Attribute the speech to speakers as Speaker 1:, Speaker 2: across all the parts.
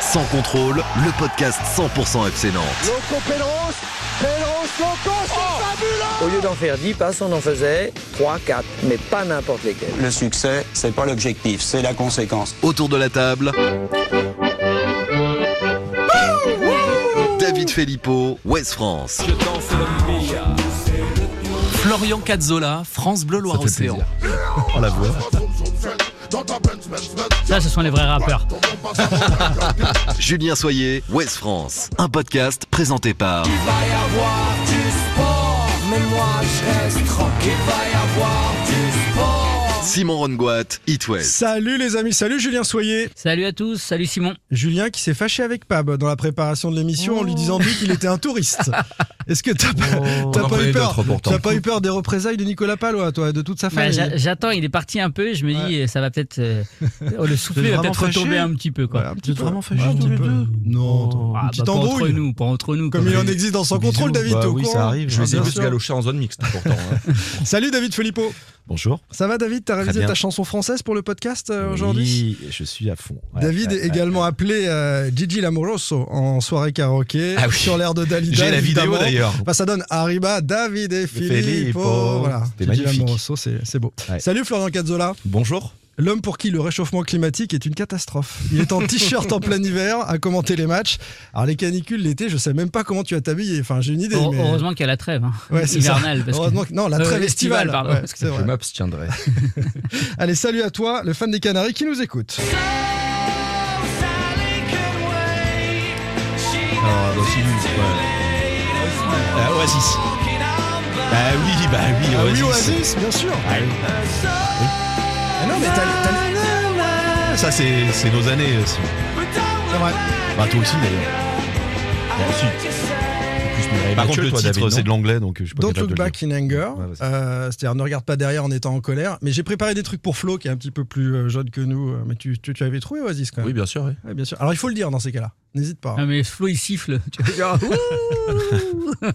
Speaker 1: Sans contrôle, le podcast 100% FC Nantes.
Speaker 2: Loco Pélos, Pélos, Loco, c'est fabuleux
Speaker 3: Au lieu d'en faire 10 passes, on en faisait 3, 4, mais pas n'importe lesquels.
Speaker 4: Le succès, c'est pas l'objectif, c'est la conséquence.
Speaker 1: Autour de la table. David Filippo, West France.
Speaker 5: Florian Cazzola, France Bleu Loire Océan.
Speaker 6: Ça, ce sont les vrais rappeurs.
Speaker 1: Julien Soyer, West France. Un podcast présenté par Simon Rongoat, It West.
Speaker 7: Salut les amis, salut Julien Soyer.
Speaker 6: Salut à tous, salut Simon.
Speaker 7: Julien qui s'est fâché avec Pab dans la préparation de l'émission en lui disant lui qu'il était un touriste. Est-ce que t'as pas,
Speaker 6: Oh.
Speaker 7: t'as pas eu peur T'as pas eu peur des représailles de Nicolas Palois, toi, et de toute sa
Speaker 6: Bah,
Speaker 7: famille
Speaker 6: j'a- J'attends, il est parti un peu, je me dis, eh, ça va peut-être. euh, oh, le soufflet va
Speaker 7: vraiment
Speaker 6: peut-être retomber
Speaker 7: fâché
Speaker 6: un petit peu, quoi.
Speaker 7: Ouais, un petit peu.
Speaker 8: vraiment fâché
Speaker 7: Ouais, un
Speaker 8: tous
Speaker 7: petit
Speaker 8: les
Speaker 7: peu.
Speaker 8: deux
Speaker 7: Non, attends,
Speaker 6: Ah,
Speaker 7: une
Speaker 6: bah,
Speaker 7: petite
Speaker 6: pas entre
Speaker 7: Oh. embrouille.
Speaker 6: nous, pas entre nous.
Speaker 7: Comme
Speaker 6: quoi.
Speaker 7: il en existe dans son contrôle, David.
Speaker 8: Bah
Speaker 7: t'es au
Speaker 8: oui,
Speaker 7: courant
Speaker 8: ça arrive. Je
Speaker 7: Ah,
Speaker 8: les ai
Speaker 7: bien
Speaker 8: vus se
Speaker 7: sûr.
Speaker 8: galocher en zone mixte pourtant. hein.
Speaker 7: Salut David Filippo.
Speaker 8: Bonjour.
Speaker 7: Ça va David T'as révisé
Speaker 8: bien.
Speaker 7: ta chanson française pour le podcast euh, aujourd'hui
Speaker 8: Oui, je suis à fond. Ouais,
Speaker 7: David
Speaker 8: ouais,
Speaker 7: est
Speaker 8: ouais.
Speaker 7: également appelé euh, Gigi Lamoroso en soirée karaoké
Speaker 8: Ah oui.
Speaker 7: sur l'air de Dalida.
Speaker 8: J'ai la vidéo
Speaker 7: évidemment.
Speaker 8: d'ailleurs.
Speaker 7: Enfin, ça donne Arriba, David et Filippo.
Speaker 8: Filippo.
Speaker 7: Voilà.
Speaker 8: C'était
Speaker 7: Gigi
Speaker 8: magnifique.
Speaker 7: Lamoroso, c'est c'est beau.
Speaker 8: Ouais.
Speaker 7: Salut Florian Cazzola,
Speaker 8: Bonjour.
Speaker 7: l'homme pour qui le réchauffement climatique est une catastrophe. Il est en t-shirt en plein hiver à commenter les matchs. Alors les canicules l'été, je sais même pas comment tu as t'habillé. Enfin, j'ai une idée.
Speaker 6: Heure-
Speaker 7: mais-
Speaker 6: Heureusement qu'il y a la trêve, hein.
Speaker 7: Ouais, c'est ça.
Speaker 6: hivernale. parce que-
Speaker 7: Heureusement que... Non, la
Speaker 6: Euh,
Speaker 7: trêve
Speaker 6: estivale,
Speaker 7: estivale.
Speaker 6: pardon,
Speaker 7: Ouais,
Speaker 6: parce que-
Speaker 7: c'est vrai.
Speaker 8: Je m'abstiendrai.
Speaker 7: Allez, salut à toi, le fan des Canaries qui nous écoute.
Speaker 8: Ah, Alors, voici lui. Ah, Oasis. Bah oui, bah oui,
Speaker 7: Ah oui,
Speaker 8: Oasis.
Speaker 7: Oasis, bien sûr.
Speaker 8: Ah oui.
Speaker 7: Ah non, mais t'as- t'as-
Speaker 8: Ça, c'est c'est nos années euh, aussi.
Speaker 7: c'est vrai.
Speaker 8: Bah, toi aussi d'ailleurs. Bah, aussi. Par contre, le titre, c'est de l'anglais, donc euh, je suis pas
Speaker 7: Don't
Speaker 8: capable
Speaker 7: look
Speaker 8: de le
Speaker 7: back in anger,
Speaker 8: Ouais, vas-y.
Speaker 7: Euh, c'est-à-dire ne regarde pas derrière en étant en colère. Mais j'ai préparé des trucs pour Flo qui est un petit peu plus euh, jeune que nous. Euh, Mais tu, tu, tu avais trouvé Oasis quand même.
Speaker 8: Oui, bien sûr.
Speaker 7: Ouais, bien sûr. Alors il faut le dire dans ces cas-là. N'hésite pas. hein.
Speaker 6: Ah, mais Flo, il siffle. Tu vois, genre, ouh.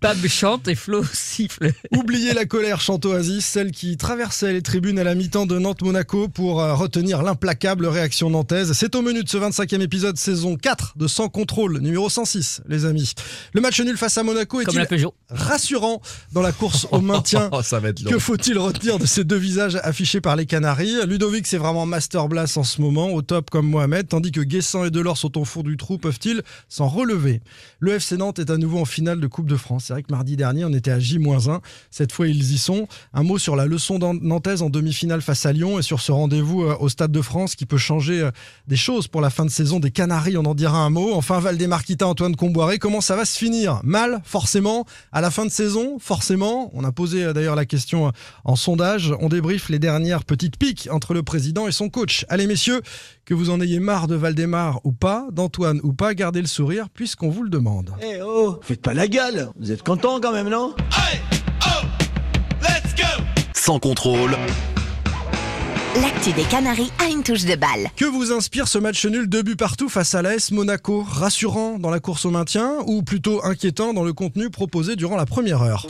Speaker 6: Pab chante et Flo siffle.
Speaker 8: Ah.
Speaker 7: Oubliez la colère, chante Oasis, celle qui traversait les tribunes à la mi-temps de Nantes-Monaco pour euh, retenir l'implacable réaction nantaise. C'est au menu de ce 25e épisode saison 4 de Sans contrôle, numéro 106, les amis. Le match nul face à Monaco
Speaker 6: Comme la
Speaker 7: est-il
Speaker 6: Peugeot.
Speaker 7: rassurant dans la course au Euh, maintien
Speaker 8: Oh, ça va être long.
Speaker 7: Que faut-il retenir de ces deux visages affichés par les Canaries Ludovic, c'est vraiment masterblast en ce moment, au top comme Mohamed, tandis que Guessin et Delors sont au fond du trou, peuvent-ils s'en relever Le FC Nantes est à nouveau en finale de Coupe de France. C'est vrai que mardi dernier, on était à J-1. Cette fois, ils y sont. Un mot sur la leçon dan- nantaise en demi-finale face à Lyon et sur ce rendez-vous euh, au Stade de France qui peut changer euh, des choses pour la fin de saison des Canaries. On en dira un mot. Enfin, Valdemarquita, Antoine Comboiré, comment ça va se finir Mal, forcément. À la fin de saison, forcément. On a posé euh, d'ailleurs la question euh, en sondage. On débriefe les dernières petites piques entre le président et son coach. Allez, messieurs, que vous en ayez marre de Valdemar ou pas, d'Antoine ou pas, gardez le sourire puisqu'on vous le demande.
Speaker 2: Eh oh, faites pas la gueule Vous êtes contents quand même, non
Speaker 1: Sans contrôle,
Speaker 9: L'actu des Canaries a une touche de balle.
Speaker 7: Que vous inspire ce match nul deux buts partout face à l'AS Monaco Rassurant dans la course au maintien ou plutôt inquiétant dans le contenu proposé durant la première heure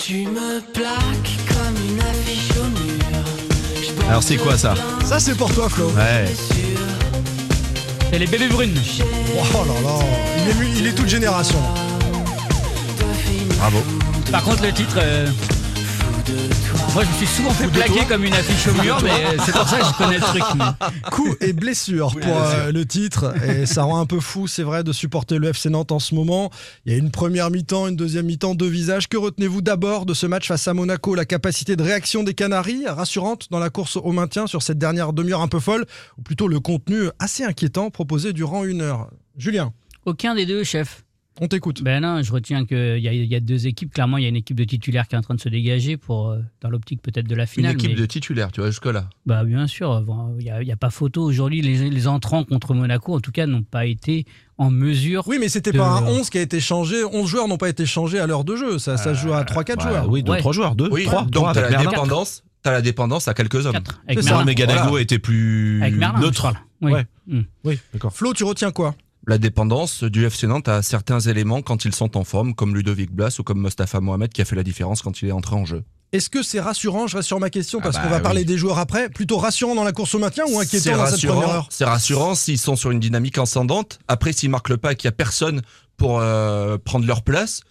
Speaker 8: Alors, c'est quoi ça
Speaker 7: Ça c'est pour toi Flo
Speaker 8: Ouais.
Speaker 6: Et les bébés brunes.
Speaker 7: Oh là là Il est, mu- il est toute génération
Speaker 8: Bravo.
Speaker 6: Par contre, le titre. euh, Moi, je me suis souvent fait plaquer comme une affiche au mur, mais euh, c'est pour ça que je connais le truc. mais-
Speaker 7: Coup et blessure pour euh, le titre et ça rend un peu fou c'est vrai de supporter le FC Nantes en ce moment. Il y a une première mi-temps, une deuxième mi-temps, deux visages. Que retenez-vous d'abord de ce match face à Monaco La capacité de réaction des Canaries rassurante dans la course au maintien sur cette dernière demi-heure un peu folle ou plutôt le contenu assez inquiétant proposé durant une heure. Julien
Speaker 6: Aucun des deux, chef.
Speaker 7: On t'écoute.
Speaker 6: Ben non, je retiens qu'il y, a- il y a deux équipes. Clairement, il y a une équipe de titulaires qui est en train de se dégager pour, euh, dans l'optique peut-être de la
Speaker 10: Une
Speaker 6: finale.
Speaker 10: équipe
Speaker 6: mais-
Speaker 10: de titulaires, tu vois, jusque-là.
Speaker 6: Bah, bien sûr, euh, bon, il n'y a, il y a pas photo. Aujourd'hui, les, les entrants contre Monaco, en tout cas, n'ont pas été en mesure.
Speaker 7: Oui, mais c'était
Speaker 6: De-
Speaker 7: pas un 11 qui a été changé. 11 joueurs n'ont pas été changés à l'heure de jeu. Ça, ça se joue à 3-4 joueurs.
Speaker 8: Euh, bah Oui, deux,
Speaker 6: Ouais.
Speaker 8: trois joueurs. Deux,
Speaker 10: Bah Oui,
Speaker 8: trois.
Speaker 10: donc
Speaker 8: trois
Speaker 10: t'as
Speaker 8: avec
Speaker 10: la
Speaker 8: Merlin.
Speaker 10: dépendance, t'as la dépendance à quelques hommes.
Speaker 6: Quatre, avec
Speaker 7: C'est
Speaker 8: Ça,
Speaker 7: Merlin.
Speaker 8: Megadago
Speaker 10: Voilà.
Speaker 8: était plus
Speaker 6: Avec Merlin, je
Speaker 8: neutre.
Speaker 6: parle. Oui.
Speaker 8: Ouais.
Speaker 6: Mm.
Speaker 8: Oui, d'accord.
Speaker 7: Flo, tu retiens quoi
Speaker 10: La dépendance du FC Nantes à certains éléments quand ils sont en forme, comme Ludovic Blas ou comme Mostafa Mohamed qui a fait la différence quand il est entré en jeu.
Speaker 7: Est-ce que c'est rassurant Je reste sur ma question parce
Speaker 8: Ah
Speaker 7: qu'on
Speaker 8: bah
Speaker 7: va parler
Speaker 8: oui.
Speaker 7: des joueurs après. Plutôt rassurant dans la course au maintien ou
Speaker 10: C'est
Speaker 7: inquiétant dans cette première
Speaker 10: rassurant.
Speaker 7: heure
Speaker 10: C'est rassurant s'ils sont sur une dynamique ascendante. Après, s'ils marquent le pas et qu'il y a personne pour euh, prendre leur place,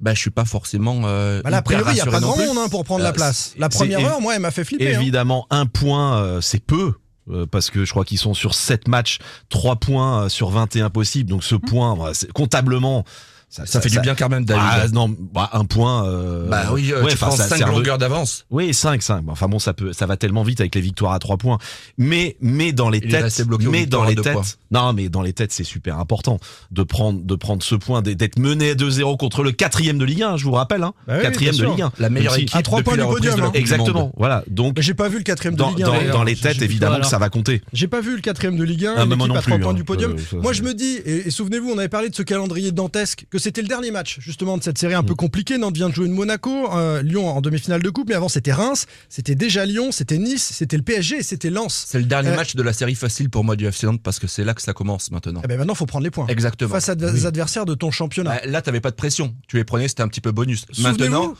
Speaker 10: bah, je suis pas forcément. Euh,
Speaker 7: Bah là, a
Speaker 10: hyper
Speaker 7: priori, il n'y a
Speaker 10: rassuré
Speaker 7: pas de
Speaker 10: non
Speaker 7: grand
Speaker 10: plus.
Speaker 7: monde hein, pour prendre
Speaker 10: Euh,
Speaker 7: la place.
Speaker 10: c'est-
Speaker 7: La
Speaker 10: c'est
Speaker 7: première
Speaker 10: évi-
Speaker 7: heure, moi, elle m'a fait flipper. hein.
Speaker 8: Évidemment, un point, euh, c'est peu. euh, Parce que je crois qu'ils sont sur 7 matchs, 3 points euh, sur 21 possibles. Donc ce point, bah, c'est- comptablement, ça,
Speaker 10: Ça fait du bien quand même d'aller.
Speaker 8: Ah, non, bah, un point. euh,
Speaker 10: bah oui, euh,
Speaker 8: ouais,
Speaker 10: tu
Speaker 8: enfin,
Speaker 10: prends
Speaker 8: ça-
Speaker 10: 5
Speaker 8: ça re-
Speaker 10: longueurs d'avance.
Speaker 8: Oui, 5 5. Enfin bon, ça peut ça va tellement vite avec les victoires à 3 points. Mais mais dans les
Speaker 10: Il est
Speaker 8: têtes,
Speaker 10: resté bloqué aux
Speaker 8: mais
Speaker 10: victoires
Speaker 8: dans
Speaker 10: à
Speaker 8: les
Speaker 10: deux
Speaker 8: têtes.
Speaker 10: points.
Speaker 8: Non, mais dans les têtes, c'est super important de prendre de prendre ce point d'être- d'être mené à 2-0 contre le quatrième de Ligue 1, je vous rappelle hein.
Speaker 7: Bah oui,
Speaker 8: quatrième
Speaker 7: bien
Speaker 8: de
Speaker 7: sûr.
Speaker 8: Ligue 1.
Speaker 10: La meilleure
Speaker 8: Même si-
Speaker 10: équipe
Speaker 7: à trois
Speaker 10: depuis
Speaker 7: points
Speaker 10: la
Speaker 7: du
Speaker 10: reprise de
Speaker 7: podium,
Speaker 10: la
Speaker 7: hein.
Speaker 10: Coupe du Monde.
Speaker 8: Exactement. Voilà. Donc
Speaker 7: Mais J'ai pas vu le quatrième de
Speaker 8: dans,
Speaker 7: Ligue 1.
Speaker 8: dans,
Speaker 7: d'ailleurs.
Speaker 8: dans les
Speaker 7: J'ai-
Speaker 8: têtes,
Speaker 7: j'ai-
Speaker 8: évidemment
Speaker 7: voilà.
Speaker 8: que ça va compter.
Speaker 7: J'ai pas vu le quatrième de Ligue 1,
Speaker 8: Ah, mais moi
Speaker 7: l'équipe
Speaker 8: non
Speaker 7: à trois
Speaker 8: plus,
Speaker 7: points
Speaker 8: hein.
Speaker 7: du podium.
Speaker 8: Euh, ça,
Speaker 7: moi,
Speaker 8: c'est-
Speaker 7: je me dis, et, et souvenez-vous, on avait parlé de ce calendrier dantesque, que c'était le dernier match, justement, de cette série un
Speaker 8: Mm.
Speaker 7: peu compliquée. Nantes vient de jouer de Monaco, euh, Lyon en demi-finale de Coupe, mais avant, c'était Reims, c'était déjà Lyon, c'était Nice, c'était le PSG et c'était Lens.
Speaker 10: C'est le dernier
Speaker 7: Euh,
Speaker 10: match de la série facile pour moi du FC Nantes parce que c'est là que ça commence maintenant.
Speaker 7: Eh ben maintenant, faut prendre les points.
Speaker 10: Exactement.
Speaker 7: Face à des
Speaker 10: Oui.
Speaker 7: adversaires de ton championnat.
Speaker 10: Bah, Là, t'avais pas de pression. Tu les prenais, c'était un petit peu bonus.
Speaker 7: Souvenez-vous.
Speaker 10: Maintenant,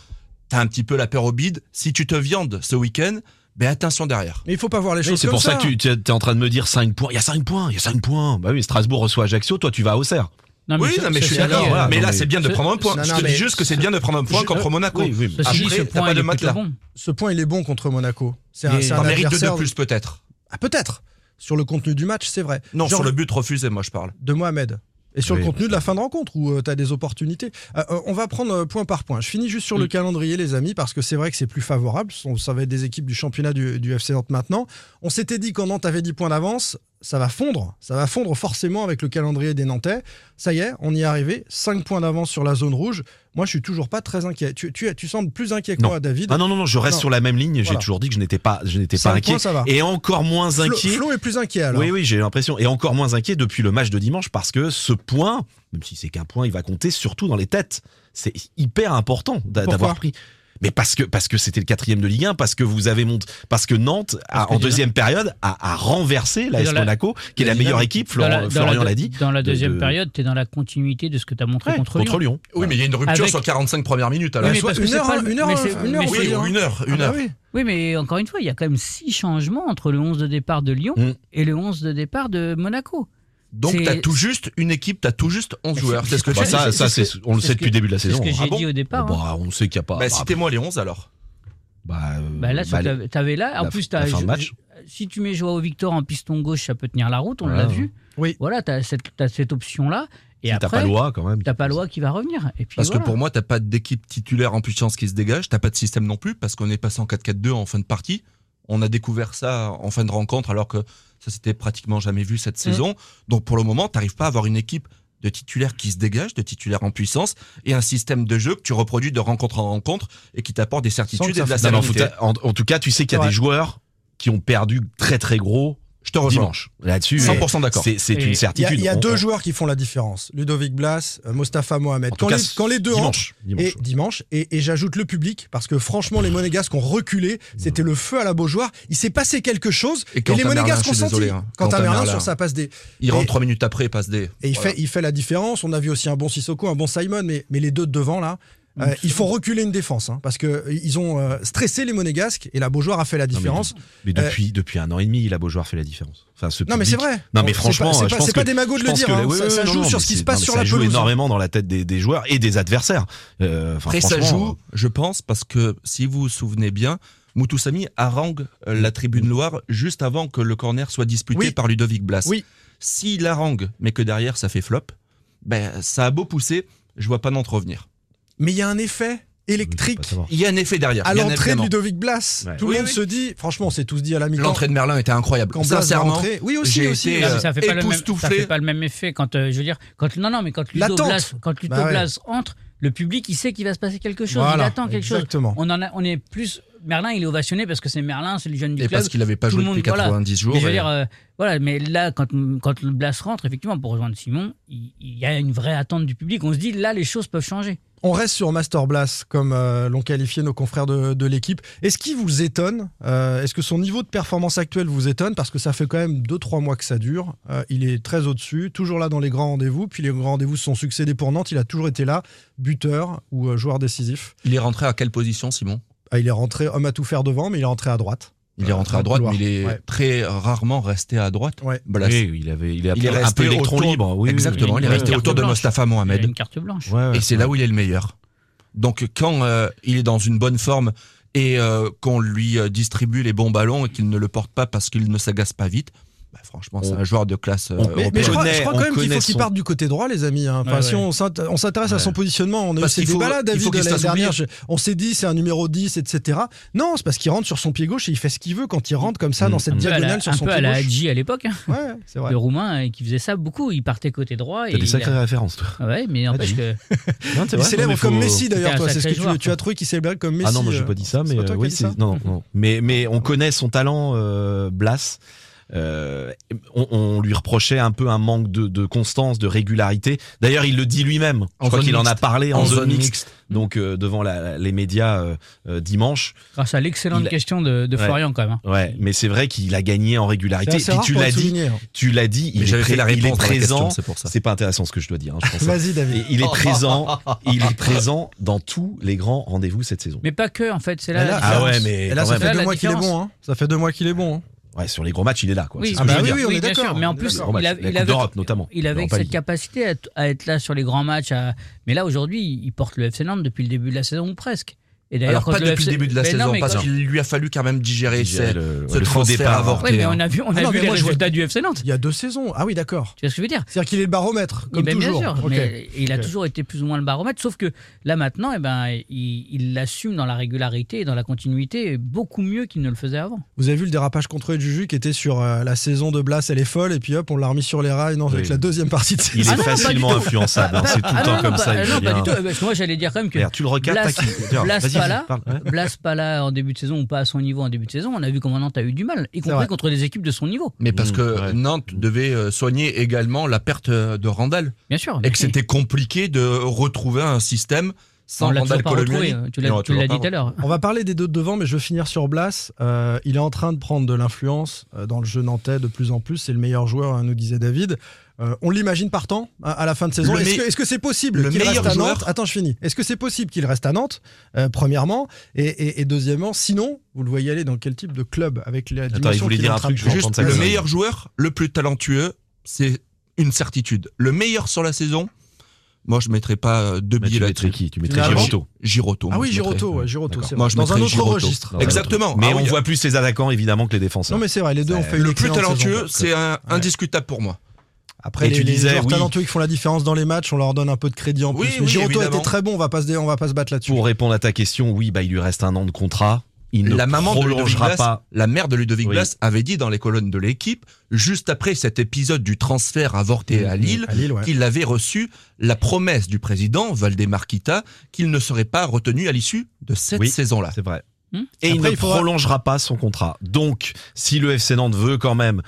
Speaker 10: t'as un petit peu la peur au bide. Si tu te viandes ce week-end, ben attention derrière.
Speaker 7: Mais il faut pas voir les
Speaker 8: Oui,
Speaker 7: choses
Speaker 8: c'est
Speaker 7: comme
Speaker 8: pour ça,
Speaker 7: ça.
Speaker 8: que tu tu es en train de me dire 5 points. Il y a 5 points, il y a 5 points. Bah oui, Strasbourg reçoit Ajaccio, toi tu vas à Auxerre.
Speaker 6: Non,
Speaker 10: oui,
Speaker 6: ce-
Speaker 10: non, mais je
Speaker 6: ceci
Speaker 10: suis d'accord.
Speaker 6: dit,
Speaker 8: voilà.
Speaker 6: euh,
Speaker 10: mais
Speaker 8: non,
Speaker 10: là,
Speaker 8: mais-
Speaker 10: c'est bien de prendre un point.
Speaker 7: Non,
Speaker 10: je
Speaker 7: non,
Speaker 10: te
Speaker 7: mais-
Speaker 10: dis juste que c'est bien de prendre un point
Speaker 7: Je-
Speaker 10: contre Monaco.
Speaker 8: Oui, oui.
Speaker 6: ceci dit,
Speaker 10: Après,
Speaker 6: ce
Speaker 10: t'as pas
Speaker 6: point
Speaker 10: de
Speaker 6: il est
Speaker 10: matelas.
Speaker 6: plutôt bon.
Speaker 7: Ce point, il est bon contre Monaco. C'est un,
Speaker 10: Et
Speaker 7: c'est un
Speaker 10: T'en mérites deux
Speaker 7: adversaire.
Speaker 10: de plus peut-être.
Speaker 7: Ah, peut-être. Sur le contenu du match, c'est vrai.
Speaker 10: Non,
Speaker 7: Genre-
Speaker 10: sur le but refusé, moi je parle.
Speaker 7: de Mohamed. Et sur le
Speaker 8: Oui.
Speaker 7: contenu de la fin de rencontre où tu as des opportunités. Euh, euh, on va prendre euh, point par point. Je finis juste sur le
Speaker 6: Mm.
Speaker 7: calendrier, les amis, parce que c'est vrai que c'est plus favorable. On savait des équipes du championnat du, du FC Nantes maintenant. On s'était dit qu'en Nantes avait 10 points d'avance. Ça va fondre. Ça va fondre forcément avec le calendrier des Nantais. Ça y est, on y est arrivé. 5 points d'avance sur la zone rouge. Moi, je suis toujours pas très inquiet. Tu, tu, tu sembles plus inquiet que
Speaker 8: Non.
Speaker 7: moi, David.
Speaker 8: Ah non non non, je reste
Speaker 7: Non.
Speaker 8: sur la même ligne, j'ai
Speaker 7: Voilà.
Speaker 8: toujours dit que je n'étais pas je n'étais pas
Speaker 7: Cinq
Speaker 8: inquiet
Speaker 7: points, ça va.
Speaker 8: et encore moins
Speaker 7: Flo,
Speaker 8: inquiet.
Speaker 7: Flo est plus inquiet alors.
Speaker 8: Oui, oui, j'ai l'impression. Et encore moins inquiet depuis le match de dimanche parce que ce point, même si c'est qu'un point, il va compter surtout dans les têtes. C'est hyper important d'a-
Speaker 7: Pourquoi
Speaker 8: d'avoir pris. Mais parce que parce que c'était le quatrième de Ligue 1, parce que vous avez monté, parce que Nantes a-
Speaker 6: Parce que
Speaker 8: en
Speaker 6: déjà-
Speaker 8: deuxième période a, a renversé la
Speaker 6: Et dans
Speaker 8: S
Speaker 6: la-
Speaker 8: Monaco, qui est la
Speaker 6: la
Speaker 8: meilleure
Speaker 6: dynamique-
Speaker 8: équipe.
Speaker 6: Dans
Speaker 8: Florent-
Speaker 6: dans
Speaker 8: Florian l'a dit.
Speaker 6: Dans la
Speaker 8: de-
Speaker 6: deuxième
Speaker 8: de-
Speaker 6: période, tu es dans la continuité de ce que tu as montré
Speaker 8: Ouais,
Speaker 6: contre, Lyon.
Speaker 8: Lyon.
Speaker 10: Oui, mais il y a une rupture
Speaker 6: Avec-
Speaker 10: sur 45 premières minutes alors.
Speaker 7: Voilà,
Speaker 6: mais
Speaker 7: soit
Speaker 6: parce que
Speaker 7: une
Speaker 6: c'est
Speaker 7: heure,
Speaker 6: pas
Speaker 7: hein,
Speaker 6: le-
Speaker 7: une heure,
Speaker 6: mais c'est-
Speaker 7: une heure,
Speaker 6: mais
Speaker 7: on
Speaker 10: Oui,
Speaker 7: peut
Speaker 6: c'est-
Speaker 7: dire,
Speaker 10: ou
Speaker 7: hein.
Speaker 10: une heure,
Speaker 7: Ah
Speaker 10: une
Speaker 7: bah
Speaker 10: heure.
Speaker 7: oui.
Speaker 6: Oui, mais encore une fois, il y a quand même six changements entre le 11 de départ de Lyon
Speaker 8: Mm.
Speaker 6: et le 11 de départ de Monaco.
Speaker 10: Donc
Speaker 6: C'est-
Speaker 10: t'as tout juste une équipe, t'as tout juste 11
Speaker 6: Mais
Speaker 10: joueurs.
Speaker 6: c'est-
Speaker 10: C'est ce que
Speaker 8: Bah,
Speaker 10: tu
Speaker 8: ça,
Speaker 10: dis.
Speaker 8: ça,
Speaker 6: c'est-
Speaker 8: c'est- on le
Speaker 6: c'est
Speaker 8: sait
Speaker 6: ce
Speaker 8: depuis le
Speaker 6: que-
Speaker 8: début de la
Speaker 6: C'est ce
Speaker 8: saison.
Speaker 6: que
Speaker 8: hein.
Speaker 6: j'ai
Speaker 10: Ah bon
Speaker 6: dit au départ.
Speaker 8: Bon,
Speaker 6: hein.
Speaker 8: bah, on sait qu'il n'y a pas.
Speaker 10: Bah,
Speaker 8: bah,
Speaker 10: citez-moi les 11 alors.
Speaker 8: bah, euh,
Speaker 6: Bah, là,
Speaker 8: bah, les-
Speaker 6: tu avais là. En
Speaker 8: la-
Speaker 6: plus,
Speaker 8: la
Speaker 6: t'as-
Speaker 8: fin de
Speaker 6: je-
Speaker 8: match.
Speaker 6: je- si tu mets Joao Victor en piston gauche, ça peut tenir la route, on
Speaker 8: Voilà.
Speaker 6: l'a vu.
Speaker 7: Oui.
Speaker 6: Voilà, tu as cette, t'as cette option-là. Et
Speaker 8: si t'as pas
Speaker 6: après,
Speaker 8: loi quand même.
Speaker 6: t'as pas loi qui va revenir. Et puis
Speaker 10: Parce
Speaker 6: voilà.
Speaker 10: que pour moi, t'as pas d'équipe titulaire en puissance qui se dégage, t'as pas de système non plus, parce qu'on est passé en 4-4-2 en fin de partie. On a découvert ça en fin de rencontre, alors que ça s'était pratiquement jamais vu
Speaker 7: Mm.
Speaker 10: cette saison. Donc pour le moment, t'arrives pas à avoir une équipe de titulaire qui se dégage, de titulaire en puissance, et un système de jeu que tu reproduis de rencontre en rencontre et qui t'apporte des
Speaker 7: Sans
Speaker 10: certitudes
Speaker 7: que ça
Speaker 10: et de la
Speaker 7: fasse-
Speaker 8: Non, mais en,
Speaker 10: sérénité.
Speaker 8: foot- en- en tout cas, tu sais qu'il y a
Speaker 7: Ouais.
Speaker 8: des joueurs qui ont perdu très très gros
Speaker 10: Je te rejoins.
Speaker 8: dimanche. Là-dessus, euh,
Speaker 10: 100% d'accord.
Speaker 8: c'est c'est
Speaker 6: Et
Speaker 8: une
Speaker 7: Il y a,
Speaker 8: certitude.
Speaker 7: il y a
Speaker 8: On-
Speaker 7: deux
Speaker 8: on-
Speaker 7: joueurs qui font la différence. Ludovic Blas, euh, Mostafa Mohamed.
Speaker 8: en tout
Speaker 7: Quand,
Speaker 8: cas,
Speaker 7: les, quand les deux entrent,
Speaker 8: dimanche, dimanche,
Speaker 7: et dimanche, et, et j'ajoute le public, parce que franchement, les Monégasques ont reculé, c'était le feu à la Beaujoire, il s'est passé quelque chose, et,
Speaker 10: Et Quentin
Speaker 7: les Monégasques
Speaker 10: Merlin,
Speaker 7: ont
Speaker 10: je suis
Speaker 7: senti.
Speaker 10: désolé, hein.
Speaker 7: Quentin,
Speaker 10: Quentin
Speaker 7: Merlin,
Speaker 10: Merlin.
Speaker 7: sur sa passe D.
Speaker 10: Il
Speaker 7: Et-
Speaker 10: rentre 3 minutes après et passe des.
Speaker 7: Et il,
Speaker 10: Voilà.
Speaker 7: fait, il fait la différence, on a vu aussi un bon Sissoko, un bon Simon, mais, mais les deux de devant, là, euh, ils font reculer une défense, hein, parce qu'ils ont euh, stressé les Monégasques, et la Beaujoire a fait la
Speaker 8: mais-
Speaker 7: différence.
Speaker 8: Mais depuis, depuis un an et demi, la Beaujoire fait la différence. Enfin, ce
Speaker 7: Euh, Non, mais
Speaker 8: public-
Speaker 7: c'est vrai.
Speaker 8: Non, mais
Speaker 7: C'est
Speaker 8: franchement, euh,
Speaker 7: pas- c'est
Speaker 8: je
Speaker 7: pas,
Speaker 8: pense
Speaker 7: c'est pas
Speaker 8: que-
Speaker 7: des magots de
Speaker 8: Je
Speaker 7: le
Speaker 8: pense
Speaker 7: dire,
Speaker 8: que
Speaker 7: hein,
Speaker 8: les- oui,
Speaker 7: ça,
Speaker 8: oui,
Speaker 7: ça
Speaker 8: non,
Speaker 7: joue
Speaker 8: non,
Speaker 7: sur
Speaker 8: mais
Speaker 7: ce qui
Speaker 8: c'est-
Speaker 7: se passe
Speaker 8: non, mais
Speaker 7: sur
Speaker 8: ça
Speaker 7: la
Speaker 8: joue
Speaker 7: pelouse.
Speaker 8: énormément dans la tête des, des joueurs et des adversaires. Euh, enfin,
Speaker 10: Après, ça
Speaker 8: franchement,
Speaker 10: joue, je pense, parce que si vous vous souvenez bien, Moutoussamy harangue euh, la tribune Loire juste avant que le corner soit disputé
Speaker 7: Oui.
Speaker 10: par Ludovic Blas.
Speaker 7: Oui.
Speaker 10: S'il harangue, mais que derrière ça fait flop, ben, ça a beau pousser, je vois pas Nantes revenir.
Speaker 7: Mais il y a un effet
Speaker 8: je veux
Speaker 7: électrique
Speaker 8: pas savoir.
Speaker 10: Il y a un effet derrière.
Speaker 7: à
Speaker 10: bien
Speaker 7: l'entrée de
Speaker 10: évidemment.
Speaker 7: Ludovic Blas.
Speaker 8: Ouais.
Speaker 7: Tout
Speaker 10: Oui,
Speaker 7: le monde
Speaker 10: oui.
Speaker 7: se dit, franchement, c'est tous dit à la mi-temps.
Speaker 10: L'entrée de Merlin était incroyable.
Speaker 7: Quand Blas va
Speaker 10: Sincèrement,
Speaker 7: rentrer, oui aussi,
Speaker 10: j'ai
Speaker 7: aussi.
Speaker 10: été,
Speaker 7: euh,
Speaker 6: Non, Ah, mais ça fait pas le même, ça
Speaker 10: époustouflé.
Speaker 6: fait pas le même effet quand euh, je veux dire quand non non mais quand Ludo
Speaker 7: L'attente.
Speaker 6: Blas quand Ludo
Speaker 7: Bah ouais.
Speaker 6: Blas entre le public il sait qu'il va se passer quelque chose il
Speaker 7: Voilà,
Speaker 6: attend quelque
Speaker 7: exactement.
Speaker 6: chose on en a, on est plus Merlin il est ovationné parce que c'est Merlin c'est le jeune du
Speaker 10: Et
Speaker 6: club
Speaker 10: parce qu'il n'avait pas
Speaker 6: tout
Speaker 10: joué
Speaker 6: le monde,
Speaker 10: depuis 90 jours.
Speaker 6: mais je veux
Speaker 10: et-
Speaker 6: dire euh, voilà mais là quand quand le Blas rentre effectivement pour rejoindre Simon il, il y a une vraie attente du public on se dit là les choses peuvent changer
Speaker 7: On reste sur Master Blas, comme euh, l'ont qualifié nos confrères de, de l'équipe. Est-ce qu'il vous étonne euh, Est-ce que son niveau de performance actuel vous étonne Parce que ça fait quand même 2-3 mois que ça dure. Euh, il est très au-dessus, toujours là dans les grands rendez-vous. Puis les grands rendez-vous se sont succédés pour Nantes. Il a toujours été là, buteur ou euh, joueur décisif.
Speaker 10: Il est rentré à quelle position, Simon
Speaker 7: Ah, il est rentré homme à tout faire devant, mais il est rentré à droite. Euh,
Speaker 10: Il est rentré à droite, mais il est
Speaker 7: Ouais.
Speaker 10: très rarement resté à droite.
Speaker 7: Ouais.
Speaker 10: Blas.
Speaker 8: Oui, il avait, il a
Speaker 10: Il est
Speaker 8: pris un
Speaker 10: resté
Speaker 8: peu électron
Speaker 10: autour-
Speaker 8: libre. oui, oui,
Speaker 10: Exactement,
Speaker 6: oui.
Speaker 10: il est
Speaker 6: Il a
Speaker 10: resté
Speaker 6: une
Speaker 10: autour
Speaker 6: carte
Speaker 10: de
Speaker 6: blanche.
Speaker 10: Mostafa
Speaker 6: Il a
Speaker 10: Mohamed.
Speaker 6: une carte blanche.
Speaker 8: Ouais, ouais.
Speaker 10: Et c'est là où il est le meilleur. Donc quand euh, il est dans une bonne forme et euh, qu'on lui euh, distribue les bons ballons et qu'il ne le porte pas parce qu'il ne s'agace pas vite, bah, franchement, c'est
Speaker 8: On-
Speaker 10: un joueur de classe euh,
Speaker 8: on-
Speaker 10: européenne.
Speaker 7: Mais je crois, je
Speaker 8: connaît-
Speaker 7: crois quand
Speaker 8: on
Speaker 7: même qu'il faut
Speaker 8: connaît
Speaker 7: qu'il
Speaker 8: son-
Speaker 7: parte du côté droit, les amis. hein. Enfin,
Speaker 6: Ouais,
Speaker 7: si
Speaker 6: ouais.
Speaker 7: on s'int- on s'intéresse à son positionnement, on a eu
Speaker 10: Parce
Speaker 7: ces
Speaker 10: qu'il faut-
Speaker 7: débats-là,
Speaker 10: il faut
Speaker 7: David,
Speaker 10: qu'il se
Speaker 7: l'année
Speaker 10: fasse
Speaker 7: dernière.
Speaker 10: oublier.
Speaker 7: je- on s'est dit, c'est un numéro 10, etc. Non, c'est parce qu'il rentre sur son pied gauche et il fait ce qu'il veut quand il rentre comme ça dans cette
Speaker 8: Un
Speaker 6: Un
Speaker 8: peu
Speaker 6: peu à la-
Speaker 7: diagonale sur
Speaker 6: un
Speaker 7: son
Speaker 6: peu à
Speaker 7: pied
Speaker 6: la
Speaker 7: gauche.
Speaker 6: Hadji à l'époque, hein,
Speaker 7: Ouais, c'est vrai.
Speaker 6: le roumain, euh, qui faisait ça beaucoup. Il partait côté droit.
Speaker 8: T'as
Speaker 6: et
Speaker 8: des
Speaker 6: il-
Speaker 8: sacrées références, toi.
Speaker 6: Ah Ouais, mais n'empêche que.
Speaker 8: Non, c'est
Speaker 7: Il est
Speaker 8: vrai,
Speaker 7: célèbre
Speaker 8: mais faut-
Speaker 7: comme Messi d'ailleurs,
Speaker 6: C'était un
Speaker 7: toi. C'est ce que
Speaker 6: sacré
Speaker 7: tu,
Speaker 6: joueur,
Speaker 7: tu as trouvé qu'il célèbre comme Messi.
Speaker 8: Ah non, moi j'ai
Speaker 7: euh.
Speaker 8: pas dit ça,
Speaker 7: c'est
Speaker 8: mais
Speaker 7: pas toi
Speaker 8: euh,
Speaker 7: qui as
Speaker 8: oui,
Speaker 7: dit
Speaker 8: c'est
Speaker 7: ça
Speaker 8: non, non, non. Mais mais on connaît son talent, euh, Blas. Euh, on, on lui reprochait un peu un manque de, de constance, de régularité. D'ailleurs, il le dit lui-même.
Speaker 10: En
Speaker 8: Je crois
Speaker 10: zone
Speaker 8: qu'il en a
Speaker 10: mixte.
Speaker 8: parlé en,
Speaker 10: En
Speaker 8: zone,
Speaker 10: zone
Speaker 8: mixte.
Speaker 10: mixte.
Speaker 8: Donc euh, devant la- la- les médias euh, euh, dimanche.
Speaker 6: Grâce à l'excellente
Speaker 8: Il a-
Speaker 6: question de, de
Speaker 8: Ouais.
Speaker 6: Florian, quand même. hein.
Speaker 8: Ouais, mais c'est vrai qu'il a gagné en régularité.
Speaker 7: C'est assez
Speaker 8: Et puis
Speaker 7: rare
Speaker 8: tu
Speaker 7: pour hein.
Speaker 8: l'as
Speaker 7: être
Speaker 8: dit,
Speaker 7: souligné.
Speaker 8: tu l'as dit.
Speaker 10: Mais
Speaker 8: Il est,
Speaker 10: j'avais fait
Speaker 8: pré-
Speaker 10: la
Speaker 8: il est
Speaker 10: réponse à la
Speaker 8: présent.
Speaker 10: question, c'est pour ça.
Speaker 8: C'est pas intéressant ce que je dois dire. hein, je pense.
Speaker 7: Vas-y, David.
Speaker 8: Et il est présent. il est présent dans tous les grands rendez-vous cette saison.
Speaker 6: Mais pas que, en fait, c'est là.
Speaker 7: Mais
Speaker 6: la
Speaker 7: là-
Speaker 8: Ah
Speaker 6: différence.
Speaker 8: ouais, mais
Speaker 7: Et là,
Speaker 8: quand
Speaker 7: ça
Speaker 8: même.
Speaker 7: fait
Speaker 6: Là,
Speaker 7: deux
Speaker 6: la
Speaker 7: mois qu'il est
Speaker 6: différence.
Speaker 7: bon. hein. Ça fait deux mois qu'il est bon. hein.
Speaker 8: Ouais, sur les gros matchs, il est là. Quoi.
Speaker 6: Oui,
Speaker 8: C'est ce
Speaker 7: Ah
Speaker 8: que
Speaker 7: bah
Speaker 8: je veux
Speaker 7: oui,
Speaker 8: dire.
Speaker 7: oui, on est
Speaker 6: bien
Speaker 7: d'accord.
Speaker 6: sûr, mais en
Speaker 7: On est
Speaker 6: plus,
Speaker 8: Les
Speaker 7: d'accord.
Speaker 8: grands matchs,
Speaker 6: il avait-
Speaker 8: la
Speaker 6: il
Speaker 8: Coupe
Speaker 6: avait-
Speaker 8: d'Europe notamment.
Speaker 6: Il avait
Speaker 8: Non, pas
Speaker 6: cette
Speaker 8: Ligue.
Speaker 6: capacité à, t- à être là sur les grands matchs. à- Mais là, aujourd'hui, il porte le FC Nantes depuis le début de la saison, ou presque. Et
Speaker 10: Alors
Speaker 6: quand
Speaker 10: pas depuis
Speaker 6: FC
Speaker 10: le début de la
Speaker 6: Mais non,
Speaker 10: saison,
Speaker 6: mais
Speaker 10: parce
Speaker 6: quand-
Speaker 10: qu'il lui a fallu quand même digérer.
Speaker 8: Digérer
Speaker 10: ses-
Speaker 8: le,
Speaker 10: ce
Speaker 8: le faux
Speaker 10: transfert
Speaker 8: départ. hein.
Speaker 10: avorté. hein.
Speaker 6: Ouais, mais on a vu, on a
Speaker 7: Ah non,
Speaker 6: vu
Speaker 7: mais
Speaker 6: les
Speaker 7: moi, je vois-
Speaker 6: résultats du FC Nantes.
Speaker 7: Il y a deux saisons. Ah oui, d'accord.
Speaker 6: Tu vois ce que je veux dire
Speaker 7: C'est-à-dire qu'il est le baromètre,
Speaker 6: Eh
Speaker 7: comme
Speaker 6: ben,
Speaker 7: toujours.
Speaker 6: Bien sûr,
Speaker 7: Ok.
Speaker 6: mais il a
Speaker 7: Ok.
Speaker 6: toujours été plus ou moins le baromètre, sauf que là maintenant, eh ben, il il l'assume dans la régularité et dans la continuité beaucoup mieux qu'il ne le faisait avant.
Speaker 7: Vous avez vu le dérapage contrôlé de Juju qui était sur euh, la saison de Blas, elle est folle, et puis hop, on l'a remis sur les rails non,
Speaker 8: Oui.
Speaker 7: avec la deuxième partie de
Speaker 8: Il
Speaker 7: saison.
Speaker 8: est
Speaker 6: Ah non, pas du
Speaker 8: facilement
Speaker 6: tout.
Speaker 8: influençable. hein,
Speaker 6: Pas-
Speaker 8: C'est tout
Speaker 6: ah
Speaker 8: le
Speaker 6: non,
Speaker 8: temps
Speaker 6: non,
Speaker 8: comme
Speaker 6: pas-
Speaker 8: ça.
Speaker 6: euh,
Speaker 8: il
Speaker 6: Non, pas
Speaker 8: vient-
Speaker 6: du tout. Eh ben, moi j'allais dire quand même que
Speaker 8: Regarde, tu le regardes,
Speaker 6: Blas-
Speaker 8: t'as qui Tiens,
Speaker 6: Blas
Speaker 8: vas-y, vas-y,
Speaker 6: Pala.
Speaker 8: parle. hein. Ouais.
Speaker 6: Blas Pala en début de saison ou pas à son niveau en début de saison, on a vu comment Nantes a eu du mal, y
Speaker 7: vrai.
Speaker 6: compris contre des équipes de son niveau.
Speaker 10: Mais parce
Speaker 8: Mmh,
Speaker 10: que
Speaker 8: ouais.
Speaker 10: Nantes devait euh, soigner également la perte euh, de Randall
Speaker 6: Bien sûr.
Speaker 10: et que c'était compliqué de retrouver un système sans
Speaker 6: On l'a
Speaker 10: Randall
Speaker 6: toujours pas retrouvé,
Speaker 10: Colombiani.
Speaker 6: euh, tu
Speaker 10: Et on
Speaker 6: l'as
Speaker 10: l'a
Speaker 6: tu l'as
Speaker 10: toujours
Speaker 6: dit
Speaker 10: pas
Speaker 6: tout à l'heure.
Speaker 7: On va parler des deux de devant, mais je veux finir sur Blas. Euh, il est en train de prendre de l'influence euh, dans le jeu nantais de plus en plus. C'est le meilleur joueur, hein, nous disait David. Euh, on l'imagine partant à, à la fin de saison.
Speaker 10: Le
Speaker 7: Est-ce
Speaker 10: me-
Speaker 7: que est-ce que c'est possible
Speaker 10: le
Speaker 7: qu'il
Speaker 10: meilleur
Speaker 7: reste à Nantes
Speaker 10: joueur-
Speaker 7: Attends, je finis. Est-ce que c'est possible qu'il reste à Nantes, euh, premièrement et, et- et deuxièmement, sinon, vous le voyez aller dans quel type de club avec la
Speaker 8: Attends,
Speaker 7: dimension
Speaker 8: il voulait
Speaker 7: qu'il est
Speaker 8: dire
Speaker 7: en
Speaker 8: un
Speaker 7: train
Speaker 8: truc,
Speaker 7: de
Speaker 8: je vais
Speaker 7: prendre.
Speaker 8: entendre
Speaker 10: Le
Speaker 8: Colomani.
Speaker 10: meilleur joueur, le plus talentueux, c'est une certitude. Le meilleur sur la saison, moi je mettrais pas euh, deux
Speaker 8: Mais
Speaker 10: billets
Speaker 8: Bah, Tu
Speaker 10: là-dessus.
Speaker 8: mettrais qui Tu mettrais
Speaker 7: Finalement-
Speaker 8: Giroto.
Speaker 10: Giroto.
Speaker 7: Ah
Speaker 10: moi,
Speaker 7: oui,
Speaker 10: je mettrais.
Speaker 7: Giroto, ouais, Giroto,
Speaker 8: D'accord.
Speaker 7: c'est
Speaker 10: Moi,
Speaker 7: vrai.
Speaker 10: je
Speaker 7: Dans un
Speaker 10: mettrais
Speaker 7: autre
Speaker 10: Giroto.
Speaker 7: registre.
Speaker 8: Dans un
Speaker 10: Exactement.
Speaker 8: Mais
Speaker 10: Ah
Speaker 8: on
Speaker 10: oui,
Speaker 8: voit plus les attaquants évidemment que les
Speaker 7: Non
Speaker 8: défenseurs.
Speaker 7: mais c'est vrai, les deux ont fait une
Speaker 10: Le plus
Speaker 7: excellente
Speaker 10: talentueux,
Speaker 7: saison.
Speaker 10: c'est un- indiscutable pour moi.
Speaker 7: Après
Speaker 8: Et
Speaker 7: les,
Speaker 8: tu
Speaker 7: les
Speaker 8: disais,
Speaker 7: joueurs
Speaker 8: oui.
Speaker 7: talentueux qui font la différence dans les matchs, on leur donne un peu de crédit en
Speaker 10: Oui,
Speaker 7: plus. Mais
Speaker 10: oui,
Speaker 7: Giroto a été
Speaker 10: évidemment.
Speaker 7: très bon, on va pas se dé- on va pas se battre là-dessus.
Speaker 8: Pour répondre à ta question, oui, bah il lui reste un an de contrat. Il ne
Speaker 10: la maman de Ludovic
Speaker 8: prolongera
Speaker 10: Blas,
Speaker 8: pas.
Speaker 10: la mère de Ludovic
Speaker 8: Oui.
Speaker 10: Blas avait dit dans les colonnes de l'équipe, juste après cet épisode du transfert avorté à Lille,
Speaker 7: À Lille, ouais.
Speaker 10: qu'il avait reçu la promesse du président Valdemar Kita qu'il ne serait pas retenu à l'issue de cette
Speaker 8: Oui.
Speaker 10: saison-là.
Speaker 8: C'est vrai.
Speaker 6: Hmm
Speaker 8: Et il
Speaker 7: Après,
Speaker 8: ne
Speaker 7: il faudra-
Speaker 8: prolongera pas son contrat. Donc, si le FC Nantes veut quand même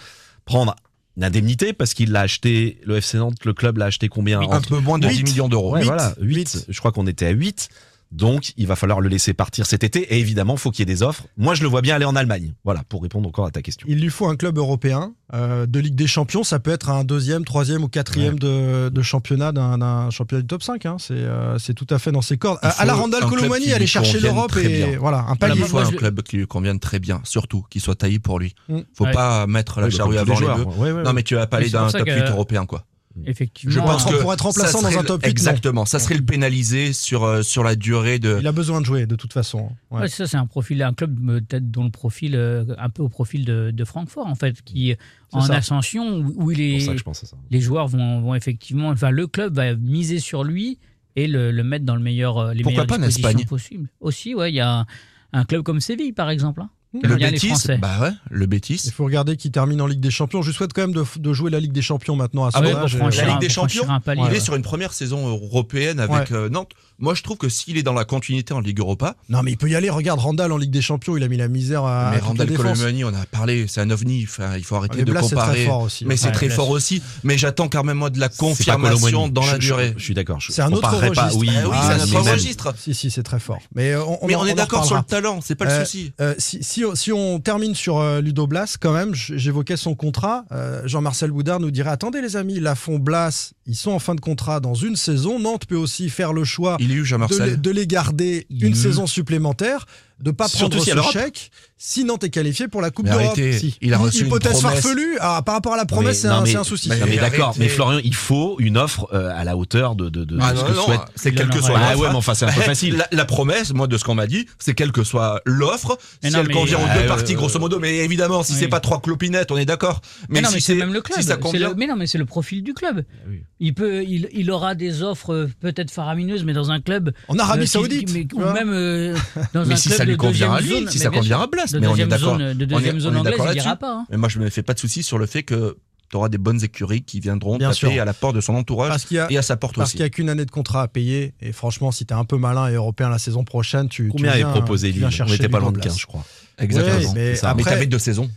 Speaker 8: prendre une indemnité, parce qu'il l'a acheté, le FC Nantes, le club l'a acheté combien
Speaker 10: Un peu moins de
Speaker 8: Huit.
Speaker 10: 10 millions d'euros.
Speaker 8: Ouais,
Speaker 10: Huit.
Speaker 8: voilà, 8. Je crois qu'on était à 8. Donc, il va falloir le laisser partir cet été. Et évidemment, faut qu'il y ait des offres. Moi, je le vois bien aller en Allemagne. Voilà, pour répondre encore à ta question.
Speaker 7: Il lui faut un club européen euh, de Ligue des Champions. Ça peut être un deuxième, troisième ou quatrième de, de championnat d'un d'un championnat du top 5. hein. C'est euh, c'est tout à fait dans ses cordes.
Speaker 10: Il
Speaker 7: À,
Speaker 10: faut
Speaker 7: à la Ah, Randall
Speaker 10: un club
Speaker 7: Colomani,
Speaker 10: qui
Speaker 7: aller
Speaker 10: lui
Speaker 7: chercher
Speaker 10: convienne
Speaker 7: l'Europe
Speaker 10: très
Speaker 7: et
Speaker 10: bien.
Speaker 7: voilà un
Speaker 10: Voilà,
Speaker 7: palier.
Speaker 10: il faut un
Speaker 6: je-
Speaker 10: club qui lui convienne très bien, surtout, qui soit taillé pour lui.
Speaker 7: Mm.
Speaker 10: Faut
Speaker 6: Ouais.
Speaker 10: pas mettre la
Speaker 8: Oui,
Speaker 10: charrue
Speaker 8: comme tous
Speaker 10: avant
Speaker 8: les
Speaker 10: les
Speaker 8: joueurs.
Speaker 10: deux.
Speaker 8: Ouais, ouais,
Speaker 10: Non,
Speaker 8: ouais.
Speaker 10: mais tu vas pas
Speaker 6: Mais
Speaker 10: aller
Speaker 6: c'est
Speaker 10: dans
Speaker 6: pour
Speaker 10: un
Speaker 6: ça
Speaker 10: top
Speaker 6: que-
Speaker 10: 8 européen, quoi.
Speaker 6: Effectivement.
Speaker 10: Je pense
Speaker 7: Pour
Speaker 10: que
Speaker 7: être- pour être remplaçant
Speaker 10: ça
Speaker 7: dans un
Speaker 10: serait
Speaker 7: top
Speaker 10: le-
Speaker 7: 8, non.
Speaker 10: Exactement, ça serait le pénaliser sur, euh, sur la durée de.
Speaker 7: Il a besoin de jouer de toute façon. Ouais.
Speaker 6: Ouais, c'est ça, c'est un profil, un club euh, peut-être dont le profil, euh, un peu au profil de, de Francfort en fait, qui est
Speaker 7: C'est
Speaker 6: en
Speaker 7: ça.
Speaker 6: ascension, où, où il
Speaker 8: C'est
Speaker 6: est,
Speaker 8: pour ça que je pense à ça.
Speaker 6: les joueurs vont, vont effectivement, enfin le club va miser sur lui et le, le mettre dans le meilleur, euh, les
Speaker 10: Pourquoi
Speaker 6: meilleures
Speaker 10: pas en
Speaker 6: dispositions
Speaker 10: Espagne
Speaker 6: possibles. Aussi, ouais, il y a un, un club comme Séville par exemple. hein.
Speaker 10: Le
Speaker 6: Bien les
Speaker 10: Bétis,
Speaker 6: Français.
Speaker 10: bah ouais, le Bétis.
Speaker 7: Il faut regarder qui termine en Ligue des Champions. Je lui souhaite quand même de, de jouer la Ligue des Champions maintenant à ce
Speaker 10: Ah ouais,
Speaker 7: moment-là.
Speaker 10: pour
Speaker 7: J'ai-
Speaker 10: franchir La Ligue
Speaker 6: un-
Speaker 10: des
Speaker 6: pour franchir
Speaker 10: Champions,
Speaker 6: un palier.
Speaker 10: Il est sur une première saison européenne avec euh, Nantes. Moi, je trouve que s'il est dans la continuité en Ligue Europa,
Speaker 7: Non, mais il peut y aller. Regarde, Randall en Ligue des Champions, il a mis la misère à.
Speaker 10: mais
Speaker 7: à toutes les
Speaker 10: Randall
Speaker 7: défenses.
Speaker 10: Colomani, on a parlé, c'est un ovni. Enfin, il faut
Speaker 7: Ah,
Speaker 10: arrêter
Speaker 7: mais
Speaker 10: de
Speaker 7: Blas, c'est très
Speaker 10: comparer.
Speaker 7: fort aussi. hein.
Speaker 10: Mais c'est
Speaker 6: Ouais,
Speaker 10: très
Speaker 6: Blas.
Speaker 10: fort aussi. Mais j'attends quand même moi de la
Speaker 8: C'est pas
Speaker 10: confirmation
Speaker 8: Colomboigny.
Speaker 10: dans la
Speaker 8: Je- je-
Speaker 10: durée.
Speaker 8: Je, suis d'accord. je-
Speaker 7: C'est un
Speaker 8: on
Speaker 7: autre
Speaker 8: parlerait pas-
Speaker 7: registre.
Speaker 8: oui,
Speaker 10: Eh oui,
Speaker 7: Ah,
Speaker 10: c'est
Speaker 8: mais
Speaker 10: un autre
Speaker 8: même-
Speaker 10: registre.
Speaker 7: Si, si, c'est très fort. Mais euh, on,
Speaker 10: Mais
Speaker 7: en-
Speaker 10: on
Speaker 7: en
Speaker 10: est d'accord sur
Speaker 7: reparlera.
Speaker 10: le talent, c'est pas le
Speaker 7: Euh,
Speaker 10: souci.
Speaker 7: Euh, si, si, si on termine sur euh, Ludo Blas, quand même, j- j'évoquais son contrat. Euh, Jean-Marcel Boudard nous dirait Attendez, les amis, la font Blas, ils sont en fin de contrat dans une saison. Nantes peut aussi faire le choix
Speaker 10: Il est eu
Speaker 7: de les,
Speaker 10: Jean-Marcel.
Speaker 7: de les garder une
Speaker 6: Mmh.
Speaker 7: saison supplémentaire. de pas
Speaker 8: Surtout
Speaker 7: prendre
Speaker 8: s'il y a
Speaker 7: ce
Speaker 8: l'Europe.
Speaker 7: chèque, sinon t'es qualifié pour la Coupe
Speaker 10: Mais
Speaker 7: d'Europe.
Speaker 10: arrêtez, il a
Speaker 7: Hy-
Speaker 10: reçu une
Speaker 7: Hypothèse
Speaker 10: promesse.
Speaker 7: farfelue. Ah, par rapport à la promesse, c'est
Speaker 8: non,
Speaker 7: un,
Speaker 8: mais-
Speaker 7: c'est un souci.
Speaker 10: mais-
Speaker 8: Non, mais d'accord,
Speaker 10: arrêtez.
Speaker 8: mais Florian, il faut une offre euh, à la hauteur de, de, de
Speaker 10: Ah
Speaker 8: ce
Speaker 10: non,
Speaker 8: que
Speaker 10: non,
Speaker 8: souhaite.
Speaker 10: c'est
Speaker 6: Il
Speaker 10: quelle
Speaker 6: en
Speaker 10: que
Speaker 6: aura
Speaker 10: soit
Speaker 6: la
Speaker 8: Ah
Speaker 10: l'offre.
Speaker 8: ouais, mais enfin, c'est un peu facile.
Speaker 10: La, la promesse, moi, de ce qu'on m'a dit, c'est quelle que soit l'offre,
Speaker 6: Mais
Speaker 10: si
Speaker 6: non,
Speaker 10: elle
Speaker 6: mais-
Speaker 10: convient aux
Speaker 8: Ah,
Speaker 10: deux
Speaker 8: ouais,
Speaker 10: parties,
Speaker 8: ouais,
Speaker 10: grosso
Speaker 8: ouais.
Speaker 10: modo. Mais évidemment, si
Speaker 6: Oui.
Speaker 10: c'est pas trois clopinettes, on est d'accord.
Speaker 6: Mais, non, mais
Speaker 10: si
Speaker 6: c'est même le club.
Speaker 10: Si ça Ah
Speaker 6: C'est
Speaker 10: convient.
Speaker 6: le- mais non, mais c'est le profil du club.
Speaker 8: oui.
Speaker 6: Il peut, il, il aura des offres euh, peut-être faramineuses, mais dans un club.
Speaker 7: En Arabie
Speaker 6: euh, qui-
Speaker 7: Saoudite,
Speaker 6: mais-
Speaker 7: tu
Speaker 6: ou
Speaker 7: vois.
Speaker 6: même euh, dans un
Speaker 10: Mais si
Speaker 6: club
Speaker 10: ça
Speaker 6: de
Speaker 10: lui convient à
Speaker 6: deuxième
Speaker 10: lui,
Speaker 6: zone,
Speaker 10: si
Speaker 6: mais
Speaker 10: ça
Speaker 6: bien
Speaker 10: convient
Speaker 6: sûr,
Speaker 10: à Blas,
Speaker 6: de
Speaker 10: mais on est
Speaker 6: deuxième
Speaker 10: d'accord. On
Speaker 6: zone- de
Speaker 10: est-
Speaker 6: deuxième zone
Speaker 10: on est
Speaker 6: anglaise,
Speaker 10: d'accord
Speaker 6: il ira
Speaker 10: là-dessus.
Speaker 6: pas. hein.
Speaker 10: Mais moi, je me fais pas de soucis sur le fait que tu auras des bonnes écuries qui viendront
Speaker 7: Bien
Speaker 10: taper
Speaker 7: sûr.
Speaker 10: à la porte de son entourage
Speaker 7: Parce qu'il y a,
Speaker 10: et à sa porte
Speaker 7: parce qu'il
Speaker 10: aussi.
Speaker 7: y a qu'une année de contrat à payer. Et franchement, si t'es un peu malin et européen la saison prochaine, tu, tu
Speaker 8: Combien avait
Speaker 7: viens-
Speaker 8: proposé
Speaker 7: tu
Speaker 8: lui
Speaker 7: viens
Speaker 8: On
Speaker 7: chercher
Speaker 8: n'était pas
Speaker 7: Ludo
Speaker 8: loin de
Speaker 7: Blas.
Speaker 8: 15, je crois.
Speaker 10: Exactement.
Speaker 7: mais
Speaker 10: c'est ça. Mais
Speaker 7: après-
Speaker 10: t'avais deux saisons.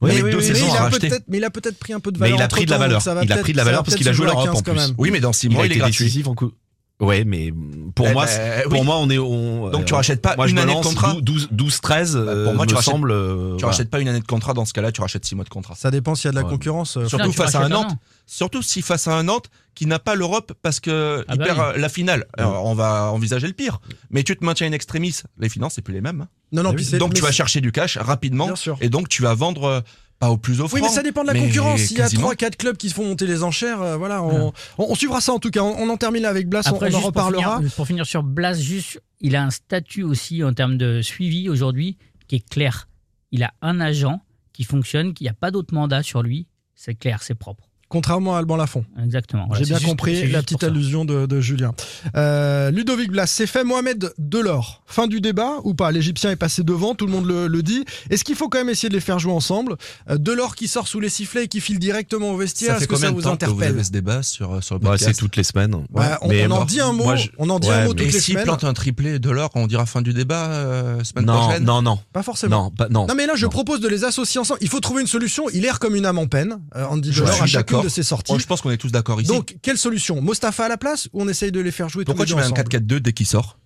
Speaker 8: Oui,
Speaker 10: T'avais
Speaker 8: oui,
Speaker 10: deux
Speaker 8: oui,
Speaker 7: Mais
Speaker 10: saisons
Speaker 7: il,
Speaker 10: à
Speaker 7: a
Speaker 10: racheter.
Speaker 7: peut-être, mais il a peut-être pris un peu de
Speaker 8: Mais
Speaker 7: valeur.
Speaker 8: il a
Speaker 7: entre
Speaker 8: pris de la
Speaker 7: temps, donc
Speaker 8: valeur.
Speaker 7: ça va
Speaker 8: Il a
Speaker 7: peut-être-
Speaker 8: pris de la
Speaker 7: ça va
Speaker 8: valeur parce
Speaker 7: peut-être
Speaker 8: qu'il a
Speaker 7: se
Speaker 8: joué
Speaker 7: jouer à
Speaker 8: l'Europe en
Speaker 7: 15 quand
Speaker 8: plus.
Speaker 7: même.
Speaker 10: Oui, mais dans six
Speaker 8: Il a
Speaker 10: mois, il est
Speaker 8: été
Speaker 10: gratuit.
Speaker 8: décisif en coup. Ouais, mais pour
Speaker 10: Eh
Speaker 8: moi,
Speaker 10: ben,
Speaker 8: c'est-
Speaker 10: oui.
Speaker 8: pour moi, on est. on-
Speaker 10: Donc, tu
Speaker 8: euh,
Speaker 10: rachètes pas
Speaker 8: moi, je
Speaker 10: une
Speaker 8: me
Speaker 10: année de
Speaker 8: lance
Speaker 10: contrat
Speaker 8: 12, 12 13.
Speaker 10: Bah, pour moi,
Speaker 8: euh,
Speaker 10: tu
Speaker 8: me
Speaker 10: rachètes-
Speaker 8: semble.
Speaker 10: Tu rachètes pas une année de contrat, dans ce cas-là, tu rachètes six mois de contrat.
Speaker 7: Ça dépend s'il y a de la
Speaker 8: Ouais.
Speaker 7: concurrence. euh,
Speaker 10: Surtout
Speaker 6: Non, tu
Speaker 10: face à un
Speaker 6: rachètes
Speaker 10: Nantes. Surtout si face à un Nantes qui n'a pas l'Europe parce que
Speaker 6: Ah
Speaker 10: il
Speaker 6: bah
Speaker 10: perd
Speaker 6: oui.
Speaker 10: euh, la finale. Alors, on va envisager le pire. Mais tu te maintiens une extrémis. Les finances, c'est plus les mêmes. hein.
Speaker 7: Non,
Speaker 8: Ah
Speaker 7: non, puis c'est-
Speaker 10: donc
Speaker 7: mais
Speaker 10: tu vas
Speaker 7: c'est-
Speaker 10: chercher du cash rapidement.
Speaker 7: Bien sûr.
Speaker 10: Et donc tu vas vendre euh, pas au plus offrant.
Speaker 7: Oui, mais ça dépend de la
Speaker 10: mais
Speaker 7: concurrence. S'il y a
Speaker 10: quasiment.
Speaker 7: 3-4 clubs qui se font monter les enchères, euh, voilà, on, on- on suivra ça en tout cas. On, on en termine là avec Blas, on-
Speaker 6: Après,
Speaker 7: on en
Speaker 6: juste pour
Speaker 7: reparlera.
Speaker 6: finir, pour finir sur Blas, juste, il a un statut aussi en termes de suivi aujourd'hui qui est clair. Il a un agent qui fonctionne, qui n'y a pas d'autre mandat sur lui. C'est clair, c'est propre.
Speaker 7: Contrairement à Alban Lafont.
Speaker 6: Exactement. Voilà,
Speaker 7: J'ai
Speaker 6: c'est
Speaker 7: bien
Speaker 6: juste- c'est
Speaker 7: compris
Speaker 6: juste
Speaker 7: la
Speaker 6: pour
Speaker 7: petite
Speaker 6: ça.
Speaker 7: allusion de, de Julien. Euh, Ludovic Blas, c'est fait Mohamed Delors. Fin du débat ou pas L'Égyptien est passé devant, tout le monde le, le dit. Est-ce qu'il faut quand même essayer de les faire jouer ensemble Euh, Delors qui sort sous les sifflets et qui file directement au vestiaire,
Speaker 10: Ça
Speaker 7: est-ce
Speaker 10: fait
Speaker 7: que ça
Speaker 10: combien de
Speaker 7: vous
Speaker 10: temps que vous
Speaker 7: interpelle
Speaker 10: avez ce débat sur, sur le
Speaker 8: Bah,
Speaker 10: podcast
Speaker 8: c'est toutes les semaines.
Speaker 7: Bah, on,
Speaker 8: Mais
Speaker 7: on en
Speaker 8: moi-
Speaker 7: dit un mot,
Speaker 8: moi, je-
Speaker 7: on en dit un
Speaker 8: Ouais,
Speaker 7: mot
Speaker 8: mais-
Speaker 7: toutes
Speaker 10: Et
Speaker 7: les
Speaker 10: s'il
Speaker 7: semaines.
Speaker 10: plante un triplé de l'or, on dira fin du débat euh, semaine
Speaker 8: Non,
Speaker 10: prochaine
Speaker 8: non, non.
Speaker 7: Pas forcément.
Speaker 8: Non, pas- non.
Speaker 7: Non mais là je
Speaker 8: Non.
Speaker 7: propose de les associer ensemble. Il faut trouver une solution. Il erre comme une âme en peine, euh, Andy
Speaker 10: Je
Speaker 7: Delors,
Speaker 10: suis
Speaker 7: à chacune
Speaker 10: d'accord.
Speaker 7: de ses sorties.
Speaker 10: Oh, je pense qu'on est tous d'accord ici.
Speaker 7: Donc quelle solution Mostafa à la place ou on essaye de les faire jouer
Speaker 10: Pourquoi
Speaker 7: tous
Speaker 10: tu
Speaker 7: les deux
Speaker 10: mets un
Speaker 7: ensemble
Speaker 10: 4-4-2 dès qu'il sort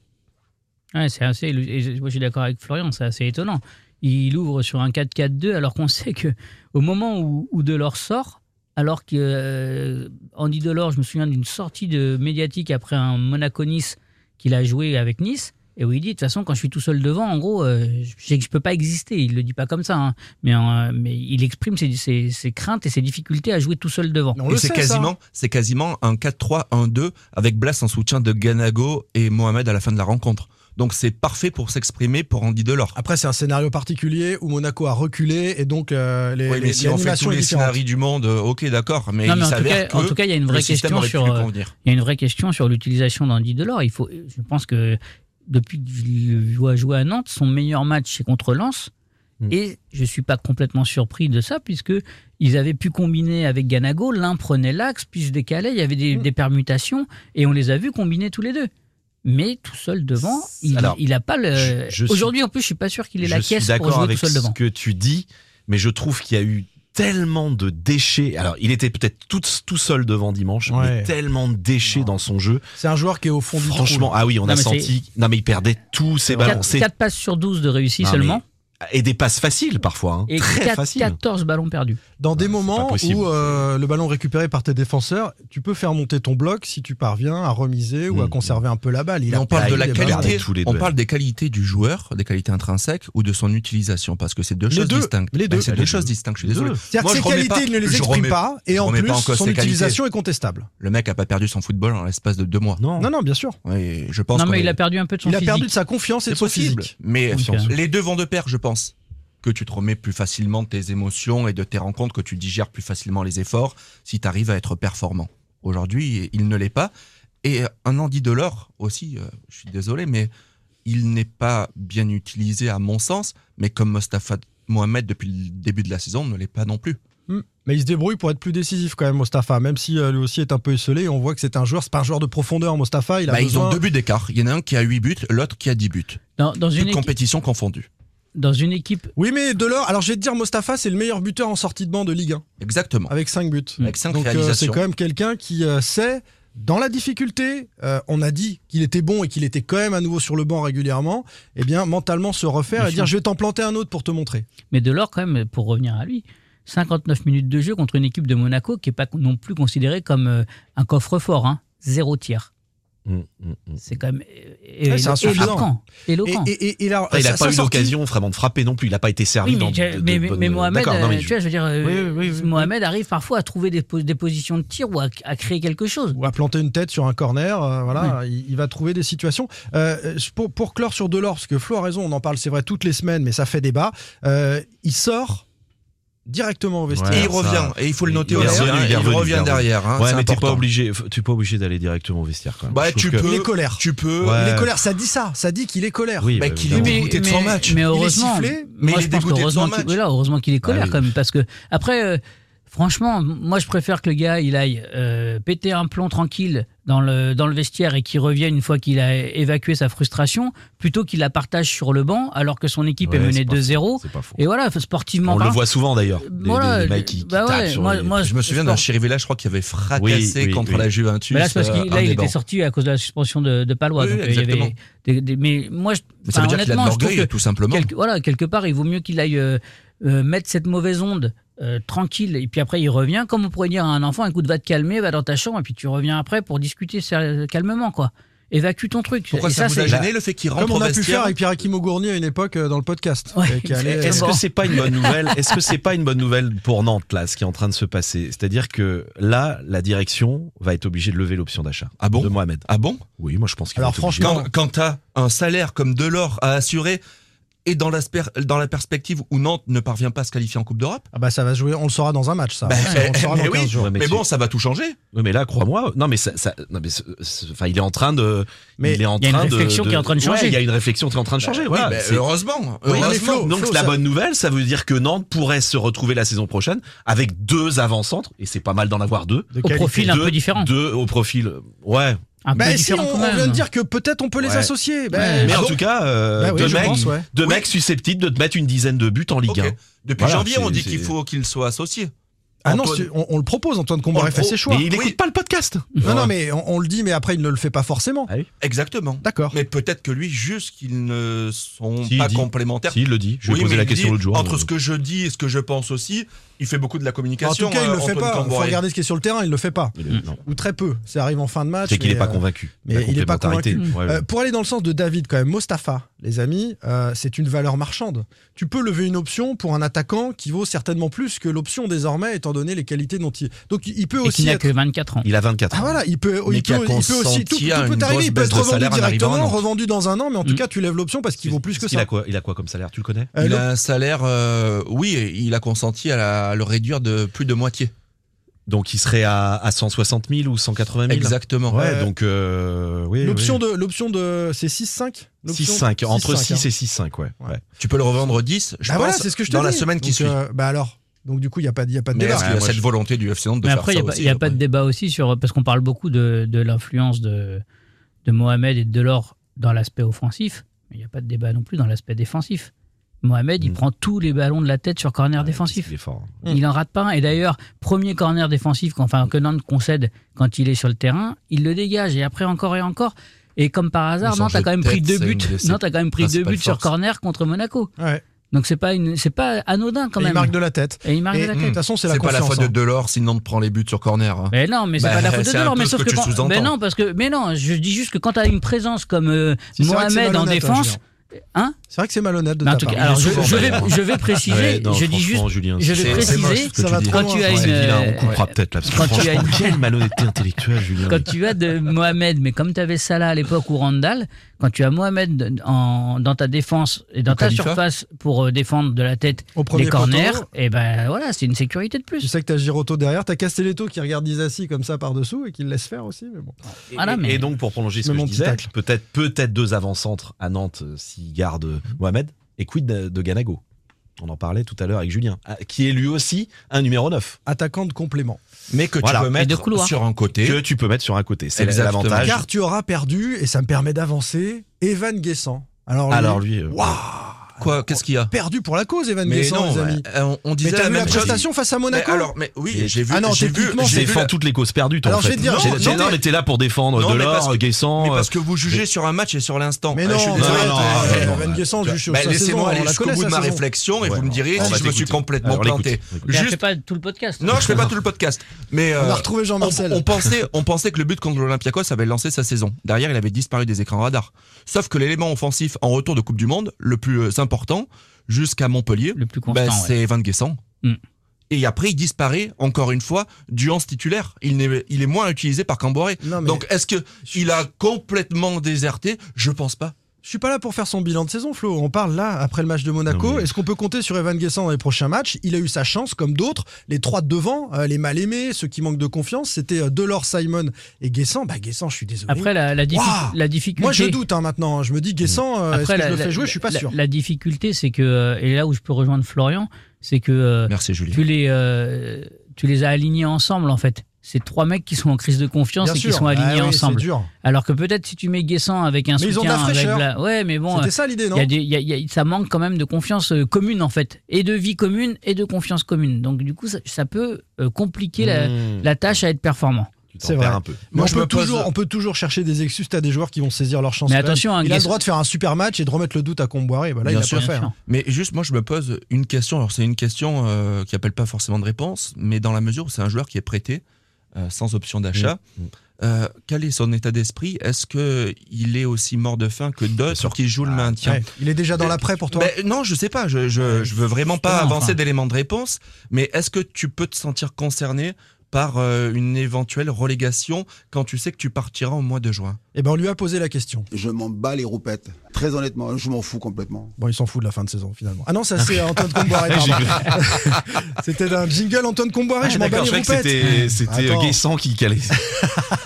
Speaker 6: Ouais, c'est assez. élu- et je- Moi, je suis d'accord avec Florian, c'est assez étonnant. Il ouvre sur un 4-4-2 alors qu'on sait que au moment où, où Delors sort, alors que euh, Andy Delors, je me souviens d'une sortie de médiatique après un Monaco-Nice qu'il a joué avec Nice. Et où il dit, de toute façon, quand je suis tout seul devant, en gros, euh, je sais que je peux pas exister. Il le dit pas comme ça, hein. mais, euh, mais il exprime ses, ses- ses craintes et ses difficultés à jouer tout seul devant.
Speaker 7: Mais on
Speaker 10: Et
Speaker 7: le
Speaker 10: c'est
Speaker 7: sait, ça.
Speaker 10: quasiment, c'est quasiment un 4-3-1-2 avec Blas en soutien de Ganago et Mohamed à la fin de la rencontre. Donc c'est parfait pour s'exprimer pour Andy Delors.
Speaker 7: Après c'est un scénario particulier où Monaco a reculé et donc euh, les,
Speaker 10: Oui, mais
Speaker 7: les-
Speaker 10: si on fait
Speaker 7: l'animation
Speaker 10: tous
Speaker 7: est
Speaker 10: les
Speaker 7: différente.
Speaker 10: scénarios du monde, euh, ok, d'accord, mais
Speaker 6: Non,
Speaker 10: il
Speaker 6: mais en tout
Speaker 10: s'avère
Speaker 6: cas- en
Speaker 10: que
Speaker 6: tout cas, il y a une
Speaker 10: le
Speaker 6: vraie
Speaker 10: système
Speaker 6: question
Speaker 10: aurait pu
Speaker 6: sur,
Speaker 10: lui
Speaker 6: euh,
Speaker 10: convenir.
Speaker 6: Il y a une vraie question sur l'utilisation d'Andy Delors. Il faut, je pense que depuis que je le vois jouer à Nantes, son meilleur match c'est contre Lens.
Speaker 8: Mm.
Speaker 6: Et je suis pas complètement surpris de ça, puisque ils avaient pu combiner avec Ganago. L'un prenait l'axe, puis se décalait. Il y avait des,
Speaker 8: Mm.
Speaker 6: des permutations, et on les a vus combiner tous les deux. Mais tout seul devant, il
Speaker 8: Alors,
Speaker 6: il a pas le.
Speaker 8: je- je suis-
Speaker 6: Aujourd'hui, en plus, je suis pas sûr qu'il ait la
Speaker 8: je suis
Speaker 6: caisse pour
Speaker 8: d'accord
Speaker 6: jouer tout
Speaker 8: avec
Speaker 6: seul
Speaker 8: ce
Speaker 6: devant.
Speaker 8: que tu dis, mais je trouve qu'il y a eu tellement de déchets. Alors, il était peut-être tout, tout seul devant dimanche,
Speaker 7: Ouais.
Speaker 8: mais tellement de déchets dans son jeu.
Speaker 7: C'est un joueur qui est au fond du trou.
Speaker 8: Franchement, ah oui, on
Speaker 6: Non,
Speaker 8: a
Speaker 6: mais
Speaker 8: senti. Non, mais il perdait tous ses ballons.
Speaker 6: 4,
Speaker 8: C'est-
Speaker 6: passes sur 12 de réussite
Speaker 8: Non, mais-
Speaker 6: seulement,
Speaker 8: Et des passes faciles parfois. hein.
Speaker 6: et
Speaker 8: Très
Speaker 6: quatre-
Speaker 10: Ah,
Speaker 8: faciles.
Speaker 6: 14 ballons perdus.
Speaker 7: Dans des
Speaker 8: c'est pas
Speaker 7: moments
Speaker 8: possible.
Speaker 7: où euh, le ballon récupéré par tes défenseurs, tu peux faire monter ton bloc si tu parviens à remiser ou à
Speaker 8: Mm.
Speaker 7: conserver un peu la balle. Il
Speaker 10: Mm-hmm. Mais
Speaker 7: a
Speaker 10: on parle
Speaker 7: pas
Speaker 10: de
Speaker 7: eu
Speaker 10: la
Speaker 7: des ballons.
Speaker 8: perdait
Speaker 10: qualité,
Speaker 8: tous les
Speaker 10: on
Speaker 8: duels.
Speaker 10: parle des qualités du joueur, des qualités intrinsèques ou de son utilisation, parce que c'est deux
Speaker 7: Les
Speaker 10: choses
Speaker 7: deux,
Speaker 10: distinctes.
Speaker 7: les
Speaker 10: Ben,
Speaker 7: deux.
Speaker 10: c'est deux choses distinctes, je suis désolé.
Speaker 7: C'est-à-dire
Speaker 10: Moi,
Speaker 7: que
Speaker 10: je
Speaker 7: ses
Speaker 10: remets
Speaker 7: qualités,
Speaker 10: pas-
Speaker 7: il ne les
Speaker 10: je
Speaker 7: exprime
Speaker 10: remets-
Speaker 7: pas et
Speaker 10: je
Speaker 7: en
Speaker 10: remets pas
Speaker 7: plus,
Speaker 10: en cause
Speaker 7: son
Speaker 10: ses qualités.
Speaker 7: utilisation est contestable.
Speaker 10: Le mec a pas perdu son football en l'espace de deux mois.
Speaker 7: Non, non, bien sûr.
Speaker 10: Oui, je pense
Speaker 6: Non,
Speaker 10: qu'on
Speaker 6: mais il
Speaker 10: est-
Speaker 6: a perdu un peu de son
Speaker 7: Il a
Speaker 6: physique.
Speaker 7: perdu de sa confiance et de
Speaker 10: c'est
Speaker 7: son
Speaker 10: possible.
Speaker 7: physique.
Speaker 10: Mais
Speaker 6: Donc, euh,
Speaker 10: les deux vont de pair, je pense. Que tu te remets plus facilement de tes émotions et de tes rencontres, que tu digères plus facilement les efforts si tu arrives à être performant. Aujourd'hui, il ne l'est pas. Et euh, un Andy Delors aussi, euh, je suis désolé, mais il n'est pas bien utilisé à mon sens, mais comme Mostafa Mohamed depuis le début de la saison ne l'est pas non plus.
Speaker 7: Mais il se débrouille pour être plus décisif quand même, Mostafa, même si euh, lui aussi est un peu esselé. On voit que c'est un joueur, c'est pas un joueur de profondeur, Mostafa. Il a
Speaker 10: Bah, ils
Speaker 7: besoin-
Speaker 10: ont deux buts d'écart. Il y en a un qui a 8 buts, l'autre qui a 10 buts.
Speaker 6: Dans, dans
Speaker 10: Toutes
Speaker 6: une équipe,
Speaker 10: compétitions confondues.
Speaker 6: dans une équipe,
Speaker 7: Oui, mais Delors, alors je vais te dire, Mostafa, c'est le meilleur buteur en sortie de banc de Ligue 1,
Speaker 10: Exactement.
Speaker 7: avec 5 buts.
Speaker 6: Mm.
Speaker 10: Avec 5
Speaker 7: Donc euh, c'est
Speaker 10: réalisations.
Speaker 7: quand même quelqu'un qui euh, sait, dans la difficulté, euh, on a dit qu'il était bon et qu'il était quand même à nouveau sur le banc régulièrement, eh bien mentalement se refaire
Speaker 6: Bien
Speaker 7: et
Speaker 6: sûr.
Speaker 7: dire je vais t'en planter un autre pour te montrer.
Speaker 6: mais Delors quand même, pour revenir à lui, 59 minutes de jeu contre une équipe de Monaco qui n'est pas non plus considérée comme euh, un coffre-fort, hein. zéro tir.
Speaker 8: Mm, mm, mm.
Speaker 6: C'est quand même euh,
Speaker 7: Ouais, c'est
Speaker 6: élo-
Speaker 7: insuffisant.
Speaker 6: éloquent.
Speaker 7: Et,
Speaker 6: éloquent.
Speaker 7: et- et- et là,
Speaker 8: Après, il
Speaker 7: sa-
Speaker 8: n'a
Speaker 7: sa
Speaker 8: pas eu
Speaker 7: sortie-
Speaker 8: l'occasion vraiment de frapper non plus. Il n'a pas été servi
Speaker 6: Oui,
Speaker 8: dans
Speaker 6: mais,
Speaker 8: de- de-
Speaker 6: mais-
Speaker 8: de
Speaker 6: mais-
Speaker 8: bonnes-
Speaker 6: mais Mohamed,
Speaker 8: D'accord, non, mais
Speaker 6: euh,
Speaker 8: je-
Speaker 6: tu vois, je veux dire, euh,
Speaker 8: Oui, oui, oui, oui.
Speaker 6: Mohamed arrive parfois à trouver des, pos- des positions de tir ou à, à créer quelque chose.
Speaker 7: ou à planter une tête sur un corner, euh,
Speaker 6: Mm.
Speaker 7: voilà, il, il va trouver des situations. Euh, pour, pour clore sur Delors, parce que Flo a raison, on en parle, c'est vrai, toutes les semaines, mais ça fait débat. euh, il sort directement au vestiaire.
Speaker 8: Ouais,
Speaker 10: et il
Speaker 8: ça-
Speaker 10: revient. Et il faut le
Speaker 8: il-
Speaker 10: noter
Speaker 8: il est
Speaker 10: aussi.
Speaker 8: revenu,
Speaker 10: hein,
Speaker 8: il est
Speaker 10: il
Speaker 8: revenu, il est
Speaker 10: revient
Speaker 8: revenu.
Speaker 10: derrière. hein,
Speaker 8: ouais,
Speaker 10: c'est
Speaker 8: mais t'es pas
Speaker 10: important.
Speaker 8: obligé, f- t'es pas obligé d'aller directement au vestiaire quand même.
Speaker 10: Bah,
Speaker 8: Je trouve
Speaker 10: tu
Speaker 8: que-
Speaker 10: peux.
Speaker 7: Il est colère.
Speaker 10: Tu peux.
Speaker 8: Ouais.
Speaker 7: Il est colère, ça dit ça, ça dit qu'il est colère.
Speaker 8: Oui,
Speaker 10: Bah,
Speaker 8: bah,
Speaker 10: qu'il est
Speaker 8: évidemment.
Speaker 10: Oui, dégoûté de son match.
Speaker 6: Mais
Speaker 7: est
Speaker 6: heureusement,
Speaker 7: sifflé,
Speaker 10: mais
Speaker 6: moi,
Speaker 10: il
Speaker 6: je
Speaker 10: est
Speaker 6: pense
Speaker 10: dégoûté de son
Speaker 6: qu'heureusement qu'il-
Speaker 10: match.
Speaker 6: oui, là, heureusement qu'il est colère
Speaker 8: oui.
Speaker 6: quand même. Parce que, après, euh, franchement, moi je préfère que le gars il aille euh, péter un plomb tranquille dans le, dans le vestiaire et qu'il revienne une fois qu'il a évacué sa frustration plutôt qu'il la partage sur le banc alors que son équipe est
Speaker 8: Ouais,
Speaker 6: menée
Speaker 8: c'est pas
Speaker 6: 2-0.
Speaker 8: C'est pas faux.
Speaker 6: Et voilà, sportivement
Speaker 8: On le
Speaker 6: parlant,
Speaker 8: voit souvent d'ailleurs. Des,
Speaker 6: Voilà,
Speaker 8: des- des mecs qui, qui
Speaker 6: Euh, bah
Speaker 8: tapent
Speaker 6: ouais,
Speaker 8: sur
Speaker 6: moi-
Speaker 8: les-
Speaker 6: moi,
Speaker 10: Je me souviens d'un
Speaker 6: Sport-
Speaker 10: Chirivella, je crois, qui avait fracassé
Speaker 8: Oui, oui,
Speaker 10: contre
Speaker 8: oui.
Speaker 10: la Juventus.
Speaker 6: Mais là, c'est parce
Speaker 10: euh,
Speaker 6: qu'il
Speaker 10: un
Speaker 6: là, il
Speaker 10: des
Speaker 6: était
Speaker 10: bancs.
Speaker 6: sorti à cause de la suspension de, de Palois.
Speaker 10: Oui,
Speaker 6: donc,
Speaker 10: oui,
Speaker 6: euh, il y avait
Speaker 10: exactement.
Speaker 6: des- des- mais moi, je,
Speaker 10: Mais ça
Speaker 6: enfin,
Speaker 10: veut dire qu'il a de
Speaker 6: honnêtement, je trouve
Speaker 10: l'orgueil,
Speaker 6: que
Speaker 10: tout simplement.
Speaker 6: quelque, voilà, quelque part, il vaut mieux qu'il aille euh, euh, mettre cette mauvaise onde euh, tranquille, et puis après, il revient. Comme on pourrait dire à un enfant, écoute, va te calmer, va dans ta chambre, et puis tu reviens après pour discuter ser- calmement, quoi. Évacue ton truc.
Speaker 10: Pourquoi
Speaker 6: Et
Speaker 10: ça, vous a
Speaker 6: c'est- bah,
Speaker 10: gêné le fait qu'il rentre
Speaker 7: Comme on
Speaker 10: au
Speaker 7: a pu faire
Speaker 10: vestiaire
Speaker 7: avec Pierre-Hakim Gournier à une époque euh, dans le podcast.
Speaker 6: Ouais.
Speaker 7: euh, qui allait-
Speaker 8: Est-ce
Speaker 6: Bon.
Speaker 8: que c'est pas une bonne nouvelle Est-ce que c'est pas une bonne nouvelle pour Nantes là, ce qui est en train de se passer C'est-à-dire que là, la direction va être obligée de lever l'option d'achat
Speaker 10: Ah bon
Speaker 8: de Mohamed.
Speaker 10: Ah bon
Speaker 8: Oui, moi je pense qu'il
Speaker 7: Alors,
Speaker 10: Quand,
Speaker 7: franchement,
Speaker 10: quand t'as un salaire comme Delors à assurer et dans la, sper- dans la perspective où Nantes ne parvient pas à se qualifier en Coupe d'Europe,
Speaker 7: Ah bah ça va se jouer, on le saura dans un match ça.
Speaker 10: bah,
Speaker 7: on le saura
Speaker 10: mais
Speaker 7: dans
Speaker 10: oui,
Speaker 7: 15 jours.
Speaker 8: Ouais, mais
Speaker 10: mais
Speaker 8: tu-
Speaker 10: bon, ça va tout changer.
Speaker 8: Oui, mais là, crois-moi, non, mais ça, ça- non, mais ce- ce- enfin, il est en train de,
Speaker 7: Mais
Speaker 8: il est en
Speaker 6: il y a une
Speaker 8: train de-
Speaker 6: réflexion
Speaker 8: de-
Speaker 6: qui est en train de
Speaker 8: Ouais,
Speaker 6: changer.
Speaker 8: il y a une réflexion qui est en train de changer. voilà,
Speaker 10: Bah Oui, mais
Speaker 8: c'est-
Speaker 10: heureusement.
Speaker 7: Oui, mais
Speaker 10: heureusement.
Speaker 7: Flo-
Speaker 8: Donc
Speaker 7: Flo,
Speaker 8: la
Speaker 7: ça-
Speaker 8: bonne nouvelle, ça veut dire que Nantes pourrait se retrouver la saison prochaine avec deux avant-centres et c'est pas mal d'en avoir deux.
Speaker 7: De
Speaker 6: Au
Speaker 7: qualité.
Speaker 6: profil un
Speaker 8: Deux-
Speaker 6: peu différent.
Speaker 8: Deux au profil, ouais.
Speaker 6: Un peu
Speaker 7: Bah si, on,
Speaker 6: différent quand
Speaker 7: on
Speaker 6: même.
Speaker 7: vient de dire que peut-être on peut les
Speaker 8: Ouais.
Speaker 7: associer. Bah,
Speaker 6: Ouais.
Speaker 8: Mais
Speaker 7: ah
Speaker 8: en
Speaker 7: bon
Speaker 8: tout cas, euh,
Speaker 7: Bah oui,
Speaker 8: deux,
Speaker 7: je
Speaker 8: mecs,
Speaker 7: pense, ouais.
Speaker 8: deux
Speaker 10: Oui.
Speaker 8: mecs susceptibles de te mettre une dizaine de buts en Ligue
Speaker 10: Ok.
Speaker 8: 1.
Speaker 10: Depuis
Speaker 8: Voilà,
Speaker 10: janvier, on
Speaker 8: c'est-
Speaker 10: dit
Speaker 8: c'est-
Speaker 10: qu'il faut qu'il soit associé.
Speaker 7: Ah non,
Speaker 10: Antoine-
Speaker 7: si- on, on le propose, Antoine Comboiré
Speaker 10: On
Speaker 7: fait
Speaker 10: pro-
Speaker 7: ses choix.
Speaker 8: Mais il
Speaker 10: Oui.
Speaker 8: n'écoute pas le podcast.
Speaker 7: Non, non,
Speaker 10: Ouais.
Speaker 7: mais on, on le dit, mais après il ne le fait pas
Speaker 6: Ah
Speaker 7: forcément.
Speaker 10: Exactement.
Speaker 7: D'accord.
Speaker 10: Mais peut-être que lui, juste qu'ils ne sont
Speaker 8: Si, il
Speaker 10: pas
Speaker 8: dit.
Speaker 10: complémentaires.
Speaker 8: Si, il le dit. Je lui ai
Speaker 10: Oui,
Speaker 8: posé
Speaker 10: mais
Speaker 8: la
Speaker 10: il
Speaker 8: question
Speaker 10: dit,
Speaker 8: l'autre jour. euh,
Speaker 10: Entre ce que je dis et ce que je pense aussi, il fait beaucoup de la
Speaker 7: En
Speaker 10: communication.
Speaker 7: tout cas, il
Speaker 10: euh,
Speaker 7: le fait
Speaker 10: Antoine
Speaker 7: pas. Il faut
Speaker 10: Camboire.
Speaker 7: regarder ce qui est sur le terrain, il le fait pas.
Speaker 8: Il est- non.
Speaker 7: Ou très peu. Ça arrive en fin de match.
Speaker 8: C'est qu'il
Speaker 7: mais,
Speaker 8: n'est pas
Speaker 7: euh,
Speaker 8: convaincu.
Speaker 7: mais
Speaker 8: La
Speaker 7: il est pas
Speaker 8: complémentarité. Ouais, ouais.
Speaker 7: Euh, pour aller dans le sens de David quand même, Mostafa, les amis, euh, c'est une valeur marchande. Tu peux lever une option pour un attaquant qui vaut certainement plus que l'option désormais, étant donné les qualités dont il. Donc il peut
Speaker 6: Et qui
Speaker 7: aussi
Speaker 6: n'a
Speaker 7: être.
Speaker 6: que 24 ans.
Speaker 8: Il a 24
Speaker 7: Ah
Speaker 8: ans.
Speaker 7: voilà, il peut,
Speaker 10: Mais
Speaker 7: il
Speaker 10: qui
Speaker 7: peut,
Speaker 10: a
Speaker 7: il peut aussi
Speaker 10: consenti
Speaker 7: tout, tout
Speaker 10: à une
Speaker 7: peut arriver. Il
Speaker 10: grosse
Speaker 7: peut
Speaker 10: baisse
Speaker 7: être
Speaker 10: de
Speaker 7: revendu
Speaker 10: salaire en arrivant à
Speaker 7: directement,
Speaker 10: Nantes.
Speaker 7: revendu dans un an, mais en tout
Speaker 6: Mm.
Speaker 7: cas, tu lèves l'option parce qu'il vaut plus que
Speaker 8: Il
Speaker 7: ça.
Speaker 8: a quoi, il a quoi comme salaire Tu le connais
Speaker 7: Euh,
Speaker 10: Il
Speaker 7: l'op-
Speaker 10: a un salaire, euh, oui, et il a consenti à, la- à le réduire de plus de moitié.
Speaker 8: Donc il serait à, à 160 000 ou 180 000
Speaker 10: Exactement.
Speaker 8: Ouais,
Speaker 7: Euh,
Speaker 8: donc euh, oui.
Speaker 7: L'option
Speaker 8: oui.
Speaker 7: de, l'option de, c'est 6-5 L'option-
Speaker 8: 6-5, entre
Speaker 7: 6-5,
Speaker 8: 6
Speaker 7: hein.
Speaker 8: et 6-5, ouais.
Speaker 7: Ouais.
Speaker 8: ouais.
Speaker 10: Tu peux le revendre 10, je
Speaker 7: Bah
Speaker 10: pense,
Speaker 7: voilà, c'est ce que je te
Speaker 10: dans la
Speaker 7: dis.
Speaker 10: semaine qui
Speaker 7: Donc,
Speaker 10: suit.
Speaker 7: euh, bah alors, donc du coup, il n'y a pas, de- il y a pas de
Speaker 10: Mais
Speaker 7: débat.
Speaker 10: est-ce qu'il y a
Speaker 8: Ouais,
Speaker 10: cette
Speaker 8: je-
Speaker 10: volonté du FC Nantes de
Speaker 6: Mais
Speaker 10: faire
Speaker 6: après, il
Speaker 10: ça
Speaker 6: n'y a, pas-
Speaker 10: aussi, hein,
Speaker 6: y a
Speaker 10: après
Speaker 6: pas de débat aussi sur. Parce qu'on parle beaucoup de, de l'influence de, de Mohamed et de Delors dans l'aspect offensif, mais il n'y a pas de débat non plus dans l'aspect défensif. Mohamed,
Speaker 10: Hmm.
Speaker 6: il
Speaker 8: Mm.
Speaker 6: prend tous les ballons de la tête sur corner défensif.
Speaker 8: Il est fort.
Speaker 10: hein.
Speaker 7: Mm.
Speaker 6: Il en rate pas un. Et d'ailleurs, premier corner défensif qu'enfin, que Nantes concède quand il est sur le terrain, il le dégage. Et après, encore et encore. Et comme par hasard,
Speaker 10: son
Speaker 6: Nantes a
Speaker 10: jeu
Speaker 6: quand
Speaker 10: de
Speaker 6: même pris
Speaker 10: tête,
Speaker 6: deux
Speaker 10: c'est
Speaker 6: buts.
Speaker 10: une des-
Speaker 6: Nantes a quand même pris deux
Speaker 10: principales
Speaker 6: buts sur
Speaker 10: forces.
Speaker 6: corner contre Monaco.
Speaker 7: Ouais.
Speaker 6: Donc c'est pas une, c'est pas anodin quand
Speaker 7: Et
Speaker 6: même.
Speaker 7: il marque de la tête.
Speaker 6: Et il marque
Speaker 7: Et hmm,
Speaker 6: de
Speaker 7: de
Speaker 6: la
Speaker 7: toute
Speaker 6: tête.
Speaker 7: façon, c'est la
Speaker 10: C'est pas la
Speaker 7: confiance.
Speaker 10: faute de
Speaker 7: hein.
Speaker 10: Delors si Nantes prend les buts sur corner. hein.
Speaker 6: Mais non, mais c'est
Speaker 10: Bah,
Speaker 6: pas la faute de
Speaker 10: c'est un
Speaker 6: Delors,
Speaker 10: peu
Speaker 6: mais
Speaker 10: ce
Speaker 6: sauf
Speaker 10: que
Speaker 6: que,
Speaker 10: tu
Speaker 6: quand-
Speaker 10: sous-entends.
Speaker 6: mais non, parce que mais non, je dis juste que quand tu as une présence comme euh,
Speaker 7: C'est vrai que c'est
Speaker 6: Mohamed en
Speaker 7: malhonnête, hein,
Speaker 6: défense,
Speaker 7: Julien.
Speaker 6: hein
Speaker 7: C'est vrai que c'est malhonnête de
Speaker 6: Mais en
Speaker 7: ta
Speaker 6: tout cas,
Speaker 7: part.
Speaker 6: alors
Speaker 10: Il est
Speaker 6: je,
Speaker 10: souvent
Speaker 6: je vais
Speaker 10: malhonnête.
Speaker 6: je vais préciser,
Speaker 8: Ouais, non,
Speaker 6: je dis juste
Speaker 8: franchement, Julien,
Speaker 6: je
Speaker 8: c'est-
Speaker 6: vais
Speaker 10: c'est- c'est moche
Speaker 6: préciser
Speaker 10: ce que
Speaker 7: ça
Speaker 10: tu
Speaker 7: va
Speaker 10: dis.
Speaker 7: trop
Speaker 6: quand
Speaker 7: loin.
Speaker 6: tu as
Speaker 8: Ouais,
Speaker 6: une
Speaker 8: vilain,
Speaker 6: euh,
Speaker 8: on coupera peut-être là, parce que
Speaker 6: quand tu as
Speaker 8: franchement,
Speaker 6: une-
Speaker 8: quelle malhonnêteté intellectuelle, Julien.
Speaker 6: quand tu as de Mohamed, mais comme tu avais Salah à l'époque ou Randall, quand tu as Mohamed en, dans ta défense et dans
Speaker 10: Ou
Speaker 6: ta
Speaker 10: Khalifa.
Speaker 6: surface pour euh, défendre de la tête
Speaker 7: Au premier
Speaker 6: les corners,
Speaker 7: poteau,
Speaker 6: et ben voilà, c'est une sécurité de
Speaker 7: Tu
Speaker 6: plus.
Speaker 7: sais que t'as Giroto derrière, t'as Castelletto qui regarde Isassi comme ça par-dessous et qui le laisse faire aussi. Mais bon.
Speaker 8: Et,
Speaker 6: Voilà,
Speaker 8: et-
Speaker 6: Ah mais-
Speaker 8: et donc, pour prolonger ce
Speaker 7: Mais
Speaker 8: que
Speaker 7: mon
Speaker 8: je
Speaker 7: petit
Speaker 8: disais,
Speaker 7: tacle.
Speaker 8: peut-être peut-être deux avant-centres à Nantes euh, s'ils gardent euh, Mohamed et quid de, de Ganago On en parlait tout à l'heure avec Julien, ah, qui est lui aussi un numéro 9
Speaker 7: Attaquant de complément.
Speaker 10: Mais que
Speaker 8: Voilà.
Speaker 10: tu peux
Speaker 6: Et de
Speaker 10: mettre
Speaker 6: couloir.
Speaker 10: sur un
Speaker 8: que
Speaker 10: côté.
Speaker 8: tu peux mettre sur un côté. C'est
Speaker 10: Exactement.
Speaker 8: l'avantage.
Speaker 7: Car tu auras perdu, et ça me permet d'avancer, Evan Guessant. Alors, lui-
Speaker 8: Alors lui, euh,
Speaker 7: Waouh
Speaker 10: Quoi Qu'est-ce qu'il y a
Speaker 7: Perdu pour la cause, Evan
Speaker 10: Mais
Speaker 7: Guessant,
Speaker 10: non,
Speaker 7: les amis.
Speaker 10: euh, on, on
Speaker 7: Mais
Speaker 10: disait
Speaker 7: t'as
Speaker 10: la
Speaker 7: vu la
Speaker 10: même chose.
Speaker 7: prestation face à
Speaker 10: Mais
Speaker 7: Monaco
Speaker 10: alors, mais oui, j'ai vu.
Speaker 7: Ah non,
Speaker 10: j'ai vu.
Speaker 7: techniquement,
Speaker 8: Tu
Speaker 10: j'ai vu
Speaker 8: défends
Speaker 10: la-
Speaker 8: toutes les causes perdues, toi.
Speaker 7: Alors,
Speaker 8: en
Speaker 7: je
Speaker 8: fait.
Speaker 7: vais te dire,
Speaker 8: Non,
Speaker 7: j'ai-
Speaker 8: t'es-
Speaker 7: j'en ai-
Speaker 8: non, mais t'es là pour défendre
Speaker 10: Non, mais parce
Speaker 8: Delors,
Speaker 10: que-
Speaker 8: Guessant.
Speaker 10: Mais
Speaker 8: euh,
Speaker 10: parce que vous jugez sur un match et sur l'instant.
Speaker 7: Mais
Speaker 10: Ah, je suis
Speaker 7: non,
Speaker 8: désolé,
Speaker 7: mais
Speaker 8: non,
Speaker 7: arrête,
Speaker 8: non,
Speaker 7: Evan
Speaker 8: non,
Speaker 7: Guessant
Speaker 10: Bah,
Speaker 7: joue sur sa saison,
Speaker 10: Laissez-moi aller
Speaker 7: on la
Speaker 10: jusqu'au
Speaker 7: connaît
Speaker 10: bout de
Speaker 7: sa
Speaker 10: ma
Speaker 7: saison.
Speaker 10: réflexion et
Speaker 8: Ouais,
Speaker 10: vous me direz
Speaker 8: on
Speaker 10: si
Speaker 8: va
Speaker 10: je me suis
Speaker 8: t'écouter.
Speaker 10: complètement
Speaker 8: Alors, l'écoute,
Speaker 10: planté.
Speaker 8: l'écoute.
Speaker 6: Je ne
Speaker 10: Juste
Speaker 6: fais pas tout le podcast.
Speaker 10: Non, je fais pas tout le podcast. Mais
Speaker 7: On
Speaker 10: euh,
Speaker 7: a retrouvé Jean-Marcel.
Speaker 10: on- on pensait, on pensait que le but contre l'Olympiakos avait lancé sa saison. Derrière, il avait disparu des écrans radars. Sauf que l'élément offensif en retour de Coupe du Monde, le plus euh, important jusqu'à Montpellier,
Speaker 6: Le plus
Speaker 10: ben,
Speaker 6: constant. ouais.
Speaker 10: c'est Van Guessant.
Speaker 6: Mm.
Speaker 10: Et après, il disparaît encore une fois du 11 titulaire. Il, n'est- il est moins utilisé par Camboré.
Speaker 7: Non, mais-
Speaker 10: Donc, est-ce que il a complètement déserté Je pense pas.
Speaker 7: Je suis pas là pour faire son bilan de saison, Flo. On parle là après le match de Monaco.
Speaker 8: Non, mais-
Speaker 7: Est-ce qu'on peut compter sur Evan Guessant dans les prochains matchs Il a eu sa chance, comme d'autres. Les trois de devant, euh, les mal aimés, ceux qui manquent de confiance, c'était euh, Delors, Simon et Guessant. Bah Guessant, je suis désolé.
Speaker 6: Après, la, la diffi-
Speaker 7: Waouh
Speaker 6: la difficulté.
Speaker 7: Moi, je doute hein, maintenant. Je me dis Guessant, euh, est-ce
Speaker 6: Après,
Speaker 7: que
Speaker 6: la-
Speaker 7: je le
Speaker 6: la-
Speaker 7: fais jouer Je suis pas
Speaker 6: la-
Speaker 7: sûr.
Speaker 6: La difficulté, c'est que, euh, et là où je peux rejoindre Florian, c'est que euh,
Speaker 10: Merci, Julien.
Speaker 6: tu les, euh, tu les as alignés ensemble, en fait. C'est trois mecs qui sont en crise de confiance
Speaker 7: Bien
Speaker 6: et
Speaker 7: sûr.
Speaker 6: qui sont
Speaker 7: Ah oui,
Speaker 6: alignés
Speaker 7: c'est
Speaker 6: ensemble.
Speaker 7: dur.
Speaker 6: Alors que peut-être si tu mets Guessant avec un
Speaker 7: Mais ils ont de
Speaker 6: soutien,
Speaker 7: la
Speaker 6: avec
Speaker 7: fraîcheur.
Speaker 6: la- ouais, mais bon,
Speaker 7: C'était ça l'idée, non
Speaker 6: Il y a des- il y a- il y a- ça manque quand même de confiance euh, commune en fait, et de vie commune et de confiance commune. Donc du coup, ça, ça peut euh, compliquer la,
Speaker 8: hmm,
Speaker 6: la tâche à être performant.
Speaker 8: tu t'en
Speaker 7: C'est
Speaker 8: perds
Speaker 7: vrai.
Speaker 8: un peu.
Speaker 7: Mais
Speaker 10: Moi,
Speaker 7: on,
Speaker 10: je
Speaker 7: peut
Speaker 10: me pose-
Speaker 7: toujours, on peut toujours chercher des excuses. T'as des joueurs qui vont saisir leur chance.
Speaker 6: Mais
Speaker 7: quand même.
Speaker 6: attention, hein,
Speaker 7: il a le
Speaker 6: Guessant-
Speaker 7: droit de faire un super match et de remettre le doute à Comboiré. Bah, là,
Speaker 10: Bien
Speaker 7: il a
Speaker 10: sûr.
Speaker 7: pas fait.
Speaker 6: Bien
Speaker 7: hein.
Speaker 10: Mais juste, moi, je me pose une question. Alors, c'est une question euh, qui n'appelle pas forcément de réponse, mais dans la mesure où c'est un joueur qui est prêté, euh, sans option d'achat,
Speaker 7: Mm.
Speaker 10: euh, quel est son état d'esprit Est-ce que il est aussi mort de faim que d'autres sur qui joue le maintien
Speaker 7: Ah, Ouais. Il est déjà dans l'après pour toi.
Speaker 10: Ben, Non, je sais pas. Je, je, je veux vraiment pas
Speaker 6: Non, enfin.
Speaker 10: avancer d'éléments de réponse, mais est-ce que tu peux te sentir concerné par euh, une éventuelle relégation quand tu sais que tu partiras au mois de juin
Speaker 7: Et ben, on lui a posé la question.
Speaker 2: Je m'en bats les roupettes. Très honnêtement, je m'en fous complètement.
Speaker 7: Bon, il s'en fout de la fin de saison finalement. Ah non, ça c'est Antoine Comboiré. pardon. c'était un jingle Antoine Comboiré. je m'en bats
Speaker 8: Ah, D'accord,
Speaker 7: les
Speaker 8: je croyais que
Speaker 7: roupettes.
Speaker 8: c'était- c'était euh,
Speaker 7: Attends. Ah,
Speaker 8: Guessant qui calait.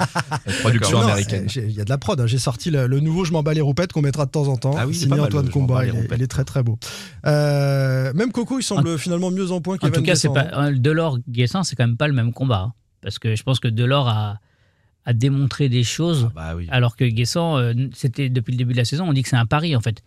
Speaker 8: Production
Speaker 7: Non,
Speaker 8: américaine.
Speaker 7: c'est- j'ai- Il y a de la prod. hein. J'ai sorti le, le nouveau Je m'en bats les roupettes qu'on mettra de temps en temps.
Speaker 8: Ah oui, c'est
Speaker 7: signé
Speaker 8: pas mal,
Speaker 7: Antoine
Speaker 8: le Je m'en bats
Speaker 7: Comboiré.
Speaker 8: les
Speaker 7: Il, est-
Speaker 8: roupettes.
Speaker 7: il est très très beau. Euh, même Coco, il semble finalement mieux en point
Speaker 6: En
Speaker 7: qu'Evan
Speaker 6: tout cas, c'est
Speaker 7: Guessant,
Speaker 6: pas
Speaker 7: non
Speaker 6: hein, Delors Guessant, c'est quand même pas le même combat, hein. parce que je pense que Delors a, a démontré des choses,
Speaker 10: Ah
Speaker 8: Bah oui.
Speaker 6: alors que Guessant, euh, c'était depuis le début de la saison, on dit que c'est un pari en fait,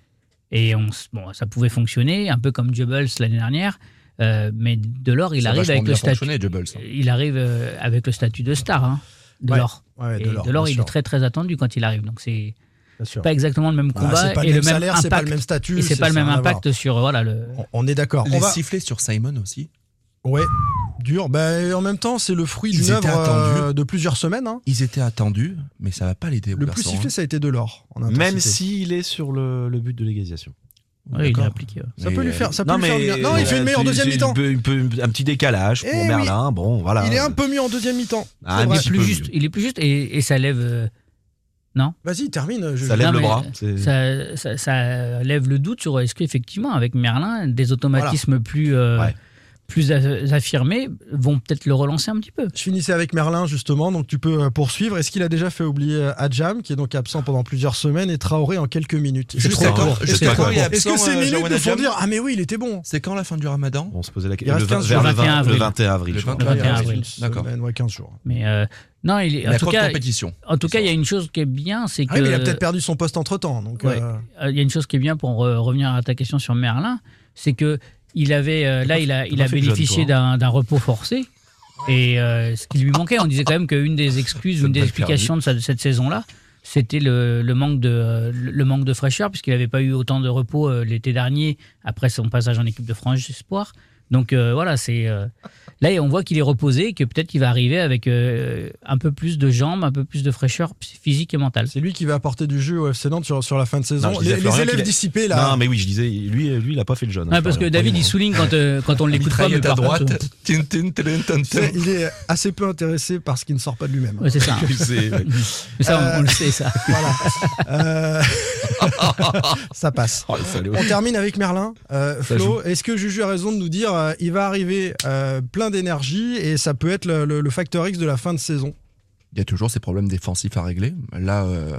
Speaker 6: et on, s- bon, ça pouvait fonctionner, un peu comme Jubbles l'année dernière, euh, mais Delors, il
Speaker 10: Ça a
Speaker 6: arrive
Speaker 10: vachement
Speaker 6: avec
Speaker 10: bien
Speaker 6: le statut,
Speaker 10: fonctionné, Jubbles. hein.
Speaker 6: il arrive euh, avec le statut de star, hein, Delors.
Speaker 7: Ouais, ouais,
Speaker 6: Et
Speaker 7: Delors,
Speaker 6: Delors,
Speaker 7: bien
Speaker 6: il
Speaker 7: sûr,
Speaker 6: est très très attendu quand il arrive. Donc c'est
Speaker 7: bien sûr.
Speaker 6: pas exactement le même
Speaker 7: Ah,
Speaker 6: combat
Speaker 7: c'est pas
Speaker 6: et
Speaker 7: le même
Speaker 6: le même
Speaker 7: salaire, c'est
Speaker 6: impact.
Speaker 7: pas le même statut.
Speaker 6: et c'est pas le
Speaker 7: ça
Speaker 6: même
Speaker 7: n'a rien à voir.
Speaker 6: impact sur euh, voilà le.
Speaker 7: On- On est d'accord.
Speaker 10: Les
Speaker 7: On va...
Speaker 10: sifflets sur Simon aussi.
Speaker 7: Ouais, dur. Bah, en même temps, c'est le fruit
Speaker 10: Ils
Speaker 7: d'une
Speaker 10: étaient
Speaker 7: œuvre
Speaker 10: attendus.
Speaker 7: euh, de plusieurs semaines. hein.
Speaker 10: Ils étaient attendus, mais ça va pas l'aider. au
Speaker 7: Le plus
Speaker 10: garçon,
Speaker 7: sifflé,
Speaker 10: hein.
Speaker 7: ça a été de l'or. en
Speaker 8: Même
Speaker 7: intensité.
Speaker 8: s'il est sur le, le but de l'égalisation.
Speaker 6: Ouais, il est
Speaker 10: D'accord.
Speaker 6: appliqué. ouais.
Speaker 7: Ça peut
Speaker 10: Mais,
Speaker 7: lui
Speaker 10: euh,
Speaker 7: faire. Ça peut lui faire du bien. non, il fait une meilleure
Speaker 8: tu-
Speaker 7: deuxième
Speaker 8: tu-
Speaker 7: mi-temps.
Speaker 8: un peu- un peu- un petit décalage pour
Speaker 7: Eh oui.
Speaker 8: Merlin. Bon, voilà.
Speaker 7: Il est un peu mieux en deuxième mi-temps.
Speaker 8: Ah,
Speaker 7: C'est
Speaker 8: un
Speaker 7: vrai.
Speaker 6: Il
Speaker 8: petit
Speaker 6: est plus
Speaker 8: peu
Speaker 6: juste.
Speaker 8: mieux.
Speaker 6: Il est plus juste et, et ça lève euh,
Speaker 7: Vas-y, termine. je-
Speaker 8: Ça lève
Speaker 6: Non,
Speaker 8: le
Speaker 6: mais- euh,
Speaker 8: bras. c'est-
Speaker 6: ça, ça, ça lève le doute sur euh, est-ce qu'effectivement avec Merlin des automatismes plus euh,
Speaker 8: Ouais.
Speaker 6: plus a- affirmés vont peut-être le relancer un petit peu.
Speaker 7: Je finissais avec Merlin justement, donc tu peux euh, poursuivre. Est-ce qu'il a déjà fait oublier euh, Adjam, qui est donc absent pendant plusieurs semaines, et Traoré en quelques minutes
Speaker 10: Juste
Speaker 7: Est-ce que-
Speaker 10: d'accord.
Speaker 7: Est-ce
Speaker 10: Juste
Speaker 7: que,
Speaker 10: d'accord, il est
Speaker 7: est-ce que
Speaker 10: absent,
Speaker 7: ces
Speaker 10: euh,
Speaker 7: minutes
Speaker 10: Jawad
Speaker 7: nous font
Speaker 10: Adjam
Speaker 7: dire ah mais oui, il était bon
Speaker 10: C'est quand la fin du ramadan
Speaker 8: On se posait la
Speaker 7: Il
Speaker 8: question.
Speaker 7: reste
Speaker 8: Le
Speaker 7: 15
Speaker 8: 20 Vers le
Speaker 6: jours.
Speaker 8: 20 le 21
Speaker 10: Le
Speaker 8: avril. je crois.
Speaker 10: 21
Speaker 7: Ouais, il reste
Speaker 6: avril.
Speaker 7: une
Speaker 10: D'accord.
Speaker 7: semaine, ouais, 15 jours.
Speaker 6: Mais euh, non, il est, en
Speaker 10: La
Speaker 6: tout cas,
Speaker 10: compétition.
Speaker 6: en tout cas, il y a une chose qui est bien, c'est que
Speaker 7: Ah, mais il a peut-être perdu son poste entre temps, donc
Speaker 6: Ouais.
Speaker 7: euh,
Speaker 6: Euh, il y a une chose qui est bien pour euh, revenir à ta question sur Merlin, c'est que il avait euh, là il a, il
Speaker 8: pas
Speaker 6: a
Speaker 8: fait le jeune,
Speaker 6: bénéficié
Speaker 8: toi, hein.
Speaker 6: d'un d'un repos forcé et euh, ce qui lui manquait, on disait quand même qu'une des excuses,
Speaker 8: Ça
Speaker 6: une
Speaker 8: te
Speaker 6: des
Speaker 8: va le faire,
Speaker 6: explications de, sa- de cette saison-là, c'était le, le manque de euh, le le manque de fraîcheur puisqu'il n'avait pas eu autant de repos euh, l'été dernier après son passage en équipe de France espoir. Donc euh, voilà, c'est euh, là on voit qu'il est reposé et que peut-être qu'il va arriver avec euh, un peu plus de jambes, un peu plus de fraîcheur physique et mentale.
Speaker 7: c'est lui qui va apporter du jeu au FC Nantes sur, sur la fin de saison.
Speaker 8: je disais
Speaker 7: les
Speaker 8: à
Speaker 7: les
Speaker 8: Florian
Speaker 7: élèves
Speaker 8: qu'il a-
Speaker 7: dissipés là.
Speaker 8: Non, mais oui, je disais, lui, lui il a pas fait le jeune.
Speaker 6: Ouais, parce que David, il souligne quand, euh, quand on l'écoute pas. mais
Speaker 10: Mitraillette à
Speaker 6: par contre,
Speaker 10: droite. Tin, tin, tin, tin,
Speaker 7: Tu
Speaker 10: tin.
Speaker 7: sais, il est assez peu intéressé par ce qui ne sort pas de lui-même.
Speaker 6: Ouais, c'est ça. Mais ça, on- on, le sait, ça.
Speaker 7: Voilà. Euh, ça passe. On termine avec Merlin. Euh, Flo, est-ce que Juju a raison de nous dire euh, il va arriver euh, plein d'énergie et ça peut être le, le- le facteur X de la fin de saison
Speaker 10: Il y a toujours ces problèmes défensifs à régler. Là euh,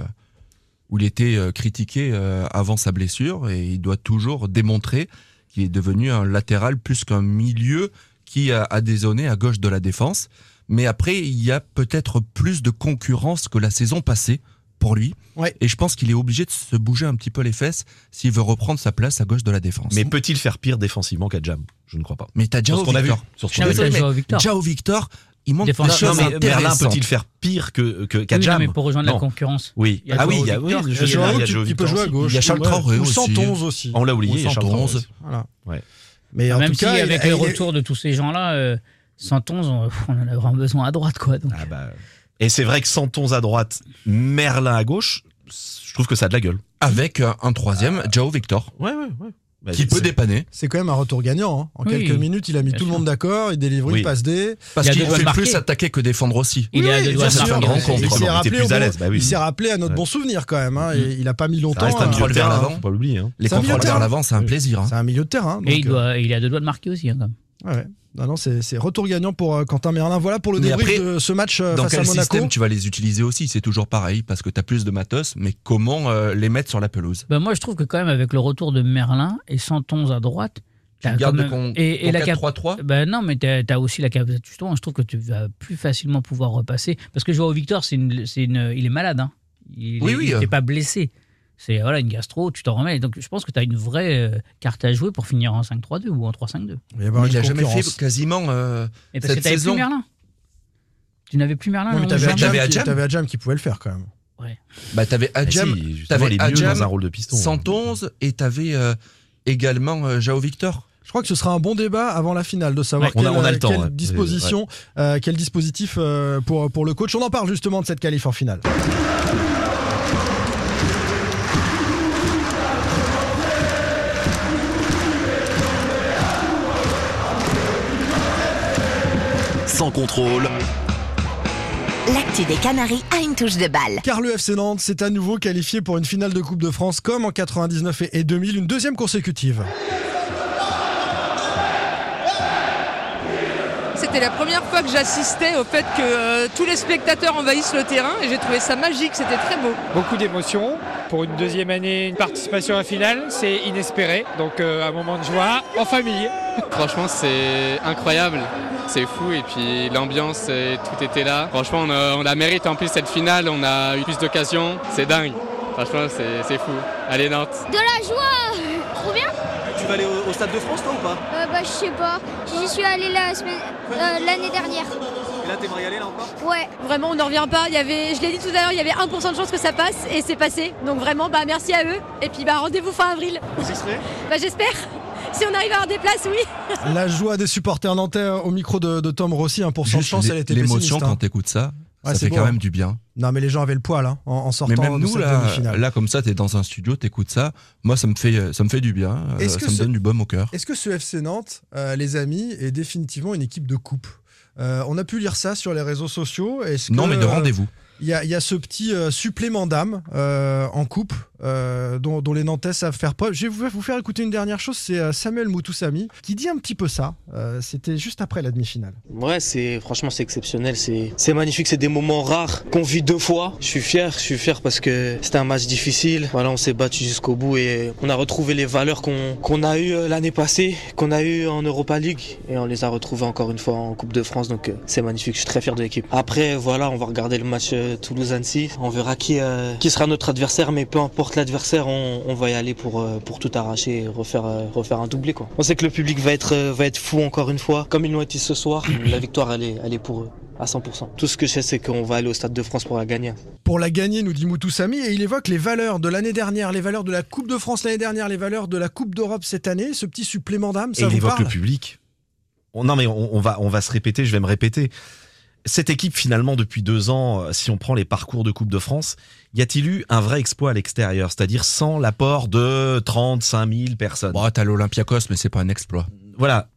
Speaker 10: où il était euh, critiqué euh, avant sa blessure et il doit toujours démontrer qu'il est devenu un latéral plus qu'un milieu qui a, a dézonné à gauche de la défense. Mais après, il y a peut-être plus de concurrence que la saison passée pour lui.
Speaker 7: Ouais.
Speaker 10: Et je pense qu'il est obligé de se bouger un petit peu les fesses s'il veut reprendre sa place à gauche de la défense.
Speaker 8: Mais peut-il faire pire défensivement qu'Adjam Je ne crois pas.
Speaker 10: mais t'as
Speaker 8: Sur
Speaker 10: Jao
Speaker 8: ce qu'on a vu.
Speaker 10: Victor.
Speaker 8: Sur ce qu'on
Speaker 6: Jamais
Speaker 8: a
Speaker 10: Jamais.
Speaker 8: vu.
Speaker 6: ça joue à Victor.
Speaker 10: Jao Victor, il montre
Speaker 6: Défenseur.
Speaker 10: des
Speaker 8: Non,
Speaker 10: choses
Speaker 8: mais Berlin
Speaker 10: intéressantes.
Speaker 8: peut-il faire pire que que-
Speaker 6: Oui, non,
Speaker 8: qu'Adjam
Speaker 6: mais pour rejoindre
Speaker 8: Non.
Speaker 6: la concurrence.
Speaker 8: Oui.
Speaker 6: Il y a
Speaker 8: Ah oui,
Speaker 6: Joao
Speaker 8: il y a oui,
Speaker 6: Victor qui
Speaker 8: il y a-
Speaker 7: Il y a
Speaker 8: il y a
Speaker 7: qui,
Speaker 8: Joao
Speaker 7: qui peut
Speaker 8: Victor
Speaker 7: jouer à
Speaker 8: aussi.
Speaker 7: gauche.
Speaker 10: Il y a Charles
Speaker 7: Ouais.
Speaker 10: Traoré
Speaker 7: ou
Speaker 10: aussi.
Speaker 7: 111 aussi.
Speaker 8: On l'a oublié,
Speaker 10: Ou
Speaker 8: Charles
Speaker 10: 111.
Speaker 8: Torres.
Speaker 7: Voilà.
Speaker 8: Ouais.
Speaker 7: Mais en
Speaker 6: Même
Speaker 7: tout
Speaker 6: si
Speaker 7: cas, il-
Speaker 6: avec
Speaker 7: il-
Speaker 6: le
Speaker 7: il-
Speaker 6: retour de tous ces gens-là, euh, 111, on, on en a vraiment besoin à droite, quoi. Donc,
Speaker 8: Ah bah. Et c'est vrai que Santons à droite, Merlin à gauche, je trouve que ça a de la gueule.
Speaker 10: Avec euh, un troisième, Jao Victor,
Speaker 8: Ouais, ouais, ouais.
Speaker 10: qui peut dépanner.
Speaker 7: Bah, C'est quand même un retour gagnant. hein. En
Speaker 6: Oui,
Speaker 7: quelques minutes, il a mis
Speaker 6: bien
Speaker 7: tout le
Speaker 6: sûr.
Speaker 7: monde d'accord, il délivre
Speaker 8: Oui.
Speaker 7: une passe D.
Speaker 10: Parce
Speaker 6: Il y a
Speaker 10: qu'il
Speaker 6: deux doigts
Speaker 10: fait
Speaker 6: de
Speaker 10: plus
Speaker 6: marquer.
Speaker 10: attaquer que défendre aussi.
Speaker 6: il est à
Speaker 7: Oui,
Speaker 6: deux
Speaker 7: bien
Speaker 6: doigts de
Speaker 7: sûr.
Speaker 6: marquer.
Speaker 8: une
Speaker 10: rencontre.
Speaker 7: Il s'est
Speaker 8: était
Speaker 7: rappelé
Speaker 8: plus
Speaker 7: au
Speaker 8: à
Speaker 7: bon-
Speaker 8: l'aise, bah oui.
Speaker 7: Il s'est rappelé à notre bon souvenir quand même. hein, et il a pas mis
Speaker 8: Ça
Speaker 7: longtemps.
Speaker 8: reste un
Speaker 7: hein.
Speaker 8: milieu de terrain,
Speaker 10: avant.
Speaker 8: faut pas l'oublier. hein.
Speaker 10: Les
Speaker 7: C'est un milieu
Speaker 10: contrôles
Speaker 7: de
Speaker 10: vers
Speaker 7: terrain.
Speaker 10: l'avant, c'est un plaisir. hein.
Speaker 7: Euh, C'est un milieu de terrain.
Speaker 6: Et
Speaker 7: donc,
Speaker 6: il, doit, il est à deux doigts de marquer aussi, hein, quand même.
Speaker 7: euh, ouais. Non, non, c'est c'est retour gagnant pour euh, Quentin Merlin. Voilà pour le
Speaker 10: Mais
Speaker 7: débrief
Speaker 10: après,
Speaker 7: de ce match euh,
Speaker 10: Dans
Speaker 7: face à
Speaker 10: quel
Speaker 7: Monaco.
Speaker 10: système tu vas les utiliser aussi C'est toujours pareil, parce que tu as plus de matos, mais comment euh, les mettre sur la pelouse
Speaker 6: Ben, moi, je trouve que quand même, avec le retour de Merlin et 111 à droite,
Speaker 10: Tu
Speaker 6: t'as
Speaker 10: gardes
Speaker 6: quand
Speaker 10: ton,
Speaker 6: même- et, et
Speaker 10: ton
Speaker 6: la cap-
Speaker 10: 4-3-3
Speaker 6: Ben non, mais t'as as aussi la capacité. Justement, je trouve que tu vas plus facilement pouvoir repasser. Parce que je vois au Victor, c'est une, c'est une, il est malade. Hein. Il
Speaker 10: Oui,
Speaker 6: est-
Speaker 10: oui,
Speaker 6: il
Speaker 10: euh.
Speaker 6: était pas blessé. C'est voilà, une gastro, tu t'en remets. Donc je pense que tu as une vraie euh, carte à jouer pour finir en 5-3-2 ou en 3-5-2.
Speaker 7: Il va y avoir
Speaker 10: Mais
Speaker 7: une
Speaker 10: Il a jamais fait
Speaker 7: concurrence.
Speaker 10: quasiment. euh,
Speaker 6: Et parce
Speaker 10: Cette
Speaker 6: que tu plus
Speaker 10: saison-
Speaker 6: Merlin. Tu n'avais plus Merlin.
Speaker 7: Non, mais
Speaker 6: non,
Speaker 7: t'avais
Speaker 6: jamais.
Speaker 10: Adjam.
Speaker 7: Adjam,
Speaker 10: J'avais
Speaker 7: qui-
Speaker 10: Adjam.
Speaker 7: t'avais Adjam qui pouvait le faire quand même.
Speaker 10: Bah, t'avais
Speaker 8: Mais
Speaker 10: Adjam,
Speaker 8: si, justement,
Speaker 10: t'avais
Speaker 8: il est mieux
Speaker 10: Adjam,
Speaker 8: dans un rôle de
Speaker 10: hein.
Speaker 8: piston.
Speaker 10: 111 et t'avais euh, également euh, Jao Victor.
Speaker 7: Je crois que ce sera un bon débat avant la finale de savoir
Speaker 8: Ouais, on a-
Speaker 7: quelle,
Speaker 8: on a le temps,
Speaker 7: quelle
Speaker 8: ouais.
Speaker 7: disposition, euh, quel dispositif euh, pour, pour le coach. On en parle justement de cette qualif en finale.
Speaker 1: Sans contrôle,
Speaker 9: L'actu des Canaries a une touche de balle.
Speaker 7: Car le FC Nantes s'est à nouveau qualifié pour une finale de Coupe de France comme en 99 et- et 2000, une deuxième consécutive.
Speaker 11: C'était la première fois que j'assistais au fait que euh, tous les spectateurs envahissent le terrain et j'ai trouvé ça magique, c'était très beau.
Speaker 2: Beaucoup d'émotions. Pour une deuxième année, une participation à la finale, c'est inespéré. Donc euh, un moment de joie en famille.
Speaker 11: Franchement, c'est incroyable, c'est fou et puis l'ambiance, et tout était là. Franchement, on, euh, on la mérite en plus cette finale, on a eu plus d'occasions, c'est dingue. Franchement, c'est c'est fou. Allez Nantes.
Speaker 2: De la joie euh, Trop bien
Speaker 4: Tu vas aller au, Stade de France, toi, ou pas
Speaker 2: Euh, bah, Je sais pas. J'y suis allé la semaine- euh, l'année dernière.
Speaker 4: Et là, t'aimerais y aller, là, encore
Speaker 2: Ouais. Vraiment, on n'en revient pas. Il y avait, je l'ai dit tout à l'heure, il y avait 1% de chance que ça passe et c'est passé. Donc vraiment, bah merci à eux. Et puis bah rendez-vous fin avril.
Speaker 4: Vous y serez
Speaker 2: Bah j'espère. Si on arrive à avoir des places, oui.
Speaker 7: La joie des supporters nantais euh, au micro de, de Tom Rossi, hein, pour son
Speaker 10: Juste
Speaker 7: chance,
Speaker 10: l'é-
Speaker 7: elle était
Speaker 10: L'émotion
Speaker 7: pessimiste. hein.
Speaker 10: quand t'écoutes ça, ça
Speaker 7: Ouais, c'est
Speaker 10: fait
Speaker 7: beau,
Speaker 10: quand
Speaker 7: hein.
Speaker 10: même du bien.
Speaker 7: Non, mais les gens avaient le poil hein, en, en sortant
Speaker 10: Mais même
Speaker 7: de
Speaker 10: nous,
Speaker 7: cette
Speaker 10: là, euh,
Speaker 7: demi-finale.
Speaker 10: là, comme ça, t'es dans un studio, t'écoutes ça. Moi, ça me fait, euh, ça me fait du bien. euh,
Speaker 7: Est-ce
Speaker 10: ça
Speaker 7: que
Speaker 10: me
Speaker 7: ce-
Speaker 10: donne du baume au cœur.
Speaker 7: Est-ce que ce FC Nantes, euh, les amis, est définitivement une équipe de coupe Euh, On a pu lire ça sur les réseaux sociaux. Est-ce
Speaker 10: Non,
Speaker 7: que,
Speaker 10: mais de
Speaker 7: euh,
Speaker 10: rendez-vous.
Speaker 7: Il y, a- il y a ce petit euh, supplément d'âme euh, en coupe euh, dont, dont les Nantais savent faire preuve. Je vais vous, vous faire écouter une dernière chose, c'est euh, Samuel Moutoussamy qui dit un petit peu ça. Euh, C'était juste après la demi-finale.
Speaker 11: Ouais, c'est franchement c'est exceptionnel, c'est c'est magnifique, c'est des moments rares qu'on vit deux fois. Je suis fier, je suis fier parce que c'était un match difficile. Voilà, on s'est battu jusqu'au bout et on a retrouvé les valeurs qu'on qu'on a eues euh, l'année passée, qu'on a eues en Europa League et on les a retrouvées encore une fois en Coupe de France. Donc euh, c'est magnifique, je suis très fier de l'équipe. Après voilà, on va regarder le match euh, Toulouse-Annecy, on verra qui euh, qui sera notre adversaire, mais peu importe l'adversaire, on, on va y aller pour euh, pour tout arracher, et refaire euh, refaire un doublé quoi. On sait que le public va être euh, va être fou encore une fois, comme ils l'ont été ce soir. La victoire elle est elle est pour eux à 100%. Tout ce que je sais c'est qu'on va aller au stade de France pour la gagner.
Speaker 7: Pour la gagner, nous dit Moutoussamy, et il évoque les valeurs de l'année dernière, les valeurs de la Coupe de France l'année dernière, les valeurs de la Coupe d'Europe cette année. Ce petit supplément d'âme, ça
Speaker 8: Et il
Speaker 7: vous
Speaker 8: évoque
Speaker 7: parle
Speaker 8: le public. On- non, mais on, on va, on va se répéter, je vais me répéter. Cette équipe, finalement, depuis deux ans, euh, si on prend les parcours de Coupe de France, y a-t-il eu un vrai exploit à l'extérieur C'est-à-dire sans l'apport de 35 000 personnes.
Speaker 10: Bon, t'as l'Olympiakos, mais c'est pas un exploit.
Speaker 8: Voilà.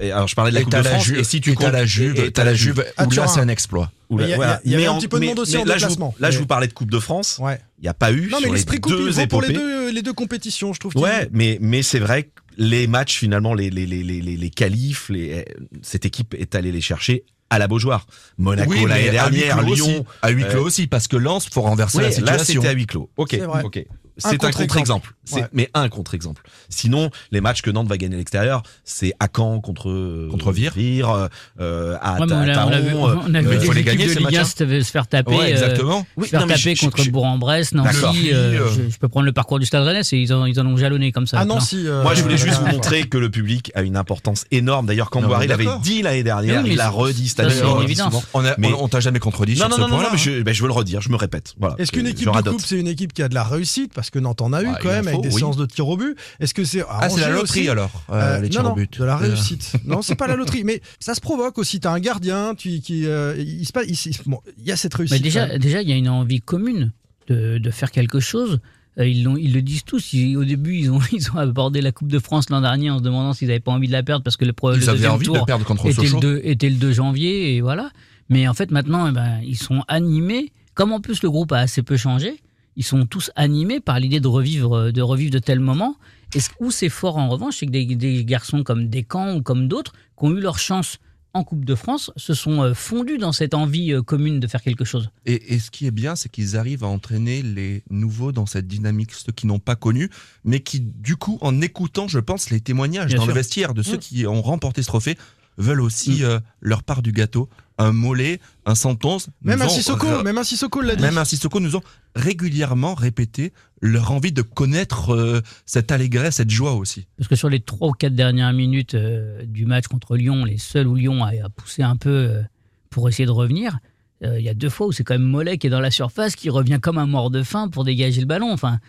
Speaker 8: Et alors, je parlais de la
Speaker 10: Et
Speaker 8: Coupe
Speaker 10: t'as
Speaker 8: de France.
Speaker 10: Juve-
Speaker 8: et si tu
Speaker 10: et t'as
Speaker 8: comptes
Speaker 10: la Juve,
Speaker 8: et
Speaker 10: t'as la Juve,
Speaker 7: Ah,
Speaker 10: où là,
Speaker 7: Turin.
Speaker 10: c'est un exploit.
Speaker 8: Ou la-
Speaker 7: Mais il y a-
Speaker 8: voilà.
Speaker 7: il y avait
Speaker 8: hein. Mais
Speaker 7: un
Speaker 8: en-
Speaker 7: petit peu de
Speaker 8: mais-
Speaker 7: monde aussi
Speaker 8: mais
Speaker 7: en
Speaker 8: là, je vous,
Speaker 7: déplacement.
Speaker 8: là, je
Speaker 7: Mais-
Speaker 8: vous parlais de Coupe de France.
Speaker 7: Ouais.
Speaker 8: Il n'y a pas eu
Speaker 7: Non, mais
Speaker 8: sur les
Speaker 7: l'esprit coupe, il
Speaker 8: deux
Speaker 7: vaut pour les
Speaker 8: épopées.
Speaker 7: deux, les deux compétitions, je trouve. qu'il-
Speaker 8: Ouais, mais, mais c'est vrai que les matchs, finalement, les, les, les, les, les, les qualifs, les, euh, cette équipe est allée les chercher à la Beaujoire. Monaco
Speaker 10: mais
Speaker 8: l'année
Speaker 10: à huis
Speaker 8: dernière,
Speaker 10: clos
Speaker 8: Lyon.
Speaker 10: aussi. À huis clos
Speaker 8: Euh,
Speaker 10: aussi, parce que Lens, faut renverser
Speaker 8: Ouais,
Speaker 10: la
Speaker 8: là,
Speaker 10: situation.
Speaker 8: c'était à huis clos. Ok.
Speaker 7: C'est vrai.
Speaker 8: ok. C'est un contre-exemple. C'est-
Speaker 7: Ouais.
Speaker 8: Mais un contre-exemple. Sinon, les matchs que Nantes va gagner à l'extérieur, c'est à Caen contre, contre Vire, euh, euh, à
Speaker 6: Ouais, mais
Speaker 8: Ta-
Speaker 6: on a- on a vu-
Speaker 8: Taron, euh,
Speaker 6: on a vu
Speaker 8: euh,
Speaker 6: des équipes de Ligue 1 se se faire taper,
Speaker 8: Ouais,
Speaker 6: euh,
Speaker 8: exactement.
Speaker 6: se faire
Speaker 8: non, mais
Speaker 6: taper
Speaker 8: je- je-
Speaker 6: contre
Speaker 8: je-
Speaker 6: Bourg-en-Bresse,
Speaker 8: D'accord.
Speaker 6: Nancy. euh, je, je peux prendre le parcours du Stade Rennais, et ils en, ils en ont jalonné comme ça.
Speaker 7: Ah,
Speaker 6: plein.
Speaker 7: Nancy, euh,
Speaker 8: Moi, je voulais juste vous
Speaker 7: Ouais.
Speaker 8: montrer que le public a une importance énorme. D'ailleurs, quand
Speaker 10: Non, mais
Speaker 8: Boiré l'avait
Speaker 10: d'accord.
Speaker 8: dit l'année
Speaker 6: Mais
Speaker 8: dernière,
Speaker 6: oui, mais
Speaker 8: il l'a
Speaker 6: c'est-
Speaker 8: redit cette
Speaker 6: ça,
Speaker 8: année.
Speaker 6: c'est
Speaker 8: on le
Speaker 6: une
Speaker 8: redit
Speaker 6: évidence.
Speaker 8: souvent.
Speaker 10: On a-
Speaker 8: Mais-
Speaker 10: on- on t'a jamais contredit
Speaker 8: Non,
Speaker 10: sur
Speaker 8: non,
Speaker 10: ce
Speaker 8: non, non,
Speaker 10: point-là,
Speaker 8: mais
Speaker 10: hein.
Speaker 8: je, ben, je veux le redire, je me répète. Voilà.
Speaker 7: Est-ce
Speaker 10: Bah, euh,
Speaker 7: qu'une
Speaker 8: Je-
Speaker 7: équipe
Speaker 8: je
Speaker 7: de
Speaker 8: radote.
Speaker 7: coupe, c'est une équipe qui a de la réussite Parce que Nantes en a eu
Speaker 10: Ouais, Bah,
Speaker 7: quand
Speaker 10: il en
Speaker 7: même, avec
Speaker 10: faut,
Speaker 7: des
Speaker 10: oui.
Speaker 7: séances de tir au but. Est-ce que c'est. à
Speaker 10: Ah, c'est la
Speaker 7: Angers
Speaker 10: loterie
Speaker 7: aussi
Speaker 10: alors, euh,
Speaker 7: Euh,
Speaker 10: les tirs
Speaker 7: non,
Speaker 10: au
Speaker 7: non,
Speaker 10: but.
Speaker 7: de la
Speaker 10: Euh,
Speaker 7: réussite. non, c'est pas la loterie, mais ça se provoque aussi. T'as un gardien, tu, qui, euh, il se passe, il, se- bon, il y a cette réussite.
Speaker 6: Mais
Speaker 7: quand
Speaker 6: déjà, euh,
Speaker 7: même.
Speaker 6: déjà, il y a une envie commune de, de faire quelque chose. Euh, Ils, l'ont- ils le disent tous. Ils- au début, ils ont, ils ont abordé la Coupe de France l'an dernier en se demandant s'ils n'avaient pas envie de la perdre parce que le, pro- euh, le
Speaker 10: Ils avaient
Speaker 6: deuxième
Speaker 10: envie de
Speaker 6: tour
Speaker 10: la perdre contre
Speaker 6: était, le
Speaker 10: Sochaux.
Speaker 6: 2, était le 2 janvier et voilà. Mais en fait, maintenant, eh ben, ils sont animés. Comme en plus le groupe a assez peu changé, ils sont tous animés par l'idée de revivre, euh, de revivre de tels moments. Et ce- où c'est fort en revanche, c'est que des, des garçons comme Descamps ou comme d'autres qui ont eu leur chance en Coupe de France se sont euh, fondus dans cette envie euh, commune de faire quelque chose.
Speaker 10: Et, et ce qui est bien, c'est qu'ils arrivent à entraîner les nouveaux dans cette dynamique, ceux qui n'ont pas connu, mais qui, du coup, en écoutant, je pense, les témoignages
Speaker 6: Bien
Speaker 10: dans
Speaker 6: sûr.
Speaker 10: le vestiaire de ceux
Speaker 6: Mm.
Speaker 10: qui ont remporté ce trophée, veulent
Speaker 7: Mm.
Speaker 10: aussi euh, leur part du gâteau. Un mollet, un sentence.
Speaker 7: Même
Speaker 10: nous
Speaker 7: un
Speaker 10: ont-
Speaker 7: Sissoko,
Speaker 10: euh,
Speaker 7: même un Sissoko l'a dit.
Speaker 10: Même un Sissoko nous ont régulièrement répété leur envie de connaître euh, cette allégresse, cette joie aussi.
Speaker 6: Parce que sur les 3 ou 4 dernières minutes euh, du match contre Lyon, les seuls où Lyon a, a poussé un peu euh, pour essayer de revenir, euh, il y a deux fois où c'est quand même Mollet qui est dans la surface, qui revient comme un mort de faim pour dégager le ballon. Enfin,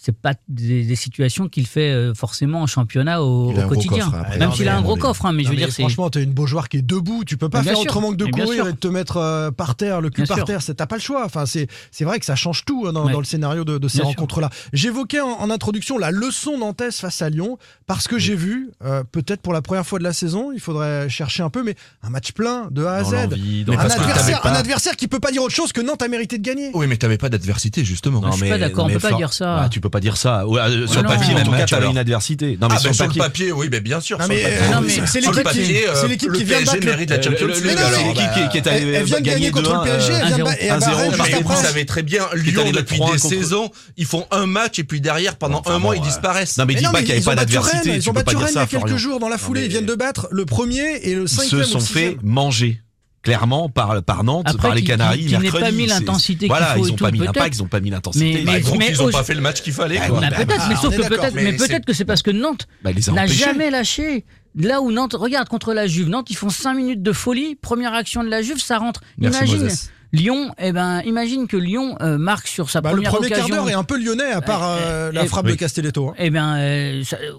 Speaker 6: c'est pas des, des situations qu'il fait euh, forcément en championnat au,
Speaker 10: Il a
Speaker 6: au
Speaker 10: un gros
Speaker 6: quotidien.
Speaker 10: coffre, hein, après.
Speaker 6: Même
Speaker 7: Non,
Speaker 6: s'il
Speaker 7: mais
Speaker 6: a un gros
Speaker 8: attendez.
Speaker 6: coffre, hein, mais je
Speaker 7: Non,
Speaker 6: veux
Speaker 7: mais
Speaker 6: dire, c'est.
Speaker 7: franchement, t'as une beau joueur qui est debout, tu peux pas
Speaker 6: Mais bien
Speaker 7: faire
Speaker 6: sûr,
Speaker 7: autrement que de
Speaker 6: mais bien
Speaker 7: courir
Speaker 6: sûr.
Speaker 7: et de te mettre euh, par terre, le cul
Speaker 6: Bien
Speaker 7: par
Speaker 6: sûr.
Speaker 7: terre, c'est- t'as pas le choix. Enfin, c'est c'est vrai que ça change tout hein, dans,
Speaker 6: Ouais.
Speaker 7: dans le scénario de, de ces
Speaker 6: Bien sûr.
Speaker 7: rencontres-là. J'évoquais en, en introduction la leçon nantaise face à Lyon parce que j'ai vu, euh, peut-être pour la première fois de la saison, il faudrait chercher un peu, mais un match plein de A à
Speaker 8: Dans
Speaker 7: Z.
Speaker 8: l'envie, dans
Speaker 7: Un
Speaker 8: la-
Speaker 10: parce que
Speaker 7: adversaire,
Speaker 10: t'avais
Speaker 7: un
Speaker 10: pas-
Speaker 7: adversaire qui peut pas dire autre chose que Nantes a mérité de gagner.
Speaker 10: Oui, mais t'avais pas d'adversité, justement.
Speaker 8: Non,
Speaker 6: suis
Speaker 8: mais-
Speaker 6: pas d'accord,
Speaker 8: non,
Speaker 6: on
Speaker 8: mais
Speaker 6: peut pas
Speaker 8: Flor-
Speaker 6: dire ça.
Speaker 10: Bah,
Speaker 8: Ouais, tu peux pas dire ça. Ouais, euh, sur le
Speaker 6: non,
Speaker 8: papier,
Speaker 6: mais
Speaker 8: en tout
Speaker 10: match,
Speaker 8: cas, t'avais
Speaker 10: alors.
Speaker 8: une adversité. Non, mais
Speaker 10: Ah,
Speaker 8: sur
Speaker 10: bah,
Speaker 8: le
Speaker 10: sur le
Speaker 8: papier.
Speaker 10: papier, oui, mais bien sûr.
Speaker 7: Non,
Speaker 10: sur le
Speaker 7: mais,
Speaker 10: papier,
Speaker 7: euh,
Speaker 6: non,
Speaker 10: oui.
Speaker 6: mais
Speaker 10: Sur
Speaker 7: c'est
Speaker 10: le
Speaker 7: l'équipe qui-
Speaker 10: papier, euh,
Speaker 7: c'est l'équipe qui
Speaker 10: le
Speaker 7: vient de
Speaker 10: PSG
Speaker 7: battre le-
Speaker 10: mérite la Champions
Speaker 8: Le- le-
Speaker 10: League,
Speaker 7: non, mais
Speaker 10: alors,
Speaker 8: l'équipe
Speaker 10: bah,
Speaker 8: qui- qui est allée
Speaker 7: Elle, elle vient de
Speaker 8: gagner
Speaker 7: gagner contre
Speaker 8: 2-1,
Speaker 7: le PSG, elle
Speaker 8: euh,
Speaker 7: vient de
Speaker 6: un
Speaker 7: ba-
Speaker 6: zéro.
Speaker 7: et elle
Speaker 8: Un
Speaker 7: va
Speaker 8: zéro,
Speaker 7: arrêter
Speaker 8: par
Speaker 10: Mais
Speaker 7: juste
Speaker 8: contre.
Speaker 10: vous
Speaker 7: après.
Speaker 10: savez très bien,
Speaker 8: est
Speaker 10: Lyon,
Speaker 8: allé de
Speaker 10: depuis
Speaker 8: trois
Speaker 10: des
Speaker 8: contre-
Speaker 10: saisons, ils font un match et puis derrière, pendant
Speaker 8: Enfin,
Speaker 10: un mois,
Speaker 8: bon,
Speaker 10: ils
Speaker 8: euh,
Speaker 10: disparaissent.
Speaker 8: Non, mais dis
Speaker 7: non,
Speaker 8: pas qu'il n'y avait
Speaker 7: ils ont
Speaker 8: pas
Speaker 7: battu Rennes,
Speaker 8: d'adversité.
Speaker 7: Ils
Speaker 8: Tu
Speaker 7: ont
Speaker 8: peux pas
Speaker 7: battu
Speaker 8: dire
Speaker 7: Rennes il y
Speaker 8: ça,
Speaker 7: a quelques
Speaker 8: Florian.
Speaker 7: jours dans la
Speaker 8: Non,
Speaker 7: foulée.
Speaker 8: mais-
Speaker 7: Ils viennent de battre le premier et le
Speaker 8: Ils
Speaker 7: cinquième. ou
Speaker 8: se sont
Speaker 7: le
Speaker 8: fait
Speaker 7: sixième.
Speaker 8: manger clairement par, par Nantes,
Speaker 6: Après,
Speaker 8: par les
Speaker 6: qui-
Speaker 8: Canaries,
Speaker 6: qui- qui n'aient
Speaker 8: mercredi.
Speaker 6: pas mis
Speaker 8: C'est-
Speaker 6: l'intensité qu'il
Speaker 8: Voilà,
Speaker 6: faut
Speaker 8: ils
Speaker 6: et
Speaker 8: ont
Speaker 6: tout,
Speaker 8: pas mis l'impact,
Speaker 6: peut-être.
Speaker 8: ils ont pas mis l'intensité.
Speaker 6: Mais-
Speaker 8: Bah,
Speaker 10: Bah,
Speaker 8: ils ont-
Speaker 10: donc, ils ont
Speaker 6: au-
Speaker 10: pas fait le match qu'il fallait.
Speaker 8: Bah,
Speaker 10: quoi.
Speaker 6: Bah,
Speaker 8: bah,
Speaker 6: peut-être, mais
Speaker 7: on
Speaker 6: sauf
Speaker 7: est
Speaker 6: que
Speaker 7: d'accord,
Speaker 6: peut-être,
Speaker 10: mais
Speaker 6: mais
Speaker 10: c'est-
Speaker 6: peut-être que c'est parce que Nantes
Speaker 8: bah, ils les ont
Speaker 6: n'a
Speaker 8: empêchés.
Speaker 6: jamais lâché. Là où Nantes, regarde contre la Juve, Nantes ils font 5 minutes de folie, première action de la Juve, ça rentre.
Speaker 10: Merci,
Speaker 6: imagine
Speaker 10: Moses.
Speaker 6: Lyon, eh ben imagine que Lyon euh, marque sur sa
Speaker 7: Bah, le
Speaker 6: première
Speaker 7: premier quart
Speaker 6: occasion.
Speaker 7: d'heure est un peu lyonnais, à part euh,
Speaker 6: et-
Speaker 7: la
Speaker 6: et-
Speaker 7: frappe de
Speaker 6: oui.
Speaker 7: Castelletto. hein.
Speaker 6: Eh bien,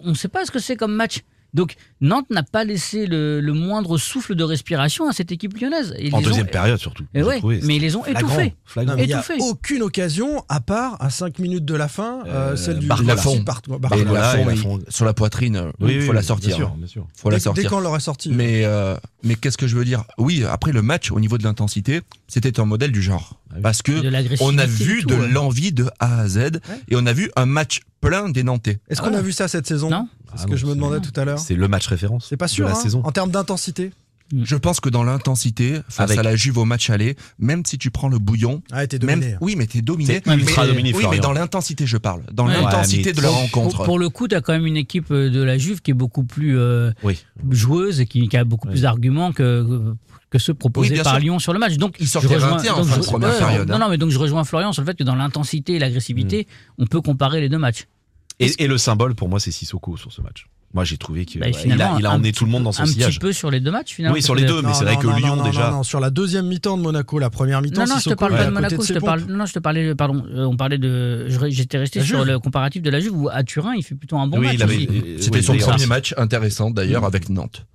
Speaker 6: on ne sait pas ce que c'est comme match. Donc, Nantes n'a pas laissé le, le moindre souffle de respiration à cette équipe lyonnaise. Ils
Speaker 8: En
Speaker 6: les ont-
Speaker 8: deuxième période, surtout.
Speaker 6: Eh
Speaker 8: j'ai
Speaker 6: ouais,
Speaker 8: trouvé,
Speaker 6: mais ils les ont
Speaker 8: c'était flagrant,
Speaker 6: étouffés.
Speaker 8: flagrant.
Speaker 7: Non, mais Il n'y a
Speaker 6: Étouffé.
Speaker 7: aucune occasion, à part à 5 minutes de la fin, euh,
Speaker 8: Euh,
Speaker 7: celle du
Speaker 8: Barcola.
Speaker 7: Barcola. Barcola.
Speaker 10: Et
Speaker 8: Barcola,
Speaker 10: Lafont,
Speaker 8: et
Speaker 10: il-
Speaker 8: Lafont.
Speaker 10: Sur la poitrine, euh,
Speaker 8: Oui,
Speaker 10: il
Speaker 8: oui,
Speaker 10: faut la
Speaker 8: bien
Speaker 10: sortir.
Speaker 8: sûr, bien sûr.
Speaker 10: Faut la
Speaker 7: Dès- Dès
Speaker 10: sortir.
Speaker 7: qu'on l'aurait sorti.
Speaker 10: Mais, euh, mais qu'est-ce que je veux dire Oui, après le match, au niveau de l'intensité, c'était un modèle du genre.
Speaker 8: Ah oui.
Speaker 10: Parce que
Speaker 6: De l'agressivité
Speaker 10: on a
Speaker 6: et
Speaker 10: vu
Speaker 6: tout,
Speaker 10: de
Speaker 6: ouais.
Speaker 10: l'envie de A à Z et on a vu un match plein des Nantais.
Speaker 7: Est-ce qu'on a vu ça cette saison
Speaker 6: Ah Non.
Speaker 7: C'est ce
Speaker 8: Ah
Speaker 7: que
Speaker 8: non,
Speaker 7: je me
Speaker 8: c'est-
Speaker 7: demandais tout à l'heure.
Speaker 8: C'est le match référence.
Speaker 7: C'est pas sûr,
Speaker 8: De la
Speaker 7: hein,
Speaker 8: saison.
Speaker 7: en termes d'intensité.
Speaker 6: Mm.
Speaker 10: Je pense que dans l'intensité, face
Speaker 8: Avec-
Speaker 10: à la Juve au match aller, même si tu prends le bouillon,
Speaker 7: Ah, t'es
Speaker 10: même,
Speaker 7: dominé. hein.
Speaker 10: oui, mais t'es dominé.
Speaker 8: T'es ultra
Speaker 10: mais,
Speaker 8: dominé,
Speaker 10: oui, mais
Speaker 8: Florian.
Speaker 10: dans l'intensité, je parle. Dans
Speaker 6: Ouais.
Speaker 10: l'intensité
Speaker 8: Ouais, mais
Speaker 10: de la
Speaker 8: pour-
Speaker 10: rencontre.
Speaker 6: Pour, pour le coup, tu as quand même une équipe euh, de la Juve qui est beaucoup plus euh,
Speaker 8: Oui.
Speaker 6: joueuse et qui, qui a beaucoup
Speaker 8: Ouais.
Speaker 6: plus d'arguments que, que ceux proposés
Speaker 10: Oui, bien
Speaker 6: par
Speaker 10: sûr.
Speaker 6: Lyon sur le match. Donc,
Speaker 10: Ils
Speaker 6: je
Speaker 10: sortaient
Speaker 6: rejoins,
Speaker 10: 21 en
Speaker 6: donc,
Speaker 10: fin
Speaker 6: je-
Speaker 10: de première
Speaker 6: ouais,
Speaker 10: période.
Speaker 8: hein.
Speaker 6: Non, non, mais donc je rejoins Florian sur le fait que dans l'intensité et l'agressivité, on peut comparer les deux matchs.
Speaker 8: Mm. Et, et le symbole, pour moi, c'est Sissoko sur ce match. Moi, j'ai trouvé qu'il
Speaker 6: Bah,
Speaker 8: ouais, il
Speaker 6: finalement,
Speaker 8: a, il a
Speaker 6: un
Speaker 8: emmené
Speaker 6: petit
Speaker 8: tout le monde
Speaker 6: peu-
Speaker 8: dans son
Speaker 6: Un
Speaker 8: sillage.
Speaker 6: petit peu sur les deux matchs, finalement.
Speaker 8: oui,
Speaker 6: parce
Speaker 8: sur
Speaker 6: que
Speaker 8: les
Speaker 6: le-
Speaker 8: deux, mais
Speaker 7: Non,
Speaker 8: c'est vrai
Speaker 7: non,
Speaker 8: que
Speaker 7: non,
Speaker 8: Lyon,
Speaker 7: non,
Speaker 8: déjà.
Speaker 7: non, non, sur la deuxième mi-temps de Monaco, la première
Speaker 6: Non,
Speaker 7: mi-temps,
Speaker 6: non, je te
Speaker 7: Sissoko,
Speaker 6: parle
Speaker 7: il
Speaker 6: pas de
Speaker 7: est à côté
Speaker 6: Monaco,
Speaker 7: de
Speaker 6: je
Speaker 7: ses
Speaker 6: te
Speaker 7: pompes.
Speaker 6: parle, non, je te parlais, de- pardon, euh, on parlait de, je- j'étais resté
Speaker 7: La
Speaker 6: sur
Speaker 7: Juve.
Speaker 6: le comparatif de la Juve où à Turin, il fait plutôt un bon
Speaker 8: Oui,
Speaker 6: match.
Speaker 8: il avait-
Speaker 6: aussi.
Speaker 8: euh,
Speaker 10: C'était
Speaker 8: oui,
Speaker 10: son
Speaker 8: d'ailleurs,
Speaker 10: premier match intéressant d'ailleurs avec Nantes.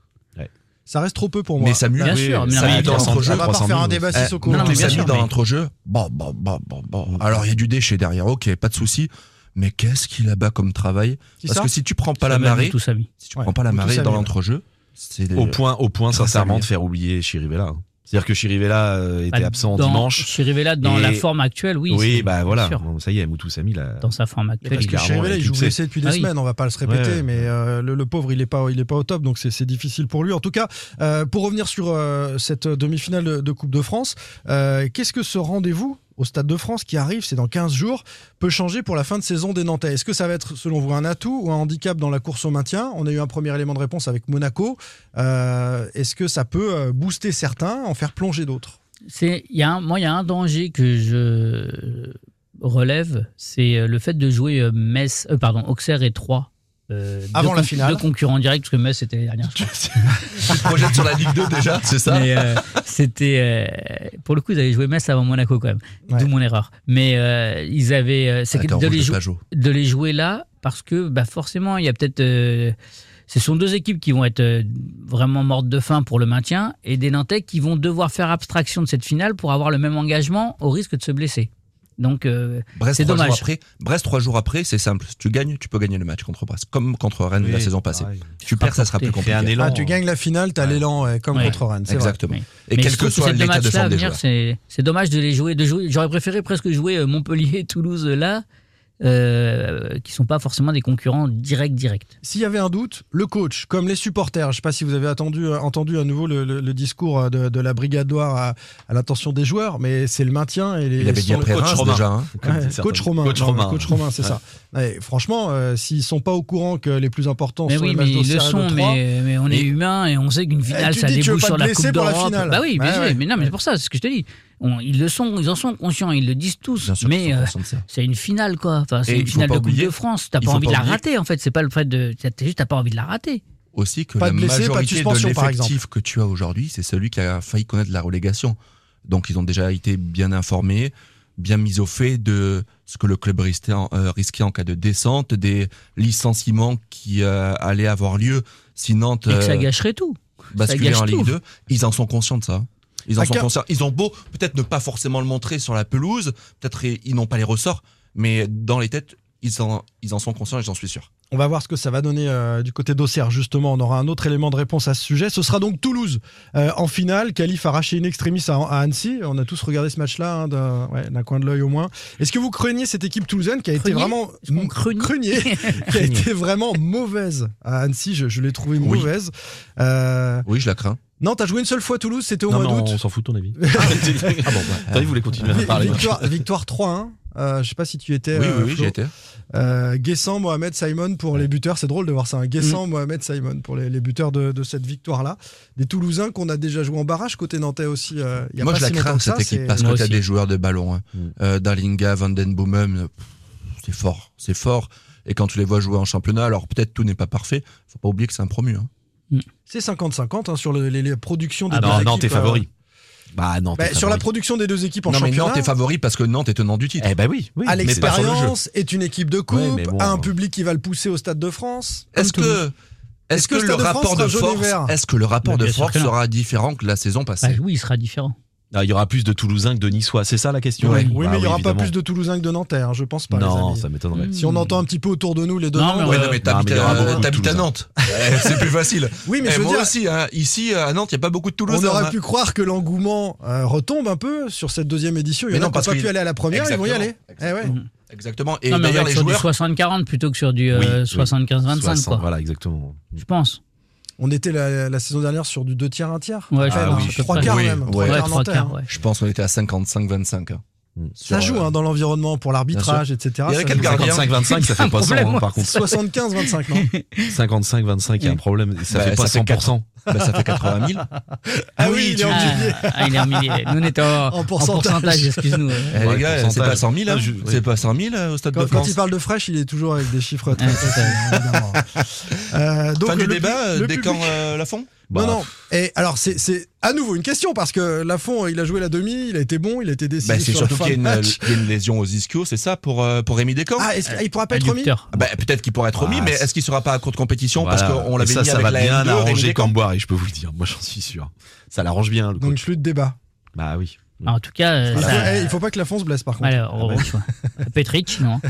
Speaker 7: Ça reste trop peu pour moi.
Speaker 10: Mais Samu,
Speaker 6: Bien sûr, mais
Speaker 8: ça
Speaker 6: la
Speaker 8: a
Speaker 6: réalité,
Speaker 8: dans
Speaker 6: on-
Speaker 8: son
Speaker 10: on
Speaker 8: jeu,
Speaker 10: va
Speaker 7: pas refaire
Speaker 8: 300
Speaker 7: un
Speaker 8: 000.
Speaker 7: débat
Speaker 10: Eh,
Speaker 7: Sissoko.
Speaker 6: non,
Speaker 7: hein.
Speaker 6: mais
Speaker 10: Tout
Speaker 6: bien
Speaker 10: ça
Speaker 6: sûr,
Speaker 10: mis dans
Speaker 6: mais-
Speaker 10: l'entrejeu. Bah, Bon, bon, bon, bon, bon. Alors il y a du déchet derrière, ok, pas de souci. Mais qu'est-ce qu'il a bas comme travail
Speaker 7: Qui
Speaker 10: Parce
Speaker 7: ça
Speaker 10: que si tu prends pas la
Speaker 6: Ça va
Speaker 10: marée,
Speaker 6: nous tous amis.
Speaker 10: si tu
Speaker 7: Ouais,
Speaker 10: prends pas la
Speaker 7: nous tous
Speaker 10: marée
Speaker 7: amis,
Speaker 10: dans
Speaker 7: ouais.
Speaker 10: l'entrejeu, c'est
Speaker 8: Au point, au point
Speaker 10: Très
Speaker 8: sincèrement,
Speaker 10: salué.
Speaker 8: de faire oublier Chirivella. hein. C'est-à-dire que Chirivella euh, était
Speaker 6: Bah,
Speaker 8: absent
Speaker 6: dans-
Speaker 8: dimanche.
Speaker 6: Chirivella, dans
Speaker 8: Et-
Speaker 6: la forme actuelle, oui. c'est-
Speaker 8: Oui, bah
Speaker 6: bien
Speaker 8: voilà.
Speaker 6: sûr.
Speaker 8: Bon, Ça y est, Moutou Samy, là.
Speaker 6: Dans sa forme
Speaker 7: Mais
Speaker 6: actuelle,
Speaker 7: Parce
Speaker 8: il
Speaker 7: que
Speaker 8: a
Speaker 7: Chirivella,
Speaker 8: vraiment
Speaker 7: il joue
Speaker 8: éclipsé.
Speaker 7: blessé depuis des
Speaker 6: Ah oui.
Speaker 7: semaines, on va pas se répéter,
Speaker 8: Ouais.
Speaker 7: mais euh, le, le pauvre, il est pas, il est pas au top, donc c'est c'est difficile pour lui. En tout cas, euh, pour revenir sur euh, cette demi-finale de, de Coupe de France, euh, qu'est-ce que ce rendez-vous au Stade de France qui arrive, c'est dans 15 jours, peut changer pour la fin de saison des Nantais. Est-ce que ça va être, selon vous, un atout ou un handicap dans la course au maintien On a eu un premier élément de réponse avec Monaco. Euh, Est-ce que ça peut booster certains, en faire plonger d'autres
Speaker 6: c'est il y a un, moi il y a un danger que je relève, c'est le fait de jouer euh, Metz, euh, pardon Auxerre et Troyes. euh, deux
Speaker 7: Avant la
Speaker 6: con-
Speaker 7: finale.
Speaker 6: Deux concurrents directs, parce que Metz était les dernières. je pense.
Speaker 10: Tu te projettes sur la Ligue 2 déjà, c'est ça
Speaker 6: Mais, euh, c'était. euh, pour le coup, ils avaient joué Metz avant Monaco quand même.
Speaker 7: Ouais.
Speaker 6: D'où mon erreur. Mais euh, ils avaient. euh, c'est que
Speaker 10: Attends,
Speaker 6: de,
Speaker 10: rouge
Speaker 6: les
Speaker 10: de
Speaker 6: jou-
Speaker 10: Pajot.
Speaker 6: de les jouer là, parce que bah, forcément, il y a peut-être. euh, ce sont deux équipes qui vont être euh, vraiment mortes de faim pour le maintien et des Nantais qui vont devoir faire abstraction de cette finale pour avoir le même engagement au risque de se blesser. Donc, euh,
Speaker 10: Brest,
Speaker 6: C'est
Speaker 10: trois
Speaker 6: dommage.
Speaker 10: Jours après, Brest, trois jours après, c'est simple. Si tu gagnes, tu peux gagner le match contre Brest, comme contre Rennes la saison passée. Tu perds, ça sera plus
Speaker 8: Fait un
Speaker 10: compliqué.
Speaker 8: élan.
Speaker 7: Ah, tu gagnes la finale, t'as l'élan, ouais, comme
Speaker 6: Ouais.
Speaker 7: contre Rennes. c'est vrai.
Speaker 10: hein. Exactement.
Speaker 6: Oui.
Speaker 10: Et
Speaker 6: mais
Speaker 10: quel
Speaker 6: je
Speaker 10: que
Speaker 6: trouve
Speaker 10: soit
Speaker 6: ces deux
Speaker 10: l'état de
Speaker 6: matchs-là à
Speaker 10: forme des
Speaker 6: venir,
Speaker 10: joueurs.
Speaker 6: C'est c'est dommage de les jouer. De jouer J'aurais préféré presque jouer euh, Montpellier, Toulouse euh, là, euh, qui sont pas forcément des concurrents directs directs.
Speaker 7: S'il y avait un doute, le coach, comme les supporters, je ne sais pas si vous avez attendu- euh, entendu à nouveau le, le- le discours euh, de, de la Brigade Loire à, à l'attention des joueurs, mais c'est le maintien et les.
Speaker 10: Il avait dit
Speaker 7: sont-
Speaker 10: après
Speaker 8: le coach
Speaker 10: Reims
Speaker 8: Romain.
Speaker 10: déjà. hein.
Speaker 8: Comme
Speaker 7: Ouais,
Speaker 8: disent certains.
Speaker 7: coach Romain.
Speaker 8: Coach
Speaker 7: non,
Speaker 8: Romain.
Speaker 7: coach Romain, c'est ça. Ouais, franchement, euh, s'ils sont pas au courant que les plus importants
Speaker 6: Mais
Speaker 7: sont
Speaker 6: oui,
Speaker 7: les
Speaker 6: mais
Speaker 7: matchs
Speaker 6: ils
Speaker 7: d'Auxerre
Speaker 6: le
Speaker 7: et de
Speaker 6: sont,
Speaker 7: Troyes,
Speaker 6: mais, mais on est
Speaker 7: Et-
Speaker 6: humain et on sait
Speaker 10: Eh,
Speaker 6: qu'une finale,
Speaker 7: tu
Speaker 6: ça
Speaker 7: dis, tu veux
Speaker 6: débouche
Speaker 7: pas
Speaker 6: sur
Speaker 7: te
Speaker 6: la
Speaker 7: blesser
Speaker 6: Coupe
Speaker 7: pour la
Speaker 6: d'Europe.
Speaker 7: finale.
Speaker 6: Bah oui, bien
Speaker 7: Ouais,
Speaker 6: sûr,
Speaker 7: ouais.
Speaker 6: mais non, mais c'est pour ça, c'est ce que je te dis. On- ils le sont, ils en sont conscients, ils le disent tous.
Speaker 10: Bien sûr qu'ils
Speaker 6: mais
Speaker 10: sont
Speaker 6: euh,
Speaker 10: conscients de ça.
Speaker 6: c'est une finale, quoi. Enfin,
Speaker 10: Et
Speaker 6: c'est une
Speaker 10: il faut
Speaker 6: finale
Speaker 10: pas
Speaker 6: de Coupe
Speaker 10: oublier-
Speaker 6: de France. T'as
Speaker 10: il
Speaker 6: pas
Speaker 10: faut
Speaker 6: envie
Speaker 10: pas
Speaker 6: de la
Speaker 10: oublier-
Speaker 6: rater, en fait. C'est pas le fait de. t'as- T'as juste t'as pas envie de la rater.
Speaker 10: Aussi que
Speaker 7: Pas
Speaker 10: la
Speaker 7: de blessés, pas de
Speaker 10: majorité de
Speaker 7: suspension, par exemple.
Speaker 10: l'effectif que tu as aujourd'hui, c'est celui qui a failli connaître la relégation. Donc ils ont déjà été bien informés, bien mis au fait de ce que le club risquait en, euh, risquait en cas de descente, des licenciements qui euh, allaient avoir lieu si Nantes
Speaker 6: Et que ça
Speaker 10: euh,
Speaker 6: gâcherait tout.
Speaker 10: basculer
Speaker 6: gâche
Speaker 10: en Ligue
Speaker 6: tout.
Speaker 10: 2. Ils en sont conscients de ça. Ils en
Speaker 7: À
Speaker 10: sont
Speaker 7: quel-
Speaker 10: conscients. Ils ont beau peut-être ne pas forcément le montrer sur la pelouse, peut-être et- ils n'ont pas les ressorts, mais dans les têtes, ils en, ils en sont conscients et j'en suis sûr.
Speaker 7: On va voir ce que ça va donner euh, du côté d'Auxerre, justement. On aura un autre élément de réponse à ce sujet. Ce sera donc Toulouse euh, en finale. Calif arraché in extremis à, à Annecy. On a tous regardé ce match-là, hein, d'un ouais, d'un coin de l'œil au moins. Est-ce que vous craignez cette équipe toulousaine qui a été
Speaker 6: Creniez
Speaker 7: vraiment.
Speaker 6: Est-ce qu'on craignait
Speaker 7: Creniez, qui a été vraiment mauvaise à Annecy. Je, je l'ai trouvée mauvaise. Euh,
Speaker 10: Oui, je la crains.
Speaker 7: non, t'as joué une seule fois à Toulouse, c'était au
Speaker 8: Non,
Speaker 7: mois
Speaker 8: non,
Speaker 7: d'août.
Speaker 8: on s'en fout de ton avis.
Speaker 10: Ah bon,
Speaker 8: T'as vu, vous voulez continuer à
Speaker 7: Vi-
Speaker 8: parler.
Speaker 7: Victoire, victoire 3-1. Euh, je sais pas si tu y étais.
Speaker 10: Oui,
Speaker 7: euh,
Speaker 10: oui, oui,
Speaker 7: Flo.
Speaker 10: j'y étais.
Speaker 7: Euh, Guessant, Mohamed Simon pour les buteurs. C'est drôle de voir ça. hein.
Speaker 10: Mm.
Speaker 7: Guessant, Mohamed Simon pour les, les buteurs de, de cette victoire-là. Des Toulousains qu'on a déjà joué en barrage côté nantais aussi. euh, il y a
Speaker 10: Moi,
Speaker 7: pas
Speaker 10: je la
Speaker 7: si
Speaker 10: crains,
Speaker 7: longtemps que ça,
Speaker 10: cette équipe,
Speaker 7: c'est-
Speaker 10: parce
Speaker 6: Moi
Speaker 10: que t'as
Speaker 6: aussi.
Speaker 10: des joueurs de ballon. hein.
Speaker 8: Mm.
Speaker 10: Euh, Darlinga, Van Den Boomem, euh, pff, c'est fort, c'est fort. Et quand tu les vois jouer en championnat, alors peut-être tout n'est pas parfait, faut pas oublier que c'est un promu. hein.
Speaker 7: C'est 50-50 hein, sur le- les, les productions des
Speaker 8: Ah
Speaker 7: deux
Speaker 8: non,
Speaker 7: équipes.
Speaker 8: non, t'es
Speaker 7: euh,
Speaker 8: favori. Bah non,
Speaker 7: bah,
Speaker 8: t'es
Speaker 7: sur la
Speaker 8: favori.
Speaker 7: production des deux équipes en
Speaker 10: non, mais
Speaker 7: championnat.
Speaker 10: Nantes est favori parce que Nantes est tenant du titre.
Speaker 8: Eh bah oui, oui.
Speaker 7: à
Speaker 8: mais pas sur le jeu.
Speaker 7: l'expérience, est une équipe de coupe,
Speaker 8: Ouais, mais bon.
Speaker 7: à un public qui va le pousser au Stade de France.
Speaker 10: Est-ce
Speaker 7: Comme Toulouse.
Speaker 10: que, est-ce
Speaker 7: Est-ce que
Speaker 10: que,
Speaker 7: le
Speaker 10: le
Speaker 7: Stade de France
Speaker 10: rapport
Speaker 7: sera
Speaker 10: de
Speaker 7: jaune et
Speaker 10: force,
Speaker 7: vert
Speaker 10: est-ce que le rapport
Speaker 6: Mais
Speaker 10: de
Speaker 6: bien sûr
Speaker 10: force
Speaker 6: que non.
Speaker 10: sera différent que la saison
Speaker 6: Bah
Speaker 10: passée
Speaker 6: oui, il sera différent.
Speaker 8: Ah, Il y aura plus de Toulousains que de Niçois, c'est ça la question
Speaker 10: Ouais.
Speaker 7: Oui,
Speaker 8: Bah
Speaker 7: mais il n'y aura
Speaker 8: évidemment.
Speaker 7: pas plus de Toulousains que de Nantais, hein, je pense pas. les
Speaker 8: Non,
Speaker 7: amis.
Speaker 8: ça m'étonnerait.
Speaker 7: Si on entend un petit peu autour de nous les deux
Speaker 6: Non, mais
Speaker 7: nombres,
Speaker 10: Ouais,
Speaker 6: Euh,
Speaker 10: non, mais t'habites
Speaker 8: non, mais il y aura
Speaker 10: à-
Speaker 8: beaucoup de
Speaker 10: t'habites à
Speaker 8: Toulousains.
Speaker 10: Nantes. Eh, c'est plus facile.
Speaker 7: Oui, mais
Speaker 10: Eh,
Speaker 7: je veux
Speaker 10: moi
Speaker 7: dire,
Speaker 10: aussi, hein. ici à Nantes, il n'y a pas beaucoup de
Speaker 7: on
Speaker 10: Toulousains.
Speaker 7: aurait
Speaker 10: hein.
Speaker 7: pu croire que l'engouement euh, retombe un peu sur cette deuxième édition. Il y
Speaker 10: Mais
Speaker 7: en a
Speaker 10: non,
Speaker 7: qui n'ont
Speaker 10: parce
Speaker 7: pas
Speaker 10: qu'il-
Speaker 7: pu aller à la première, ils vont y aller.
Speaker 10: Exactement. Mhm.
Speaker 7: Eh ouais.
Speaker 6: Mm.
Speaker 10: Mm-hmm. Exactement. Et
Speaker 6: non, mais on va
Speaker 10: d'ailleurs,
Speaker 6: être
Speaker 10: les
Speaker 6: sur
Speaker 10: joueurs.
Speaker 6: du 60-40 plutôt que sur du euh,
Speaker 8: Oui, oui.
Speaker 6: 75-25,
Speaker 8: 60,
Speaker 6: quoi.
Speaker 8: Voilà, exactement.
Speaker 6: Je pense.
Speaker 7: On était la, la saison dernière sur du 2 tiers, 1 tiers.
Speaker 6: Ouais,
Speaker 7: Enfin,
Speaker 6: je
Speaker 7: non,
Speaker 6: pense, à peu
Speaker 7: trois
Speaker 6: près.
Speaker 7: quarts
Speaker 10: Ah Oui,
Speaker 7: même.
Speaker 10: ouais.
Speaker 7: trois
Speaker 10: Ouais,
Speaker 7: quarts
Speaker 6: trois
Speaker 7: nantais,
Speaker 6: quarts,
Speaker 7: hein.
Speaker 6: ouais.
Speaker 10: Je pense qu'on était à 55-25. hein.
Speaker 7: Ça
Speaker 10: Sur,
Speaker 7: joue hein,
Speaker 10: euh,
Speaker 7: dans l'environnement pour l'arbitrage, etc.
Speaker 10: Il y a
Speaker 7: Ça
Speaker 10: quel
Speaker 7: joue.
Speaker 10: gardien
Speaker 8: 55-25, ça fait pas 100, hein, par contre.
Speaker 7: 75-25, non
Speaker 8: 55-25, il y a un problème. Ça
Speaker 10: Bah,
Speaker 8: fait pas
Speaker 10: ça fait
Speaker 8: 100%.
Speaker 10: Bah, ça fait 80 000.
Speaker 7: Ah oui, il est en
Speaker 6: Ah,
Speaker 7: milliers.
Speaker 6: ah, il est en millier. Nous, on était en,
Speaker 7: En
Speaker 6: en
Speaker 7: pourcentage.
Speaker 6: pourcentage, excuse-nous.
Speaker 10: Eh,
Speaker 8: Ouais,
Speaker 10: les gars, c'est
Speaker 8: pourcentage.
Speaker 10: pas 100 000, hein.
Speaker 8: Ah, je-
Speaker 10: c'est pas 100 000 euh, au Stade
Speaker 7: Quand,
Speaker 10: de
Speaker 7: quand
Speaker 10: France.
Speaker 7: il parle de fraîche, il est toujours avec des chiffres très
Speaker 6: Ouais,
Speaker 7: précis, hein, évidemment. Euh, donc,
Speaker 10: fin du
Speaker 7: le
Speaker 10: débat,
Speaker 7: pu-
Speaker 10: euh,
Speaker 7: le
Speaker 10: dès
Speaker 7: public-
Speaker 10: quand euh, Lafont
Speaker 7: non,
Speaker 8: Bah,
Speaker 7: non. Et alors, c'est- c'est à nouveau une question parce que Lafont, il a joué la demi, il a été bon, il a été décisif
Speaker 10: Bah, C'est
Speaker 7: sur la
Speaker 10: surtout
Speaker 7: fin
Speaker 10: qu'il y, a
Speaker 7: de
Speaker 10: une-
Speaker 7: match.
Speaker 10: il y a une lésion aux ischios, c'est ça, pour, euh, pour Rémi Descamps
Speaker 7: Ah, est-ce qu'il- il pourra pas être remis
Speaker 6: Adducteur.
Speaker 10: Ah bah, Peut-être qu'il pourrait être remis,
Speaker 8: Ah,
Speaker 10: mais
Speaker 8: c'est-
Speaker 10: est-ce qu'il sera pas à court de compétition
Speaker 8: Voilà.
Speaker 10: Parce qu'on
Speaker 8: Et
Speaker 10: l'avait
Speaker 8: ça,
Speaker 10: mis
Speaker 8: ça
Speaker 10: avec
Speaker 8: va
Speaker 10: la
Speaker 8: bien
Speaker 10: N2, Rémi
Speaker 8: arranger
Speaker 10: Descamps.
Speaker 8: Camboire, et je peux vous le dire. Moi, j'en suis sûr. Ça l'arrange bien, le
Speaker 7: Donc
Speaker 8: coach.
Speaker 7: plus de débat.
Speaker 8: Bah oui.
Speaker 6: Ah, En tout cas, euh,
Speaker 7: Il faut,
Speaker 6: ça-
Speaker 7: eh, il faut pas que la se blesse par contre. Ah bah,
Speaker 6: Ouais, en revanche, ouais. Petric, non.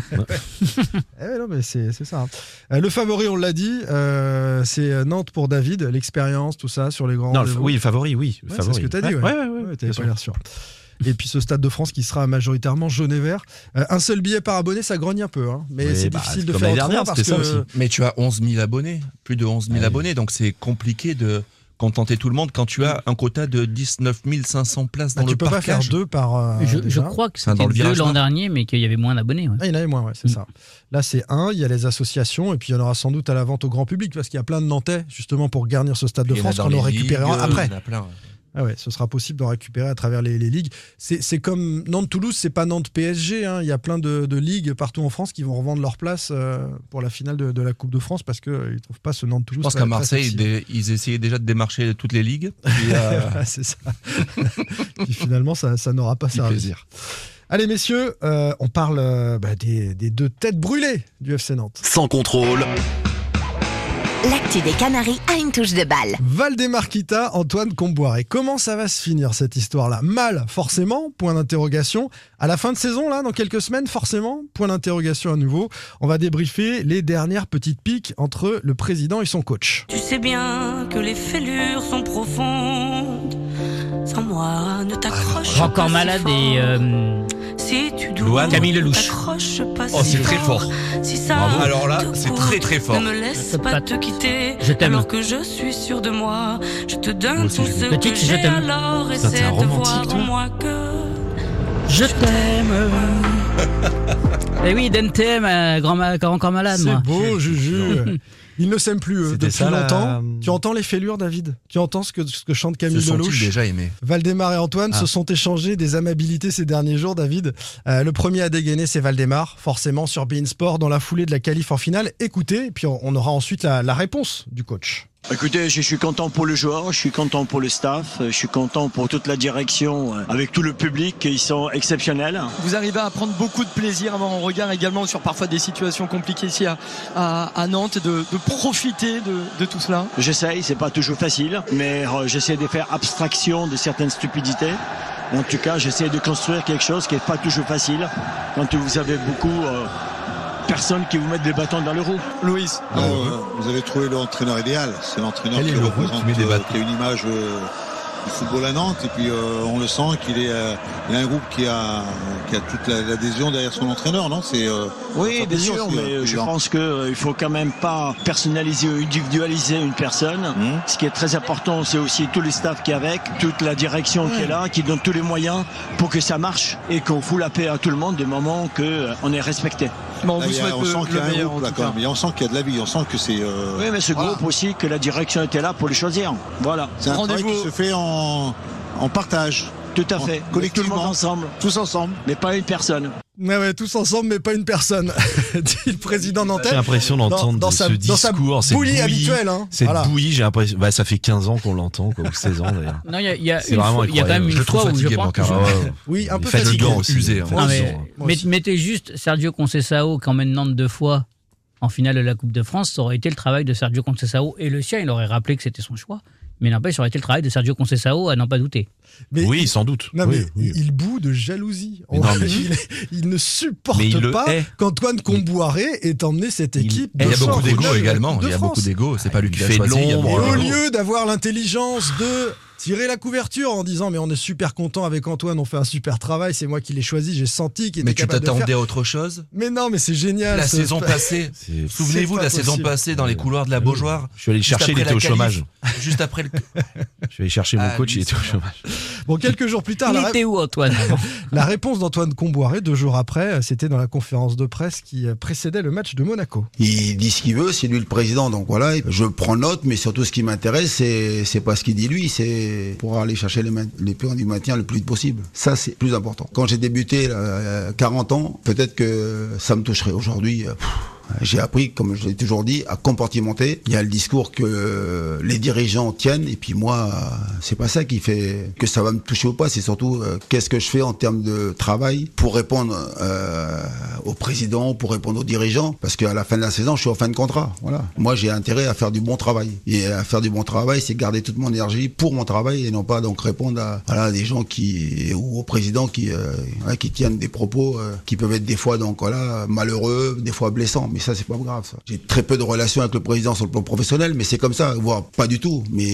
Speaker 7: Eh non mais c'est c'est ça. Euh, le favori on l'a dit, euh, c'est Nantes pour David, l'expérience, tout ça sur les grands.
Speaker 8: Non, le-
Speaker 7: rendez-vous.
Speaker 8: oui, le favori, oui. le
Speaker 7: Ouais,
Speaker 8: favori.
Speaker 7: c'est ce que t'as dit, ouais.
Speaker 8: Ouais, ouais, ouais,
Speaker 7: Ouais,
Speaker 8: bien
Speaker 7: T'avais pas
Speaker 8: sûr.
Speaker 7: l'air sûr. Et puis ce stade de France qui sera majoritairement jaune et vert. Euh, un seul billet par abonné, ça grogne un peu, hein. mais
Speaker 8: Oui,
Speaker 7: c'est
Speaker 8: bah,
Speaker 7: difficile
Speaker 8: c'est
Speaker 7: de
Speaker 8: comme
Speaker 7: faire
Speaker 8: l'année
Speaker 7: autrement
Speaker 8: dernière,
Speaker 7: parce que
Speaker 8: c'était ça aussi.
Speaker 10: Mais tu as 11 000 abonnés, plus de 11 000
Speaker 8: Ouais.
Speaker 10: abonnés, donc c'est compliqué de contenter tout le monde quand tu as un quota de 19 500 places dans
Speaker 7: Bah,
Speaker 10: le
Speaker 7: tu peux
Speaker 10: parcage.
Speaker 7: pas faire deux par. euh,
Speaker 6: je, je
Speaker 7: déjà.
Speaker 6: crois que
Speaker 10: Enfin,
Speaker 6: c'était
Speaker 10: dans le
Speaker 6: deux
Speaker 10: virage
Speaker 6: l'an
Speaker 10: nord.
Speaker 6: dernier, mais qu'il y avait moins d'abonnés. ouais.
Speaker 7: Ah, il y en avait moins, ouais, c'est
Speaker 6: Mm.
Speaker 7: ça. Là, c'est un. Il y a les associations et puis il y en aura sans doute à la vente au grand public parce qu'il y a plein de Nantais justement pour garnir ce stade de
Speaker 10: Il y en a
Speaker 7: France
Speaker 10: dans
Speaker 7: qu'on
Speaker 10: les
Speaker 7: en récupérera
Speaker 10: ligues,
Speaker 7: après.
Speaker 10: il y en a plein.
Speaker 7: Ah ouais, ce sera possible d'en récupérer à travers les, les ligues. C'est c'est comme Nantes-Toulouse, c'est pas Nantes-PSG. hein. Il y a plein de, de ligues partout en France qui vont revendre leur place euh, pour la finale de, de la Coupe de France parce qu'ils ne trouvent pas ce
Speaker 10: Je
Speaker 7: Nantes-Toulouse.
Speaker 10: pense
Speaker 7: très-
Speaker 10: qu'à
Speaker 7: très
Speaker 10: Marseille,
Speaker 7: sexy.
Speaker 10: dé- ils essayaient déjà de démarcher toutes les ligues. Puis, euh,
Speaker 7: Ouais, c'est ça. Puis finalement, ça, ça n'aura pas
Speaker 10: Petit
Speaker 7: servi.
Speaker 10: plaisir.
Speaker 7: Allez, messieurs, euh, on parle euh, bah, des, des deux têtes brûlées du FC Nantes.
Speaker 1: Sans contrôle,
Speaker 9: L'actu des Canaries a une touche de balle.
Speaker 7: Valdemarquita, Antoine Comboiré. Comment ça va se finir cette histoire-là Mal, forcément, point d'interrogation. À la fin de saison, là, dans quelques semaines, forcément, point d'interrogation à nouveau. On va débriefer les dernières petites piques entre le président et son coach.
Speaker 12: Tu sais bien que les fêlures sont profondes. Sans moi, ne t'accroche pas.
Speaker 6: Ah Encore
Speaker 12: si
Speaker 6: malade
Speaker 12: fort.
Speaker 6: et euh,
Speaker 12: Si tu doutes,
Speaker 10: Louane.
Speaker 6: Camille Lelouch.
Speaker 12: t'accroche pas
Speaker 10: Oh,
Speaker 12: si
Speaker 10: c'est très fort.
Speaker 12: Si ça
Speaker 10: Bravo. Alors là,
Speaker 12: te
Speaker 10: c'est
Speaker 12: coûte,
Speaker 10: très, très fort.
Speaker 12: Ne me laisse
Speaker 6: C'est
Speaker 12: pas
Speaker 6: pas-
Speaker 12: te quitter.
Speaker 6: Je t'aime.
Speaker 12: Alors que je suis sûr de moi, je te
Speaker 10: Moi
Speaker 12: donne
Speaker 10: aussi,
Speaker 12: tout
Speaker 10: je
Speaker 12: ce
Speaker 10: l'aime.
Speaker 6: Le
Speaker 12: que
Speaker 6: titre, c'est Je
Speaker 12: j'ai.
Speaker 6: t'aime.
Speaker 12: Alors
Speaker 8: Ça, t'es un
Speaker 12: essaie de
Speaker 8: romantique,
Speaker 12: voir en
Speaker 8: toi.
Speaker 12: moi que.
Speaker 6: Je t'aime. Et oui, d'NTM, euh, grand ma- encore malade,
Speaker 7: C'est
Speaker 6: moi.
Speaker 7: beau, Juju. Ils ne s'aiment plus eux,
Speaker 8: C'était
Speaker 7: depuis
Speaker 8: ça, la-
Speaker 7: longtemps. Tu entends les fêlures, David Tu entends ce que, ce que chante
Speaker 10: se
Speaker 7: Camille
Speaker 10: sont-ils
Speaker 7: Lelouch
Speaker 10: déjà aimés
Speaker 7: Valdemar et Antoine
Speaker 8: Ah.
Speaker 7: se sont échangés des amabilités ces derniers jours, David. Euh, le premier à dégainer, c'est Valdemar, forcément sur Bein Sport, dans la foulée de la qualif en finale. Écoutez, et puis on, on aura ensuite la, la réponse du coach.
Speaker 13: Écoutez, je suis content pour le joueur, je suis content pour le staff, je suis content pour toute la direction, euh, avec tout le public, ils sont exceptionnels.
Speaker 11: Vous arrivez à prendre beaucoup de plaisir, à avoir un regard également sur parfois des situations compliquées ici à, à- à Nantes, de, de profiter de, de tout cela.
Speaker 13: J'essaye, c'est pas toujours facile, mais euh, j'essaie de faire abstraction de certaines stupidités. En tout cas, j'essaie de construire quelque chose qui est pas toujours facile quand vous avez beaucoup euh, personnes qui vous mettent des bâtons dans les roues.
Speaker 11: Louis,
Speaker 14: Euh, Vous avez trouvé l'entraîneur idéal. C'est l'entraîneur
Speaker 10: Ah Elle
Speaker 14: qui
Speaker 10: est le roux qui
Speaker 14: représente,
Speaker 10: met des
Speaker 14: euh,
Speaker 10: bâtons.
Speaker 14: qui a une image euh, du football à Nantes. Et puis euh, on le sent qu'il est, euh, il a un groupe qui a, qui a toute la- l'adhésion derrière son entraîneur, non C'est euh,
Speaker 13: Oui,
Speaker 14: ça
Speaker 13: bien
Speaker 14: fait
Speaker 13: sûr,
Speaker 14: sens,
Speaker 13: mais
Speaker 14: euh,
Speaker 13: je
Speaker 14: Jean.
Speaker 13: pense que euh, il faut quand même pas personnaliser ou individualiser une personne.
Speaker 14: Mhm.
Speaker 13: Ce qui est très important, c'est aussi tout le staff qui est avec, toute la direction qui est là, qui donne tous les moyens pour que ça marche et qu'on fout la paix à tout le monde du moment que euh, on est respecté.
Speaker 11: bon, on
Speaker 14: Là,
Speaker 11: vous
Speaker 14: il y a-
Speaker 11: souhaite
Speaker 14: on
Speaker 11: le,
Speaker 14: sent
Speaker 11: le
Speaker 14: qu'il y a un
Speaker 11: meilleur en
Speaker 14: groupe là
Speaker 11: tout
Speaker 14: quand
Speaker 11: cas.
Speaker 14: même. Et on sent qu'il y a de la vie. On sent que c'est. euh,
Speaker 13: Oui, mais ce
Speaker 14: voilà.
Speaker 13: groupe aussi que la direction était là pour le choisir. Voilà,
Speaker 14: C'est un travail
Speaker 11: Rendez-vous-
Speaker 14: qui se fait en, en partage,
Speaker 13: tout à
Speaker 14: On-
Speaker 13: fait. Tout le
Speaker 14: collectivement.
Speaker 13: monde ensemble,
Speaker 14: tous ensemble.
Speaker 13: mais pas une personne.
Speaker 7: Ouais, ouais, tous ensemble, mais pas une personne, dit le président nantais.
Speaker 8: J'ai l'impression d'entendre
Speaker 7: dans
Speaker 8: de
Speaker 7: sa-
Speaker 8: ce
Speaker 7: dans sa
Speaker 8: discours, cette
Speaker 7: bouillie
Speaker 8: bouillie,
Speaker 7: habituelle, hein.
Speaker 8: Cette
Speaker 7: Voilà.
Speaker 8: bouillie, j'ai l'impression. Bah, ça fait 15 ans qu'on l'entend, quoi, ou 16 ans d'ailleurs.
Speaker 6: Non, il y a, il y a
Speaker 8: C'est
Speaker 6: une
Speaker 8: vraiment
Speaker 6: fois- il y a quand
Speaker 8: incroyable.
Speaker 6: même
Speaker 8: Je
Speaker 6: une
Speaker 8: le trouve
Speaker 6: fois où je
Speaker 8: fatigué,
Speaker 6: pense
Speaker 8: moi,
Speaker 6: que
Speaker 8: quand même.
Speaker 6: je-
Speaker 8: Ah ouais.
Speaker 7: Oui, un
Speaker 8: Il
Speaker 7: peu
Speaker 8: est fatigant
Speaker 7: fatigué.
Speaker 8: aussi.
Speaker 10: Usé, hein.
Speaker 7: Moi
Speaker 6: Non,
Speaker 7: aussi,
Speaker 6: mais-
Speaker 7: moi
Speaker 6: met-
Speaker 7: aussi.
Speaker 6: mettez juste Sergio Conceição qui emmène Nantes deux fois en finale de la Coupe de France, ça aurait été le travail de Sergio Conceição et le sien, il aurait rappelé que c'était son choix, mais n'empêche, ça aurait été le travail de Sergio Conceição à n'en pas douter.
Speaker 7: Mais-
Speaker 8: Oui, sans doute.
Speaker 7: Non,
Speaker 8: Oui,
Speaker 7: mais
Speaker 8: oui.
Speaker 7: il bout de jalousie.
Speaker 8: Mais non, mais-
Speaker 7: il, il ne supporte
Speaker 8: Mais il le
Speaker 7: pas
Speaker 8: hait.
Speaker 7: qu'Antoine Comboiré ait emmené cette
Speaker 8: Il
Speaker 7: équipe.
Speaker 8: hait.
Speaker 10: Il y a
Speaker 7: de
Speaker 10: beaucoup
Speaker 7: sorte
Speaker 10: d'ego
Speaker 7: de
Speaker 10: également.
Speaker 7: Coupe
Speaker 10: Il
Speaker 7: de Ah,
Speaker 10: y a beaucoup
Speaker 7: France.
Speaker 10: d'ego. C'est pas lui
Speaker 8: il
Speaker 10: qui l'a
Speaker 8: fait de
Speaker 10: choisi. il y a
Speaker 8: l'ombre.
Speaker 7: Et
Speaker 10: beaucoup
Speaker 7: au
Speaker 8: Bravo.
Speaker 10: d'ego.
Speaker 7: lieu d'avoir l'intelligence de tirer la couverture en disant mais on est super content avec Antoine, on fait un super travail, c'est moi qui l'ai choisi, j'ai senti qu'il était
Speaker 10: Mais tu
Speaker 7: capable de le
Speaker 10: t'attendais
Speaker 7: faire.
Speaker 10: à autre chose
Speaker 7: Mais non, mais c'est génial.
Speaker 10: La
Speaker 7: ce-
Speaker 10: saison passée.
Speaker 8: C'est-
Speaker 10: Souvenez-vous
Speaker 7: pas
Speaker 10: de la saison
Speaker 7: possible.
Speaker 10: passée dans les couloirs de la Beaujoire.
Speaker 8: Je suis allé le
Speaker 10: Juste
Speaker 8: chercher, il
Speaker 10: après
Speaker 8: était
Speaker 10: la
Speaker 8: au
Speaker 10: qualif.
Speaker 8: chômage.
Speaker 10: Juste après le.
Speaker 8: Je suis allé chercher mon
Speaker 10: Ah,
Speaker 8: coach,
Speaker 10: lui,
Speaker 8: il était au
Speaker 10: c'est
Speaker 8: chômage.
Speaker 7: Bon, quelques jours plus tard,
Speaker 6: Il
Speaker 7: la,
Speaker 6: était où Antoine avant
Speaker 7: la réponse d'Antoine Comboiré deux jours après, euh, c'était dans la conférence de presse qui euh, précédait le match de Monaco.
Speaker 15: Il dit ce qu'il veut, c'est lui le président. Donc voilà, je prends note, mais surtout ce qui m'intéresse, c'est c'est pas ce qu'il dit lui, c'est pour aller chercher les, main- les points du maintien le plus vite possible. Ça, c'est plus important. Quand j'ai débuté là, euh, 40 ans, peut-être que ça me toucherait aujourd'hui. euh, pff, J'ai appris, comme je l'ai toujours dit, à compartimenter. Il y a le discours que euh, les dirigeants tiennent, et puis moi, euh, c'est pas ça qui fait que ça va me toucher ou pas. C'est surtout euh, qu'est-ce que je fais en termes de travail pour répondre euh, au président, pour répondre aux dirigeants, parce qu'à la fin de la saison, je suis en fin de contrat. Voilà. Moi, j'ai intérêt à faire du bon travail, et à faire du bon travail, c'est garder toute mon énergie pour mon travail et non pas donc répondre à, voilà, des gens qui ou au président qui euh, voilà, qui tiennent des propos euh, qui peuvent être des fois donc voilà malheureux, des fois blessants. Mais ça, c'est pas grave. ça. J'ai très peu de relations avec le président sur le plan professionnel, mais c'est comme ça, voire pas du tout. Mais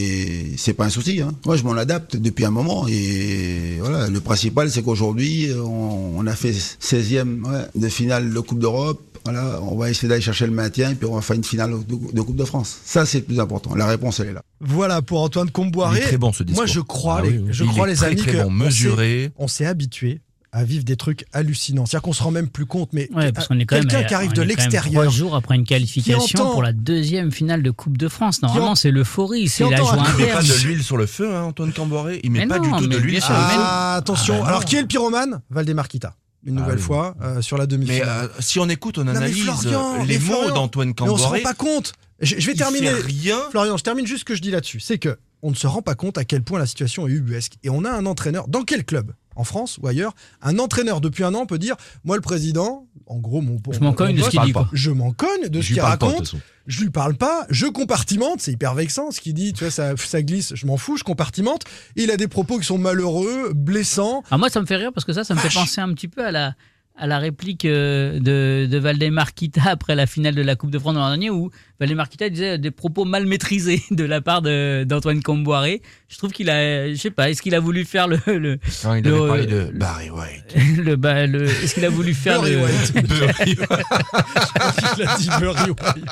Speaker 15: c'est pas un souci. Hein. Moi, je m'en adapte depuis un moment et voilà. Le principal, c'est qu'aujourd'hui, on, on a fait 16e ouais, de finale de Coupe d'Europe. Voilà, on va essayer d'aller chercher le maintien et puis on va faire une finale de, de Coupe de France. Ça, c'est le plus important. La réponse, elle est là.
Speaker 7: Voilà pour Antoine Comboiré.
Speaker 10: Il est très bon, ce
Speaker 7: Moi,
Speaker 10: discours.
Speaker 7: je crois,
Speaker 10: Ah
Speaker 7: les,
Speaker 10: oui, oui.
Speaker 7: je
Speaker 10: Il
Speaker 7: crois
Speaker 10: est
Speaker 7: les
Speaker 10: très,
Speaker 7: amis,
Speaker 10: très
Speaker 7: que
Speaker 10: bon,
Speaker 7: on s'est-
Speaker 10: mesuré.
Speaker 7: On s'est habitué à vivre des trucs hallucinants. C'est-à-dire qu'on se rend même plus compte. Mais
Speaker 6: Ouais, parce qu'on est quand même
Speaker 7: quelqu'un
Speaker 6: à-
Speaker 7: qui arrive
Speaker 6: on
Speaker 7: de
Speaker 6: est quand même
Speaker 7: l'extérieur,
Speaker 6: Trois jours après une qualification
Speaker 7: entend-
Speaker 6: pour la deuxième finale de Coupe de France. Normalement,
Speaker 7: en-
Speaker 6: c'est l'euphorie, c'est la joie
Speaker 10: Il met pas de
Speaker 6: interne.
Speaker 10: l'huile sur le feu, hein, Antoine Camboré. Il
Speaker 6: Mais
Speaker 10: met pas
Speaker 6: non,
Speaker 10: du tout de
Speaker 6: mais
Speaker 10: l'huile
Speaker 6: bien
Speaker 10: sur
Speaker 6: sûr,
Speaker 10: le feu.
Speaker 7: Ah, attention.
Speaker 10: bah
Speaker 7: Alors,
Speaker 10: non.
Speaker 7: qui est le pyromane Valdemar Kita. Une
Speaker 10: Ah
Speaker 7: nouvelle
Speaker 10: oui.
Speaker 7: fois euh, sur la
Speaker 10: Mais
Speaker 7: demi-finale.
Speaker 10: euh, si on écoute, on
Speaker 7: Non, mais
Speaker 10: analyse euh,
Speaker 7: Florian,
Speaker 10: les
Speaker 7: mais
Speaker 10: mots
Speaker 7: Florian,
Speaker 10: d'Antoine
Speaker 7: mais on se
Speaker 10: Camboré.
Speaker 7: rend pas compte. Je, je vais
Speaker 10: Il
Speaker 7: terminer.
Speaker 10: fait rien.
Speaker 7: Florian, je termine juste ce que je dis là-dessus. C'est que on ne se rend pas compte à quel point la situation est ubuesque. Et on a un entraîneur dans quel club en France ou ailleurs, un entraîneur depuis un an peut dire Moi, le président, en gros, mon
Speaker 6: Je m'en
Speaker 7: mon
Speaker 6: cogne de ce
Speaker 7: boss,
Speaker 6: qu'il dit, quoi.
Speaker 7: Je m'en cogne de
Speaker 8: Je
Speaker 7: ce
Speaker 8: lui
Speaker 7: qu'il
Speaker 8: parle pas, de toute
Speaker 7: raconte.
Speaker 8: façon.
Speaker 7: Je lui parle pas. Je compartimente. C'est hyper vexant ce qu'il dit. Tu vois, ça, ça glisse. Je m'en fous. Je compartimente. Et il a des propos qui sont malheureux, blessants.
Speaker 6: Ah, moi, ça me fait rire parce que ça, ça me fait penser un petit peu à la, à la réplique euh, de, de Valdemar Kita après la finale de la Coupe de France de l'an dernier où Valdemar Kita disait des propos mal maîtrisés de la part de- d'Antoine Comboiré. Je trouve qu'il a, je sais pas, est-ce qu'il a voulu faire le. le
Speaker 10: Non, il
Speaker 6: le- euh,
Speaker 10: avait parlé de Barry White.
Speaker 6: le, bah, le- est-ce qu'il a voulu faire
Speaker 7: Barry
Speaker 6: le.
Speaker 7: White.
Speaker 10: Barry White.
Speaker 7: il a dit Murray White.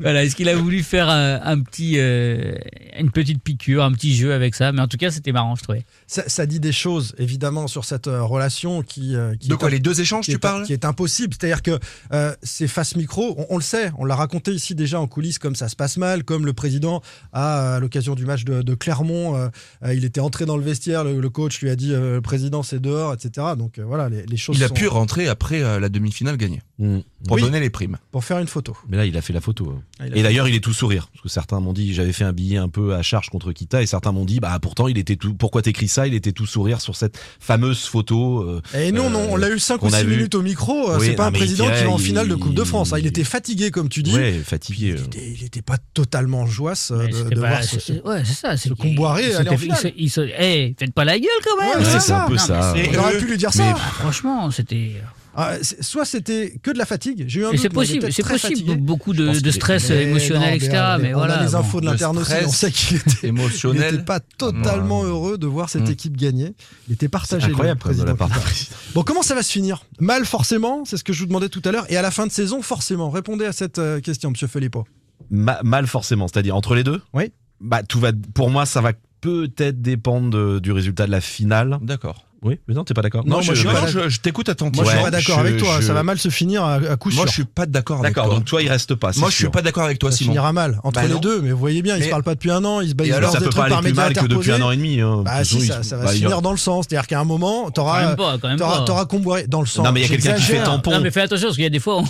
Speaker 6: Voilà, est-ce qu'il a voulu faire un, un petit, euh, une petite piqûre, un petit jeu avec ça Mais en tout cas, c'était marrant, je trouvais.
Speaker 7: Ça, ça dit des choses, évidemment, sur cette euh, relation qui. euh, qui
Speaker 10: De
Speaker 7: est
Speaker 10: quoi,
Speaker 7: un-
Speaker 10: les deux échanges,
Speaker 7: qui
Speaker 10: tu
Speaker 7: est-
Speaker 10: parles
Speaker 7: Qui est impossible. C'est-à-dire que euh, c'est face micro, on, on le sait, on l'a raconté ici déjà en coulisses, comme ça se passe mal, comme le président, a, à l'occasion du match de, de Clermont, euh, euh, il était entré dans le vestiaire, le, le coach lui a dit euh, le président, c'est dehors, etc. Donc euh, voilà, les, les choses
Speaker 10: Il a
Speaker 7: sont-
Speaker 10: pu rentrer après euh, la demi-finale gagnée. Pour
Speaker 7: Mm. Oui.
Speaker 10: donner les primes.
Speaker 7: pour faire une photo.
Speaker 8: Mais là, il a fait la photo. hein.
Speaker 7: Ah, il a
Speaker 8: et
Speaker 7: fait-
Speaker 8: d'ailleurs, il est tout sourire. Parce que certains m'ont dit, j'avais fait un billet un peu à charge contre Kita, et certains m'ont dit, bah pourtant, il était tout. Pourquoi t'écris ça Il était tout sourire sur cette fameuse photo. euh,
Speaker 7: Et non, non, on l'a eu 5 ou
Speaker 8: qu'on a
Speaker 7: 6
Speaker 8: vu.
Speaker 7: minutes au micro. euh,
Speaker 8: Oui,
Speaker 7: c'est pas
Speaker 8: non,
Speaker 7: un
Speaker 8: mais il
Speaker 7: président qui
Speaker 8: tirait,
Speaker 7: va en finale de
Speaker 8: il-
Speaker 7: Coupe de France. hein. Il était fatigué, comme tu dis.
Speaker 8: Ouais, fatigué. euh.
Speaker 7: Et il n'était pas totalement joyeux euh,
Speaker 6: Mais
Speaker 7: de,
Speaker 6: c'était
Speaker 7: de
Speaker 6: pas-
Speaker 7: voir ce,
Speaker 6: c'est- c'est- ouais, c'est ça. C'est
Speaker 7: ce Comboiré
Speaker 6: il
Speaker 7: aller en
Speaker 6: s'était- il
Speaker 7: finale.
Speaker 6: se- il se- Eh, faites pas la gueule quand même. hein.
Speaker 7: Ouais,
Speaker 8: c'est
Speaker 7: c'est
Speaker 8: ça, un peu
Speaker 6: Non,
Speaker 8: ça.
Speaker 6: mais c'est-
Speaker 7: Il aurait pu lui dire ça.
Speaker 6: Mais franchement, c'était.
Speaker 7: Ah, c'est- soit c'était que de la fatigue, j'ai eu un
Speaker 6: Et
Speaker 7: doute,
Speaker 6: c'est
Speaker 7: moi, il
Speaker 6: possible,
Speaker 7: était
Speaker 6: c'est
Speaker 7: très
Speaker 6: possible.
Speaker 7: fatigué.
Speaker 6: Beaucoup de,
Speaker 8: pense
Speaker 6: de
Speaker 8: qu'il
Speaker 6: stress
Speaker 7: Mais non,
Speaker 6: émotionnel,
Speaker 7: mais
Speaker 6: etc.
Speaker 7: on a-
Speaker 6: Mais
Speaker 7: on a
Speaker 6: voilà.
Speaker 7: les infos de
Speaker 10: Le
Speaker 7: l'interne aussi,
Speaker 10: stress
Speaker 7: on sait qu'il était, il n'était
Speaker 10: Émotionnel.
Speaker 7: pas totalement heureux de voir cette
Speaker 10: Mm.
Speaker 7: équipe gagner. Il était partagé.
Speaker 8: C'est
Speaker 7: le
Speaker 8: incroyable, quand même, de la
Speaker 7: président
Speaker 8: part d'un
Speaker 7: Qatar.
Speaker 8: président.
Speaker 7: Bon, comment ça va se finir Mal forcément, c'est ce que je vous demandais tout à l'heure. Et à la fin de saison, forcément. Répondez à cette euh, question, Monsieur Filippo.
Speaker 8: Ma- mal forcément, c'est-à-dire entre les deux.
Speaker 7: Oui.
Speaker 8: Bah tout va. Pour moi, ça va peut-être dépendre de- du résultat de la finale.
Speaker 10: D'accord.
Speaker 8: Oui, mais non, t'es pas d'accord.
Speaker 7: Non, moi, je suis
Speaker 8: bah,
Speaker 7: pas
Speaker 10: Non, je, je t'écoute
Speaker 7: Moi,
Speaker 10: attentivement.
Speaker 7: je suis
Speaker 8: Ouais,
Speaker 7: pas d'accord
Speaker 8: je-
Speaker 7: avec toi. hein.
Speaker 8: je-
Speaker 7: Ça va mal se finir à, à coup sûr.
Speaker 10: Moi, je suis pas d'accord avec
Speaker 8: D'accord.
Speaker 10: toi.
Speaker 8: Donc toi, il reste pas. Ah, c'est
Speaker 10: Moi, je suis
Speaker 8: sûr.
Speaker 10: pas d'accord avec toi,
Speaker 7: ça
Speaker 10: Simon.
Speaker 7: finira mal entre
Speaker 10: Bah
Speaker 7: les
Speaker 10: non.
Speaker 7: deux. Mais vous voyez bien, ils
Speaker 10: Mais-
Speaker 7: se parlent pas depuis un an. Ils se
Speaker 10: Et
Speaker 7: baillent
Speaker 10: alors,
Speaker 7: leurs
Speaker 8: ça peut
Speaker 7: étrangers
Speaker 8: pas aller
Speaker 7: par
Speaker 8: plus
Speaker 7: médias
Speaker 8: mal que depuis
Speaker 7: interposés.
Speaker 8: un an et demi. hein.
Speaker 7: Bah
Speaker 8: De toute
Speaker 7: si,
Speaker 8: façon,
Speaker 7: ça,
Speaker 8: il-
Speaker 7: ça va
Speaker 8: bah,
Speaker 7: se
Speaker 8: il y
Speaker 7: finir
Speaker 8: aura-
Speaker 7: dans le sens. C'est-à-dire qu'à un moment,
Speaker 6: Quand
Speaker 7: t'auras
Speaker 6: même pas, quand même
Speaker 7: t'auras-
Speaker 6: pas.
Speaker 7: t'auras comboiré dans le sens.
Speaker 8: Non, mais il y a quelqu'un qui fait
Speaker 7: j'exagère.
Speaker 8: tampon.
Speaker 6: Non, mais fais attention, parce qu'il y a des fois, on,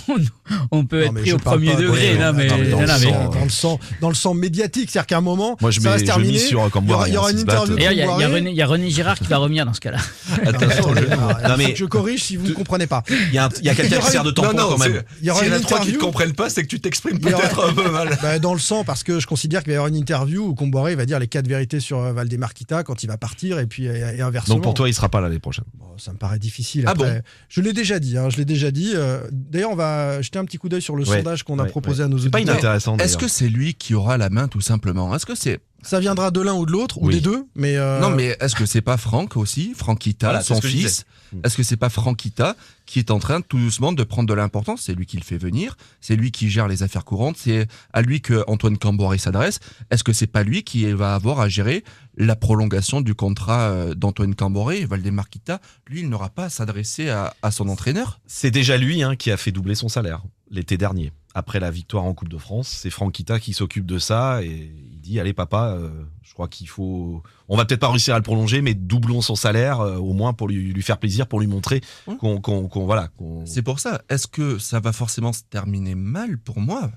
Speaker 6: on peut
Speaker 7: Non,
Speaker 6: être
Speaker 7: mais
Speaker 6: pris
Speaker 7: je
Speaker 6: au
Speaker 7: parle
Speaker 6: premier
Speaker 7: pas de-
Speaker 6: degré.
Speaker 7: ouais,
Speaker 6: Non, mais.
Speaker 7: non, mais dans,
Speaker 6: non,
Speaker 7: le
Speaker 6: mais-
Speaker 7: sang, dans le sang- dans le sang médiatique, c'est-à-dire qu'à un moment,
Speaker 8: Moi, je
Speaker 7: ça va
Speaker 8: mets-
Speaker 7: se
Speaker 8: je
Speaker 7: terminer.
Speaker 8: mise sur, euh, Camboire,
Speaker 7: il y aura
Speaker 8: hein,
Speaker 7: une
Speaker 8: s'ils se
Speaker 7: interview de
Speaker 8: battent.
Speaker 6: D'ailleurs, il y a- il y a
Speaker 7: Comboiré.
Speaker 6: René- il y a René Girard qui va revenir dans ce cas-là.
Speaker 8: Attention, je-
Speaker 7: Ah,
Speaker 8: Non, mais-
Speaker 7: Je corrige si vous ne comprenez pas.
Speaker 8: il y a un- il y a quelqu'un
Speaker 7: Il y
Speaker 8: qui
Speaker 7: aura
Speaker 8: sert de
Speaker 7: une-
Speaker 8: tampon quand même.
Speaker 7: Il y aura
Speaker 10: S'il y en a
Speaker 7: une
Speaker 10: trois qui ne
Speaker 7: interview.
Speaker 10: comprennent pas, c'est que tu t'exprimes
Speaker 7: Il y aura-
Speaker 10: peut-être un peu mal.
Speaker 7: Bah, dans le sang, parce que je considère qu'il va y avoir une interview où Comboiré va dire les quatre vérités sur euh, Valdemar Kita quand il va partir et puis euh, et inversement.
Speaker 8: Donc pour toi, il sera pas là l'année prochaine.
Speaker 7: Bon, ça me paraît difficile.
Speaker 10: Ah
Speaker 7: après.
Speaker 10: bon
Speaker 7: je l'ai déjà dit. hein, je l'ai déjà dit. euh, D'ailleurs, on va jeter un petit coup d'œil sur le
Speaker 8: Ouais,
Speaker 7: sondage qu'on a
Speaker 8: ouais,
Speaker 7: proposé
Speaker 8: ouais.
Speaker 7: à nos
Speaker 8: C'est pas
Speaker 7: auditeurs.
Speaker 8: inintéressant.
Speaker 10: Est-ce
Speaker 8: d'ailleurs.
Speaker 10: que c'est lui qui aura la main tout simplement Est-ce que c'est
Speaker 7: Ça viendra de l'un ou de l'autre ou
Speaker 8: Oui.
Speaker 7: des deux, mais euh,
Speaker 10: non mais est-ce que c'est pas Franck aussi, Franquita,
Speaker 8: Voilà, c'est
Speaker 10: son
Speaker 8: ce que je
Speaker 10: fils Est-ce que c'est pas Franquita qui est en train tout doucement de prendre de l'importance C'est lui qui le fait venir, c'est lui qui gère les affaires courantes, c'est à lui que Antoine Camboré s'adresse. Est-ce que c'est pas lui qui va avoir à gérer la prolongation du contrat euh, d'Antoine Camboré Valdemar Kita, lui, il n'aura pas à s'adresser à, à son entraîneur.
Speaker 8: C'est déjà lui hein, qui a fait doubler son salaire l'été dernier. Après la victoire en Coupe de France, c'est Franck Kita qui s'occupe de ça et il dit Allez, papa, euh, je crois qu'il faut. On va peut-être pas réussir à le prolonger, mais doublons son salaire, euh, au moins pour lui, lui faire plaisir, pour lui montrer
Speaker 10: Ouais.
Speaker 8: qu'on. qu'on- qu'on- voilà. qu'on-
Speaker 10: C'est pour ça. Est-ce que ça va forcément se terminer mal pour moi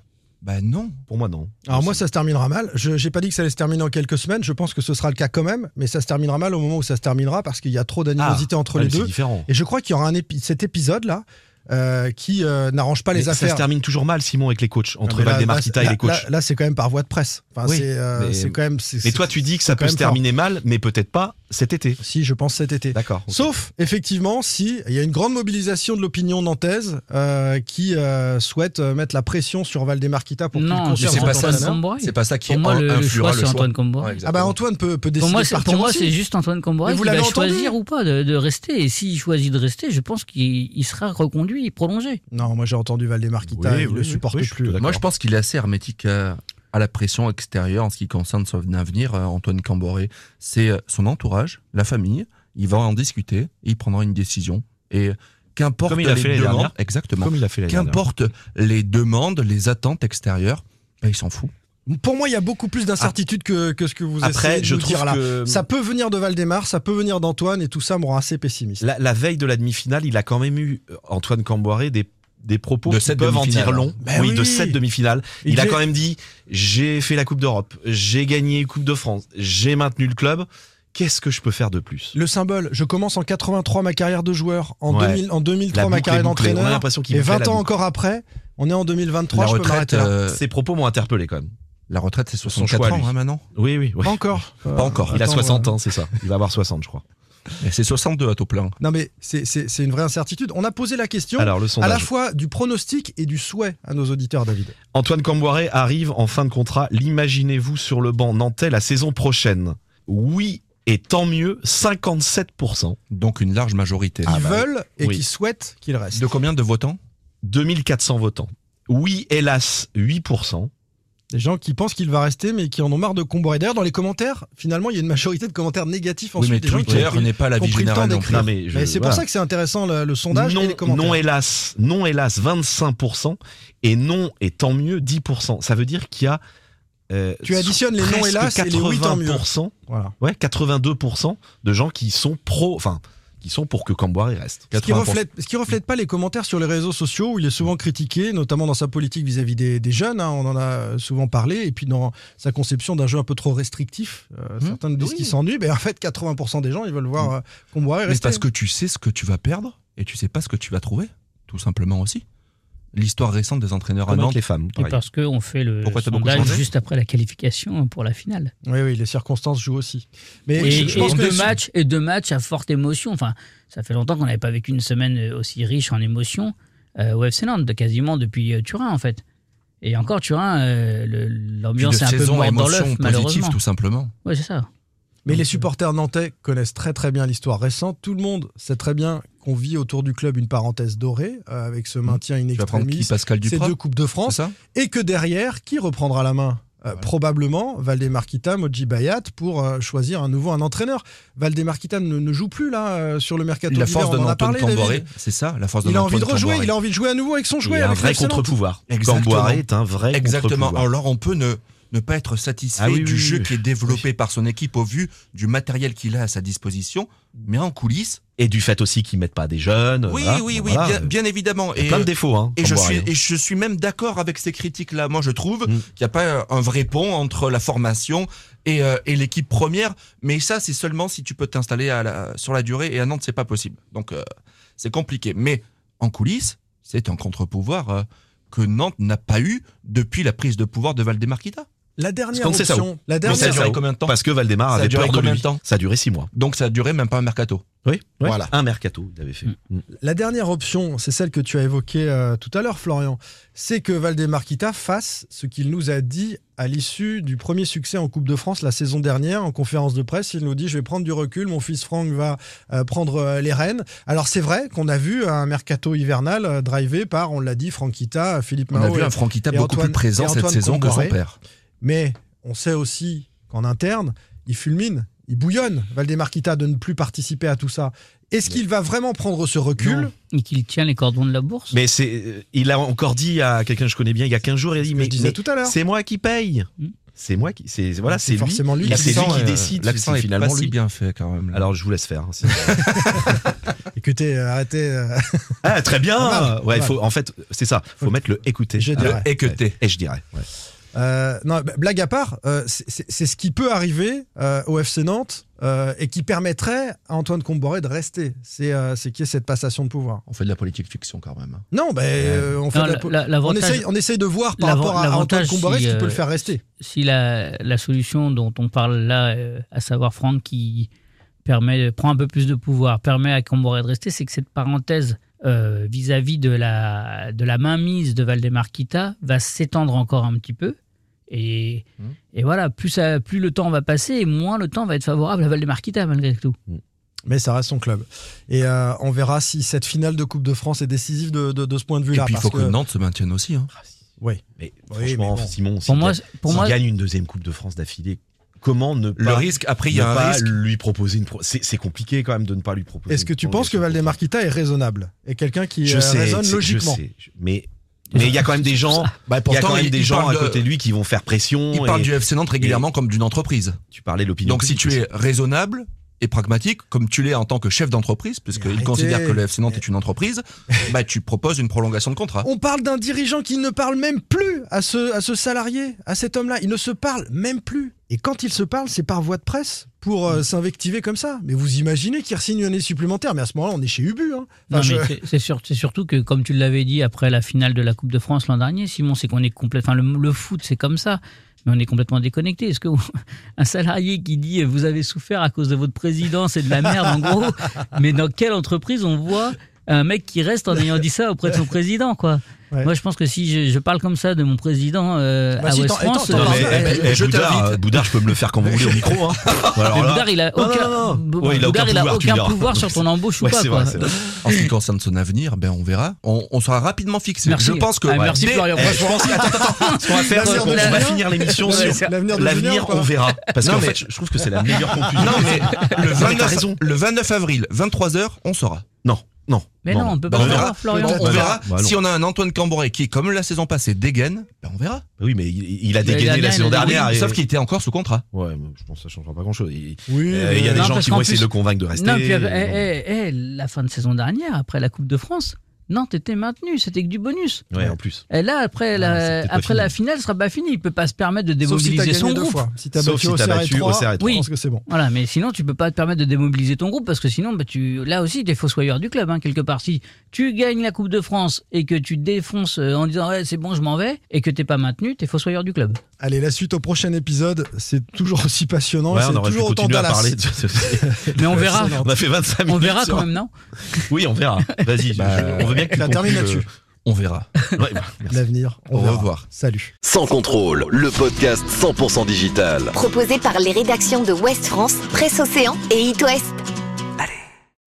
Speaker 10: Ben non.
Speaker 8: Pour moi, non.
Speaker 7: Alors moi, ça se terminera mal. Je n'ai pas dit que ça allait se terminer en quelques semaines. Je pense que ce sera le cas quand même, mais ça se terminera mal au moment où ça se terminera parce qu'il y a trop d'animosité entre
Speaker 8: Ah, Ouais,
Speaker 7: les
Speaker 8: mais C'est
Speaker 7: deux.
Speaker 8: différent.
Speaker 7: Et je crois qu'il y aura un épi- cet épisode là euh, qui euh, n'arrange pas les
Speaker 8: Mais Ça
Speaker 7: affaires.
Speaker 8: se termine toujours mal, Simon, avec les coachs,
Speaker 7: Non,
Speaker 8: entre
Speaker 7: mais là-
Speaker 8: Valdemar
Speaker 7: là,
Speaker 8: Kita
Speaker 7: là-
Speaker 8: et les coachs.
Speaker 7: Là, là, c'est quand même par voie de presse. Enfin,
Speaker 8: Oui,
Speaker 7: c'est euh,
Speaker 8: mais-
Speaker 7: c'est quand même. c'est-
Speaker 8: mais
Speaker 7: c'est-
Speaker 8: toi, tu dis que ça
Speaker 7: c'est quand
Speaker 8: peut se
Speaker 7: même fort.
Speaker 8: terminer mal, mais peut-être pas cet été.
Speaker 7: Si, je pense cet été.
Speaker 8: D'accord. ok.
Speaker 7: Sauf, effectivement, si il y a une grande mobilisation de l'opinion nantaise euh, qui euh, souhaite euh, mettre la pression sur Valdemar Kita pour qu'il
Speaker 6: Non, mais
Speaker 7: conserve
Speaker 10: c'est
Speaker 7: son
Speaker 10: pas ça,
Speaker 7: entraîneur.
Speaker 10: C'est pas ça qui
Speaker 6: Pour moi,
Speaker 10: en-
Speaker 6: le- le
Speaker 10: influera
Speaker 6: choix, c'est
Speaker 10: le choix.
Speaker 6: Antoine Comboiré.
Speaker 10: Ouais,
Speaker 7: Ah bah
Speaker 10: exactement.
Speaker 7: Antoine peut, peut décider
Speaker 6: Pour moi,
Speaker 7: de
Speaker 6: c'est,
Speaker 7: partir
Speaker 6: pour moi,
Speaker 7: aussi.
Speaker 6: c'est juste Antoine Comboiré
Speaker 7: Mais vous
Speaker 6: qui va
Speaker 7: l'avez entendu
Speaker 6: choisir ou pas de, de rester. Et s'il choisit de rester, je pense qu'il il sera reconduit. lui, prolongé.
Speaker 7: Non, moi j'ai entendu Valdemar Kita,
Speaker 10: Oui,
Speaker 7: il
Speaker 10: oui,
Speaker 7: le
Speaker 10: oui,
Speaker 7: supporte
Speaker 10: oui, je suis
Speaker 7: plus.
Speaker 10: tout d'accord. Moi, je pense qu'il est assez hermétique euh, à la pression extérieure en ce qui concerne son avenir, euh, Antoine Camboré. C'est euh, son entourage, la famille. Il va en discuter et il prendra une décision. Et qu'importe
Speaker 8: Comme
Speaker 10: les
Speaker 8: il a fait l'année
Speaker 10: demandes,
Speaker 8: dernière.
Speaker 10: exactement.
Speaker 8: Comme il a fait l'année dernière.
Speaker 10: Qu'importe les demandes, les attentes extérieures, ben, il s'en fout.
Speaker 7: Pour moi, il y a beaucoup plus d'incertitudes que, que ce que vous
Speaker 8: Après,
Speaker 7: essayez de
Speaker 8: je
Speaker 7: nous
Speaker 8: trouve
Speaker 7: dire là.
Speaker 8: que-
Speaker 7: Ça peut venir de Valdemar, ça peut venir d'Antoine, et tout ça me rend assez pessimiste.
Speaker 8: La, la veille de la demi-finale, il a quand même eu, euh, Antoine Camboiré, des, des propos
Speaker 10: De
Speaker 8: qui
Speaker 10: cette
Speaker 8: peuvent en
Speaker 10: demi-finale,
Speaker 8: dire long.
Speaker 10: hein. Ben
Speaker 8: oui, de
Speaker 10: oui.
Speaker 8: cette demi-finale.
Speaker 10: Il
Speaker 8: Il, a
Speaker 10: est-
Speaker 8: quand même dit j'ai fait la Coupe d'Europe, j'ai gagné Coupe de France, j'ai maintenu le club. Qu'est-ce que je peux faire de plus
Speaker 7: Le symbole, je commence en 83 ma carrière de joueur, en,
Speaker 8: Ouais.
Speaker 7: 2000, en 2003
Speaker 8: La
Speaker 7: ma
Speaker 8: boucle
Speaker 7: carrière
Speaker 8: est bouclée. On a
Speaker 7: d'entraîneur,
Speaker 8: l'impression qu'il
Speaker 7: et
Speaker 8: bouclait
Speaker 7: 20
Speaker 8: la
Speaker 7: ans
Speaker 8: boucle. euh,
Speaker 7: encore après, on est en 2023, je peux m'arrêter là.
Speaker 8: Ses propos m'ont interpellé quand même.
Speaker 10: La retraite, c'est 64
Speaker 8: choix,
Speaker 10: euh, ans,
Speaker 8: lui.
Speaker 10: hein, maintenant
Speaker 8: Oui, oui. oui.
Speaker 7: Pas encore.
Speaker 8: Pas encore. Il a
Speaker 7: Attends,
Speaker 8: 60
Speaker 7: ouais.
Speaker 8: ans, c'est ça. Il va avoir 60, je crois.
Speaker 10: euh, Et c'est 62 à taux plein.
Speaker 7: Non mais c'est- c'est c'est une vraie incertitude. On a posé la question
Speaker 8: Alors, le
Speaker 7: à
Speaker 8: sondage.
Speaker 7: la fois du pronostic et du souhait à nos auditeurs, David.
Speaker 8: Antoine Camboiré arrive en fin de contrat. L'imaginez-vous sur le banc nantais la saison prochaine Oui, et tant mieux, 57%.
Speaker 10: Donc une large majorité.
Speaker 7: Ils veulent et
Speaker 8: Ah bah oui.
Speaker 7: qui souhaitent qu'il reste.
Speaker 10: De combien de votants
Speaker 8: 2400 votants. Oui, hélas, 8%.
Speaker 7: Des gens qui pensent qu'il va rester mais qui en ont marre de Comboiré. D'ailleurs, dans les commentaires, finalement, il y a une majorité de commentaires négatifs
Speaker 10: Oui,
Speaker 7: ensuite.
Speaker 10: mais
Speaker 7: des gens qui
Speaker 10: Twitter
Speaker 7: ont pris-
Speaker 10: n'est pas la
Speaker 7: qui ont
Speaker 10: vie
Speaker 7: pris le temps
Speaker 10: générale non plus.
Speaker 7: d'écrire.
Speaker 8: Non, mais je-
Speaker 7: Mais c'est pour
Speaker 8: voilà.
Speaker 7: ça que c'est intéressant le, le sondage
Speaker 8: non,
Speaker 7: et les commentaires.
Speaker 8: non, hélas, non, hélas, 25%. Et non, et tant mieux, 10%. Ça veut dire qu'il y a. euh,
Speaker 7: Tu additionnes les non,
Speaker 8: presque
Speaker 7: hélas, et les oui, tant mieux.
Speaker 8: 80%,
Speaker 7: Voilà.
Speaker 8: Ouais, 82% de gens qui sont pro. Enfin, qui sont pour que Camboire reste.
Speaker 7: Ce qui, reflète, ce qui reflète pas les commentaires sur les réseaux sociaux où il est souvent critiqué, notamment dans sa politique vis-à-vis des, des jeunes, hein, on en a souvent parlé, et puis dans sa conception d'un jeu un peu trop restrictif. Euh,
Speaker 10: Mmh.
Speaker 7: certains nous disent qu'ils s'ennuient, mais en fait 80% des gens ils veulent voir euh, Comboiré
Speaker 10: Mais
Speaker 7: rester.
Speaker 10: parce que tu sais ce que tu vas perdre et tu sais pas ce que tu vas trouver, tout simplement aussi. L'histoire récente des entraîneurs à
Speaker 8: Comment
Speaker 10: Nantes.
Speaker 8: que les femmes
Speaker 6: Et parce qu'on fait le
Speaker 10: Pourquoi t'as beaucoup
Speaker 6: sondage
Speaker 10: changé
Speaker 6: juste après la qualification pour la finale.
Speaker 7: Oui, oui, les circonstances jouent aussi. Mais
Speaker 6: et,
Speaker 7: je, je pense
Speaker 6: et
Speaker 7: que
Speaker 6: deux
Speaker 7: les-
Speaker 6: matchs, et deux matchs à forte émotion. Enfin, ça fait longtemps qu'on n'avait pas vécu une semaine euh, aussi riche en émotions euh, au FC Nantes, de quasiment depuis euh, Turin en fait. Et encore Turin, euh, le-
Speaker 10: Puis de
Speaker 6: l'ambiance est un peu
Speaker 10: saison
Speaker 6: morte dans l'œuf
Speaker 10: émotion positive,
Speaker 6: malheureusement.
Speaker 10: tout simplement.
Speaker 6: Ouais, c'est ça. euh,
Speaker 7: Mais les supporters nantais connaissent très très bien l'histoire récente. Tout le monde sait très bien qu'on vit autour du club une parenthèse dorée euh, avec ce maintien in
Speaker 10: Mmh. Tu vas prendre qui
Speaker 7: extremis,
Speaker 10: Pascal
Speaker 7: ces
Speaker 10: Duprat
Speaker 7: deux coupes de France,
Speaker 10: c'est ça
Speaker 7: et que derrière, qui reprendra la main Euh, Probablement Valdemar Kita, Moji Bayat pour euh, choisir à nouveau un entraîneur. Valdemar Kita ne, ne joue plus là euh, sur le mercato
Speaker 10: La
Speaker 7: d'hiver,
Speaker 10: force de
Speaker 7: on en a
Speaker 10: Antoine
Speaker 7: parlé. David.
Speaker 10: Camboré, c'est ça, la force de
Speaker 7: Il a envie de
Speaker 10: Antoine
Speaker 7: rejouer,
Speaker 10: Camboré.
Speaker 7: il a envie de jouer à nouveau avec son
Speaker 8: Il
Speaker 7: jouet.
Speaker 8: y a un
Speaker 7: avec
Speaker 8: vrai
Speaker 7: l'Arsenal.
Speaker 8: contre-pouvoir.
Speaker 10: Exactement.
Speaker 8: Camboiré est un vrai
Speaker 10: Exactement.
Speaker 8: contre-pouvoir.
Speaker 10: Alors on peut ne, ne pas être satisfait
Speaker 8: Ah oui,
Speaker 10: du
Speaker 8: oui,
Speaker 10: jeu
Speaker 8: oui.
Speaker 10: qui est développé par son équipe au vu du matériel qu'il a à sa disposition, mais en coulisses.
Speaker 8: Et du fait aussi qu'ils mettent pas des jeunes.
Speaker 10: Oui,
Speaker 8: voilà,
Speaker 10: oui, oui,
Speaker 8: voilà.
Speaker 10: bien, bien évidemment.
Speaker 8: Il y a plein de défauts, hein,
Speaker 10: et, je
Speaker 8: Camboire,
Speaker 10: suis,
Speaker 8: hein.
Speaker 10: et je suis même d'accord avec ces critiques-là. Moi, je trouve
Speaker 8: Mm.
Speaker 10: qu'il n'y a pas un vrai pont entre la formation et, euh, et l'équipe première. Mais ça, c'est seulement si tu peux t'installer à la- sur la durée. Et à Nantes, c'est pas possible. Donc, euh, c'est compliqué. Mais en coulisses, c'est un contre-pouvoir euh, que Nantes n'a pas eu depuis la prise de pouvoir de Valdemarquita.
Speaker 7: La dernière option, la
Speaker 10: Mais ça a
Speaker 7: dernière
Speaker 10: duré combien de temps
Speaker 8: Parce que Valdemar
Speaker 10: Ça a
Speaker 8: avait
Speaker 10: duré
Speaker 8: peur de
Speaker 10: combien
Speaker 8: lui.
Speaker 10: de temps
Speaker 8: Ça a duré six mois.
Speaker 10: Donc, ça a duré même pas un mercato.
Speaker 8: Oui, oui.
Speaker 7: Voilà.
Speaker 8: Un mercato, il avait fait. Mm.
Speaker 7: La dernière option, c'est celle que tu as évoquée euh, tout à l'heure, Florian, c'est que Valdemarquita fasse ce qu'il nous a dit à l'issue du premier succès en Coupe de France la saison dernière, en conférence de presse. Il nous dit Je vais prendre du recul, mon fils Franck va euh, prendre euh, les rênes. Alors, c'est vrai qu'on a vu un mercato hivernal euh, drivé par, on l'a dit, Franquita, Philippe
Speaker 10: On a
Speaker 7: Mao.
Speaker 10: vu
Speaker 7: et-
Speaker 10: un Franquita
Speaker 7: et
Speaker 10: beaucoup
Speaker 7: Antoine-
Speaker 10: plus présent
Speaker 7: et
Speaker 10: cette
Speaker 7: Antoine
Speaker 10: saison que son
Speaker 7: Comboiré.
Speaker 10: père.
Speaker 7: Mais on sait aussi qu'en interne, il fulmine, il bouillonne, Valdemarquita, de ne plus participer à tout ça. Est-ce qu'il va vraiment prendre ce recul
Speaker 6: Et qu'il tient les cordons de la bourse.
Speaker 8: Mais c'est, euh, il a encore dit à quelqu'un que je connais bien il y a 15 jours, il a dit, mais,
Speaker 7: disais
Speaker 8: mais
Speaker 7: tout à l'heure. Hmm.
Speaker 8: c'est moi qui paye.
Speaker 6: Mm.
Speaker 8: C'est moi qui, c'est, voilà,
Speaker 7: C'est
Speaker 8: c'est lui.
Speaker 7: forcément lui
Speaker 8: Et
Speaker 7: qui
Speaker 8: c'est lui
Speaker 7: décide.
Speaker 8: qui
Speaker 7: Euh,
Speaker 8: décide.
Speaker 10: L'accent
Speaker 8: c'est
Speaker 10: est
Speaker 8: finalement
Speaker 10: pas si
Speaker 8: lui.
Speaker 10: bien fait quand même. là.
Speaker 8: Alors, je vous laisse faire. hein, c'est-
Speaker 7: Écoutez, euh, arrêtez. euh,
Speaker 8: ah, très bien.
Speaker 7: Pas mal,
Speaker 8: ouais,
Speaker 7: pas
Speaker 8: faut,
Speaker 7: mal.
Speaker 8: en fait, c'est ça. Faut mettre le écouter.
Speaker 7: Je dirais.
Speaker 10: Et que t'es.
Speaker 8: Et je dirais. ouais.
Speaker 7: Euh, non, bah, blague à part, euh, c'est- c'est c'est ce qui peut arriver euh, au FC Nantes euh, et qui permettrait à Antoine Comboré de rester. C'est euh, c'est qu'il y ait cette passation de pouvoir.
Speaker 10: On fait de la politique fiction quand même. hein.
Speaker 7: Non, ben euh, on, fait
Speaker 6: Non,
Speaker 7: de la
Speaker 6: la-
Speaker 7: po-
Speaker 6: la-
Speaker 7: on,
Speaker 6: l'avantage-
Speaker 7: essaye, on essaye de voir par
Speaker 6: L'avant-
Speaker 7: rapport à, à Antoine
Speaker 6: l'avantage,
Speaker 7: Comboré
Speaker 6: si,
Speaker 7: ce qui peut
Speaker 6: euh,
Speaker 7: le faire rester.
Speaker 6: Si la, la solution dont on parle là, euh, à savoir Franck qui permet, prend un peu plus de pouvoir, permet à Camboré de rester, c'est que cette parenthèse euh, vis-à-vis de, la, de la mainmise de Valdemar Kita va s'étendre encore un petit peu. Et, et voilà, plus, ça- plus le temps va passer, et moins le temps va être favorable à Valdemar Kita malgré tout.
Speaker 7: Mais ça reste son club. Et euh, on verra si cette finale de Coupe de France est décisive de, de- de ce point de
Speaker 10: Et
Speaker 7: vue-là.
Speaker 10: puis il
Speaker 7: parce
Speaker 10: faut que, Nantes se maintienne aussi. hein.
Speaker 7: Oui.
Speaker 8: Mais
Speaker 7: Oui,
Speaker 8: franchement,
Speaker 7: mais bon.
Speaker 8: Simon, s'il
Speaker 10: Pour moi,
Speaker 8: gagne,
Speaker 10: pour
Speaker 8: s'il
Speaker 10: moi-
Speaker 8: gagne une deuxième Coupe de France d'affilée, comment ne pas
Speaker 10: Le risque, après, il y
Speaker 8: ne
Speaker 10: a un
Speaker 8: pas
Speaker 10: risque.
Speaker 8: lui proposer une pro- c'est c'est compliqué quand même de ne pas lui proposer.
Speaker 7: Est-ce
Speaker 8: une
Speaker 7: que tu penses que Valdemarquita est raisonnable Et quelqu'un qui
Speaker 8: Je
Speaker 7: euh,
Speaker 8: sais,
Speaker 7: raisonne
Speaker 8: c'est- je
Speaker 7: logiquement
Speaker 8: sais, je- mais mais il y a quand même des gens,
Speaker 10: Bah,
Speaker 8: il y a
Speaker 10: pourtant,
Speaker 8: quand même
Speaker 10: il-
Speaker 8: des
Speaker 10: il
Speaker 8: gens
Speaker 10: parle
Speaker 8: à
Speaker 10: de-
Speaker 8: côté de lui qui vont faire pression.
Speaker 10: Il parle
Speaker 8: et-
Speaker 10: du FC Nantes
Speaker 8: et
Speaker 10: régulièrement comme d'une entreprise.
Speaker 8: Tu parlais de l'opinion.
Speaker 10: Donc si
Speaker 8: publique
Speaker 10: tu
Speaker 8: aussi.
Speaker 10: es raisonnable et pragmatique, comme tu l'es en tant que chef d'entreprise, puisqu'il
Speaker 7: arrêtez.
Speaker 10: considère que le FC Nantes est une entreprise, bah tu proposes une prolongation de contrat.
Speaker 7: On parle d'un dirigeant qui ne parle même plus à ce, à ce salarié, à cet homme-là. Il ne se parle même plus. Et quand il se parle, c'est par voie de presse pour euh, s'invectiver comme ça. Mais vous imaginez qu'il re-signe une année supplémentaire. Mais à ce moment-là, on est chez Ubu. hein. Enfin,
Speaker 6: Non,
Speaker 7: je-
Speaker 6: mais c'est- c'est sur- c'est surtout que, comme tu l'avais dit après la finale de la Coupe de France l'an dernier, Simon, c'est qu'on est complètement. Le, le foot, c'est comme ça. Mais on est complètement déconnecté. Est-ce que un salarié qui dit euh, vous avez souffert à cause de votre président, c'est de la merde en gros, mais dans quelle entreprise on voit un mec qui reste en ayant dit ça auprès de son président quoi
Speaker 7: Ouais.
Speaker 6: Moi, je pense que si je, je parle comme ça de mon président euh, à
Speaker 7: Bah, si,
Speaker 6: West
Speaker 7: t'en- et t'en-
Speaker 6: France,
Speaker 7: t'en
Speaker 6: euh,
Speaker 7: parles
Speaker 8: Eh, eh, eh,
Speaker 7: Je
Speaker 8: Boudard,
Speaker 7: t'invite.
Speaker 8: euh, Boudard, je peux me le faire quand vous voulez au micro. Hein. Alors
Speaker 6: mais
Speaker 8: là-
Speaker 6: Boudard, il a
Speaker 8: Non, non,
Speaker 6: aucun,
Speaker 8: non, non.
Speaker 6: Bo-
Speaker 8: Ouais, il a
Speaker 6: Boudard,
Speaker 8: aucun
Speaker 6: il a
Speaker 8: pouvoir, tu me
Speaker 6: aucun
Speaker 8: diras.
Speaker 6: pouvoir sur ton embauche
Speaker 8: Ouais,
Speaker 6: ou pas.
Speaker 8: c'est
Speaker 6: quoi.
Speaker 8: vrai, c'est vrai.
Speaker 10: En ce qui concerne son avenir, ben on verra. On, on sera rapidement fixé.
Speaker 6: Merci.
Speaker 10: Je pense que.
Speaker 6: Ah, merci,
Speaker 10: dès-
Speaker 6: Florian.
Speaker 10: Eh,
Speaker 6: Franchement.
Speaker 10: je pense que- attends, attends, attends. Ce qu'on va faire, c'est
Speaker 8: L'avenir de
Speaker 10: qu'on va
Speaker 8: Julien
Speaker 10: finir l'émission
Speaker 8: Ouais,
Speaker 10: sur
Speaker 8: c'est- l'avenir de Julien
Speaker 10: l'avenir.
Speaker 8: ou pas
Speaker 10: On verra. Parce
Speaker 8: Non,
Speaker 10: qu'en
Speaker 8: mais-
Speaker 10: fait, je trouve que c'est
Speaker 8: la meilleure conclusion.
Speaker 10: Non mais le
Speaker 8: Non, mais t'as
Speaker 10: 29,
Speaker 8: raison.
Speaker 10: le 29 avril, 23 h on saura.
Speaker 8: Non, non.
Speaker 6: Mais non, on peut
Speaker 10: Bah,
Speaker 6: pas
Speaker 10: on
Speaker 6: savoir,
Speaker 10: verra.
Speaker 6: Florian.
Speaker 10: On- On
Speaker 8: Bah,
Speaker 10: verra.
Speaker 8: non. Bah, non.
Speaker 10: Si on a un Antoine Camboré qui, comme la saison passée, dégaine, ben on verra.
Speaker 8: Bah Oui, mais il, il a
Speaker 10: La
Speaker 8: dégainé
Speaker 10: dernière,
Speaker 8: la
Speaker 10: il
Speaker 8: saison
Speaker 10: a dégainé.
Speaker 8: dernière. et- euh,
Speaker 10: Sauf qu'il était encore sous contrat.
Speaker 8: Ouais, mais je pense que ça changera pas grand chose. Il
Speaker 7: Oui,
Speaker 8: euh, il y a
Speaker 6: mais-
Speaker 8: des
Speaker 6: Non,
Speaker 8: gens
Speaker 6: parce
Speaker 8: qui
Speaker 6: qu'en
Speaker 8: vont essayer
Speaker 6: plus-
Speaker 8: de le convaincre de rester.
Speaker 6: Non, puis,
Speaker 8: euh,
Speaker 6: eh, eh, eh, la fin de saison dernière, après la Coupe de France, Nantes était maintenue, c'était que du bonus.
Speaker 8: Ouais, en plus.
Speaker 6: Et là, après, la,
Speaker 8: c'est peut-être pas
Speaker 6: après
Speaker 8: fini.
Speaker 6: la finale, ce sera pas fini. Il peut pas se permettre de
Speaker 7: Sauf si t'as
Speaker 6: démobiliser
Speaker 7: gagné
Speaker 6: son
Speaker 7: deux
Speaker 6: groupe.
Speaker 7: fois. Si t'as
Speaker 8: Sauf
Speaker 7: battu
Speaker 8: si
Speaker 7: au
Speaker 8: t'as battu
Speaker 7: CR3,
Speaker 8: au CR3.
Speaker 7: je
Speaker 6: Oui.
Speaker 7: pense que c'est bon.
Speaker 6: Voilà, mais sinon, tu peux pas te permettre de démobiliser ton groupe parce que sinon, bah, tu, là aussi, t'es fossoyeur du club, hein, quelque part. Si tu gagnes la Coupe de France et que tu défonces euh, en disant ouais, c'est bon, je m'en vais et que t'es pas maintenu, t'es fossoyeur du club.
Speaker 7: Allez, la suite au prochain épisode. C'est toujours aussi passionnant.
Speaker 8: ouais,
Speaker 7: et
Speaker 8: on
Speaker 7: c'est
Speaker 8: aurait pu
Speaker 7: toujours autant
Speaker 8: continuer à
Speaker 7: Dallas.
Speaker 8: parler. de ce-
Speaker 6: Mais on verra.
Speaker 8: On a fait 25 minutes.
Speaker 6: On verra
Speaker 8: sur-
Speaker 6: quand même, non
Speaker 8: Oui, on verra. Vas-y, je- je- on veut bien que tu
Speaker 7: Bah, ça termine
Speaker 8: conclues,
Speaker 7: là-dessus.
Speaker 10: On verra.
Speaker 8: euh, ouais, bah, merci.
Speaker 7: L'avenir. on
Speaker 8: Au
Speaker 7: verra.
Speaker 8: revoir.
Speaker 7: Salut.
Speaker 1: Sans contrôle, le podcast 100% digital.
Speaker 9: Proposé par les rédactions de Ouest France, Presse Océan et It West.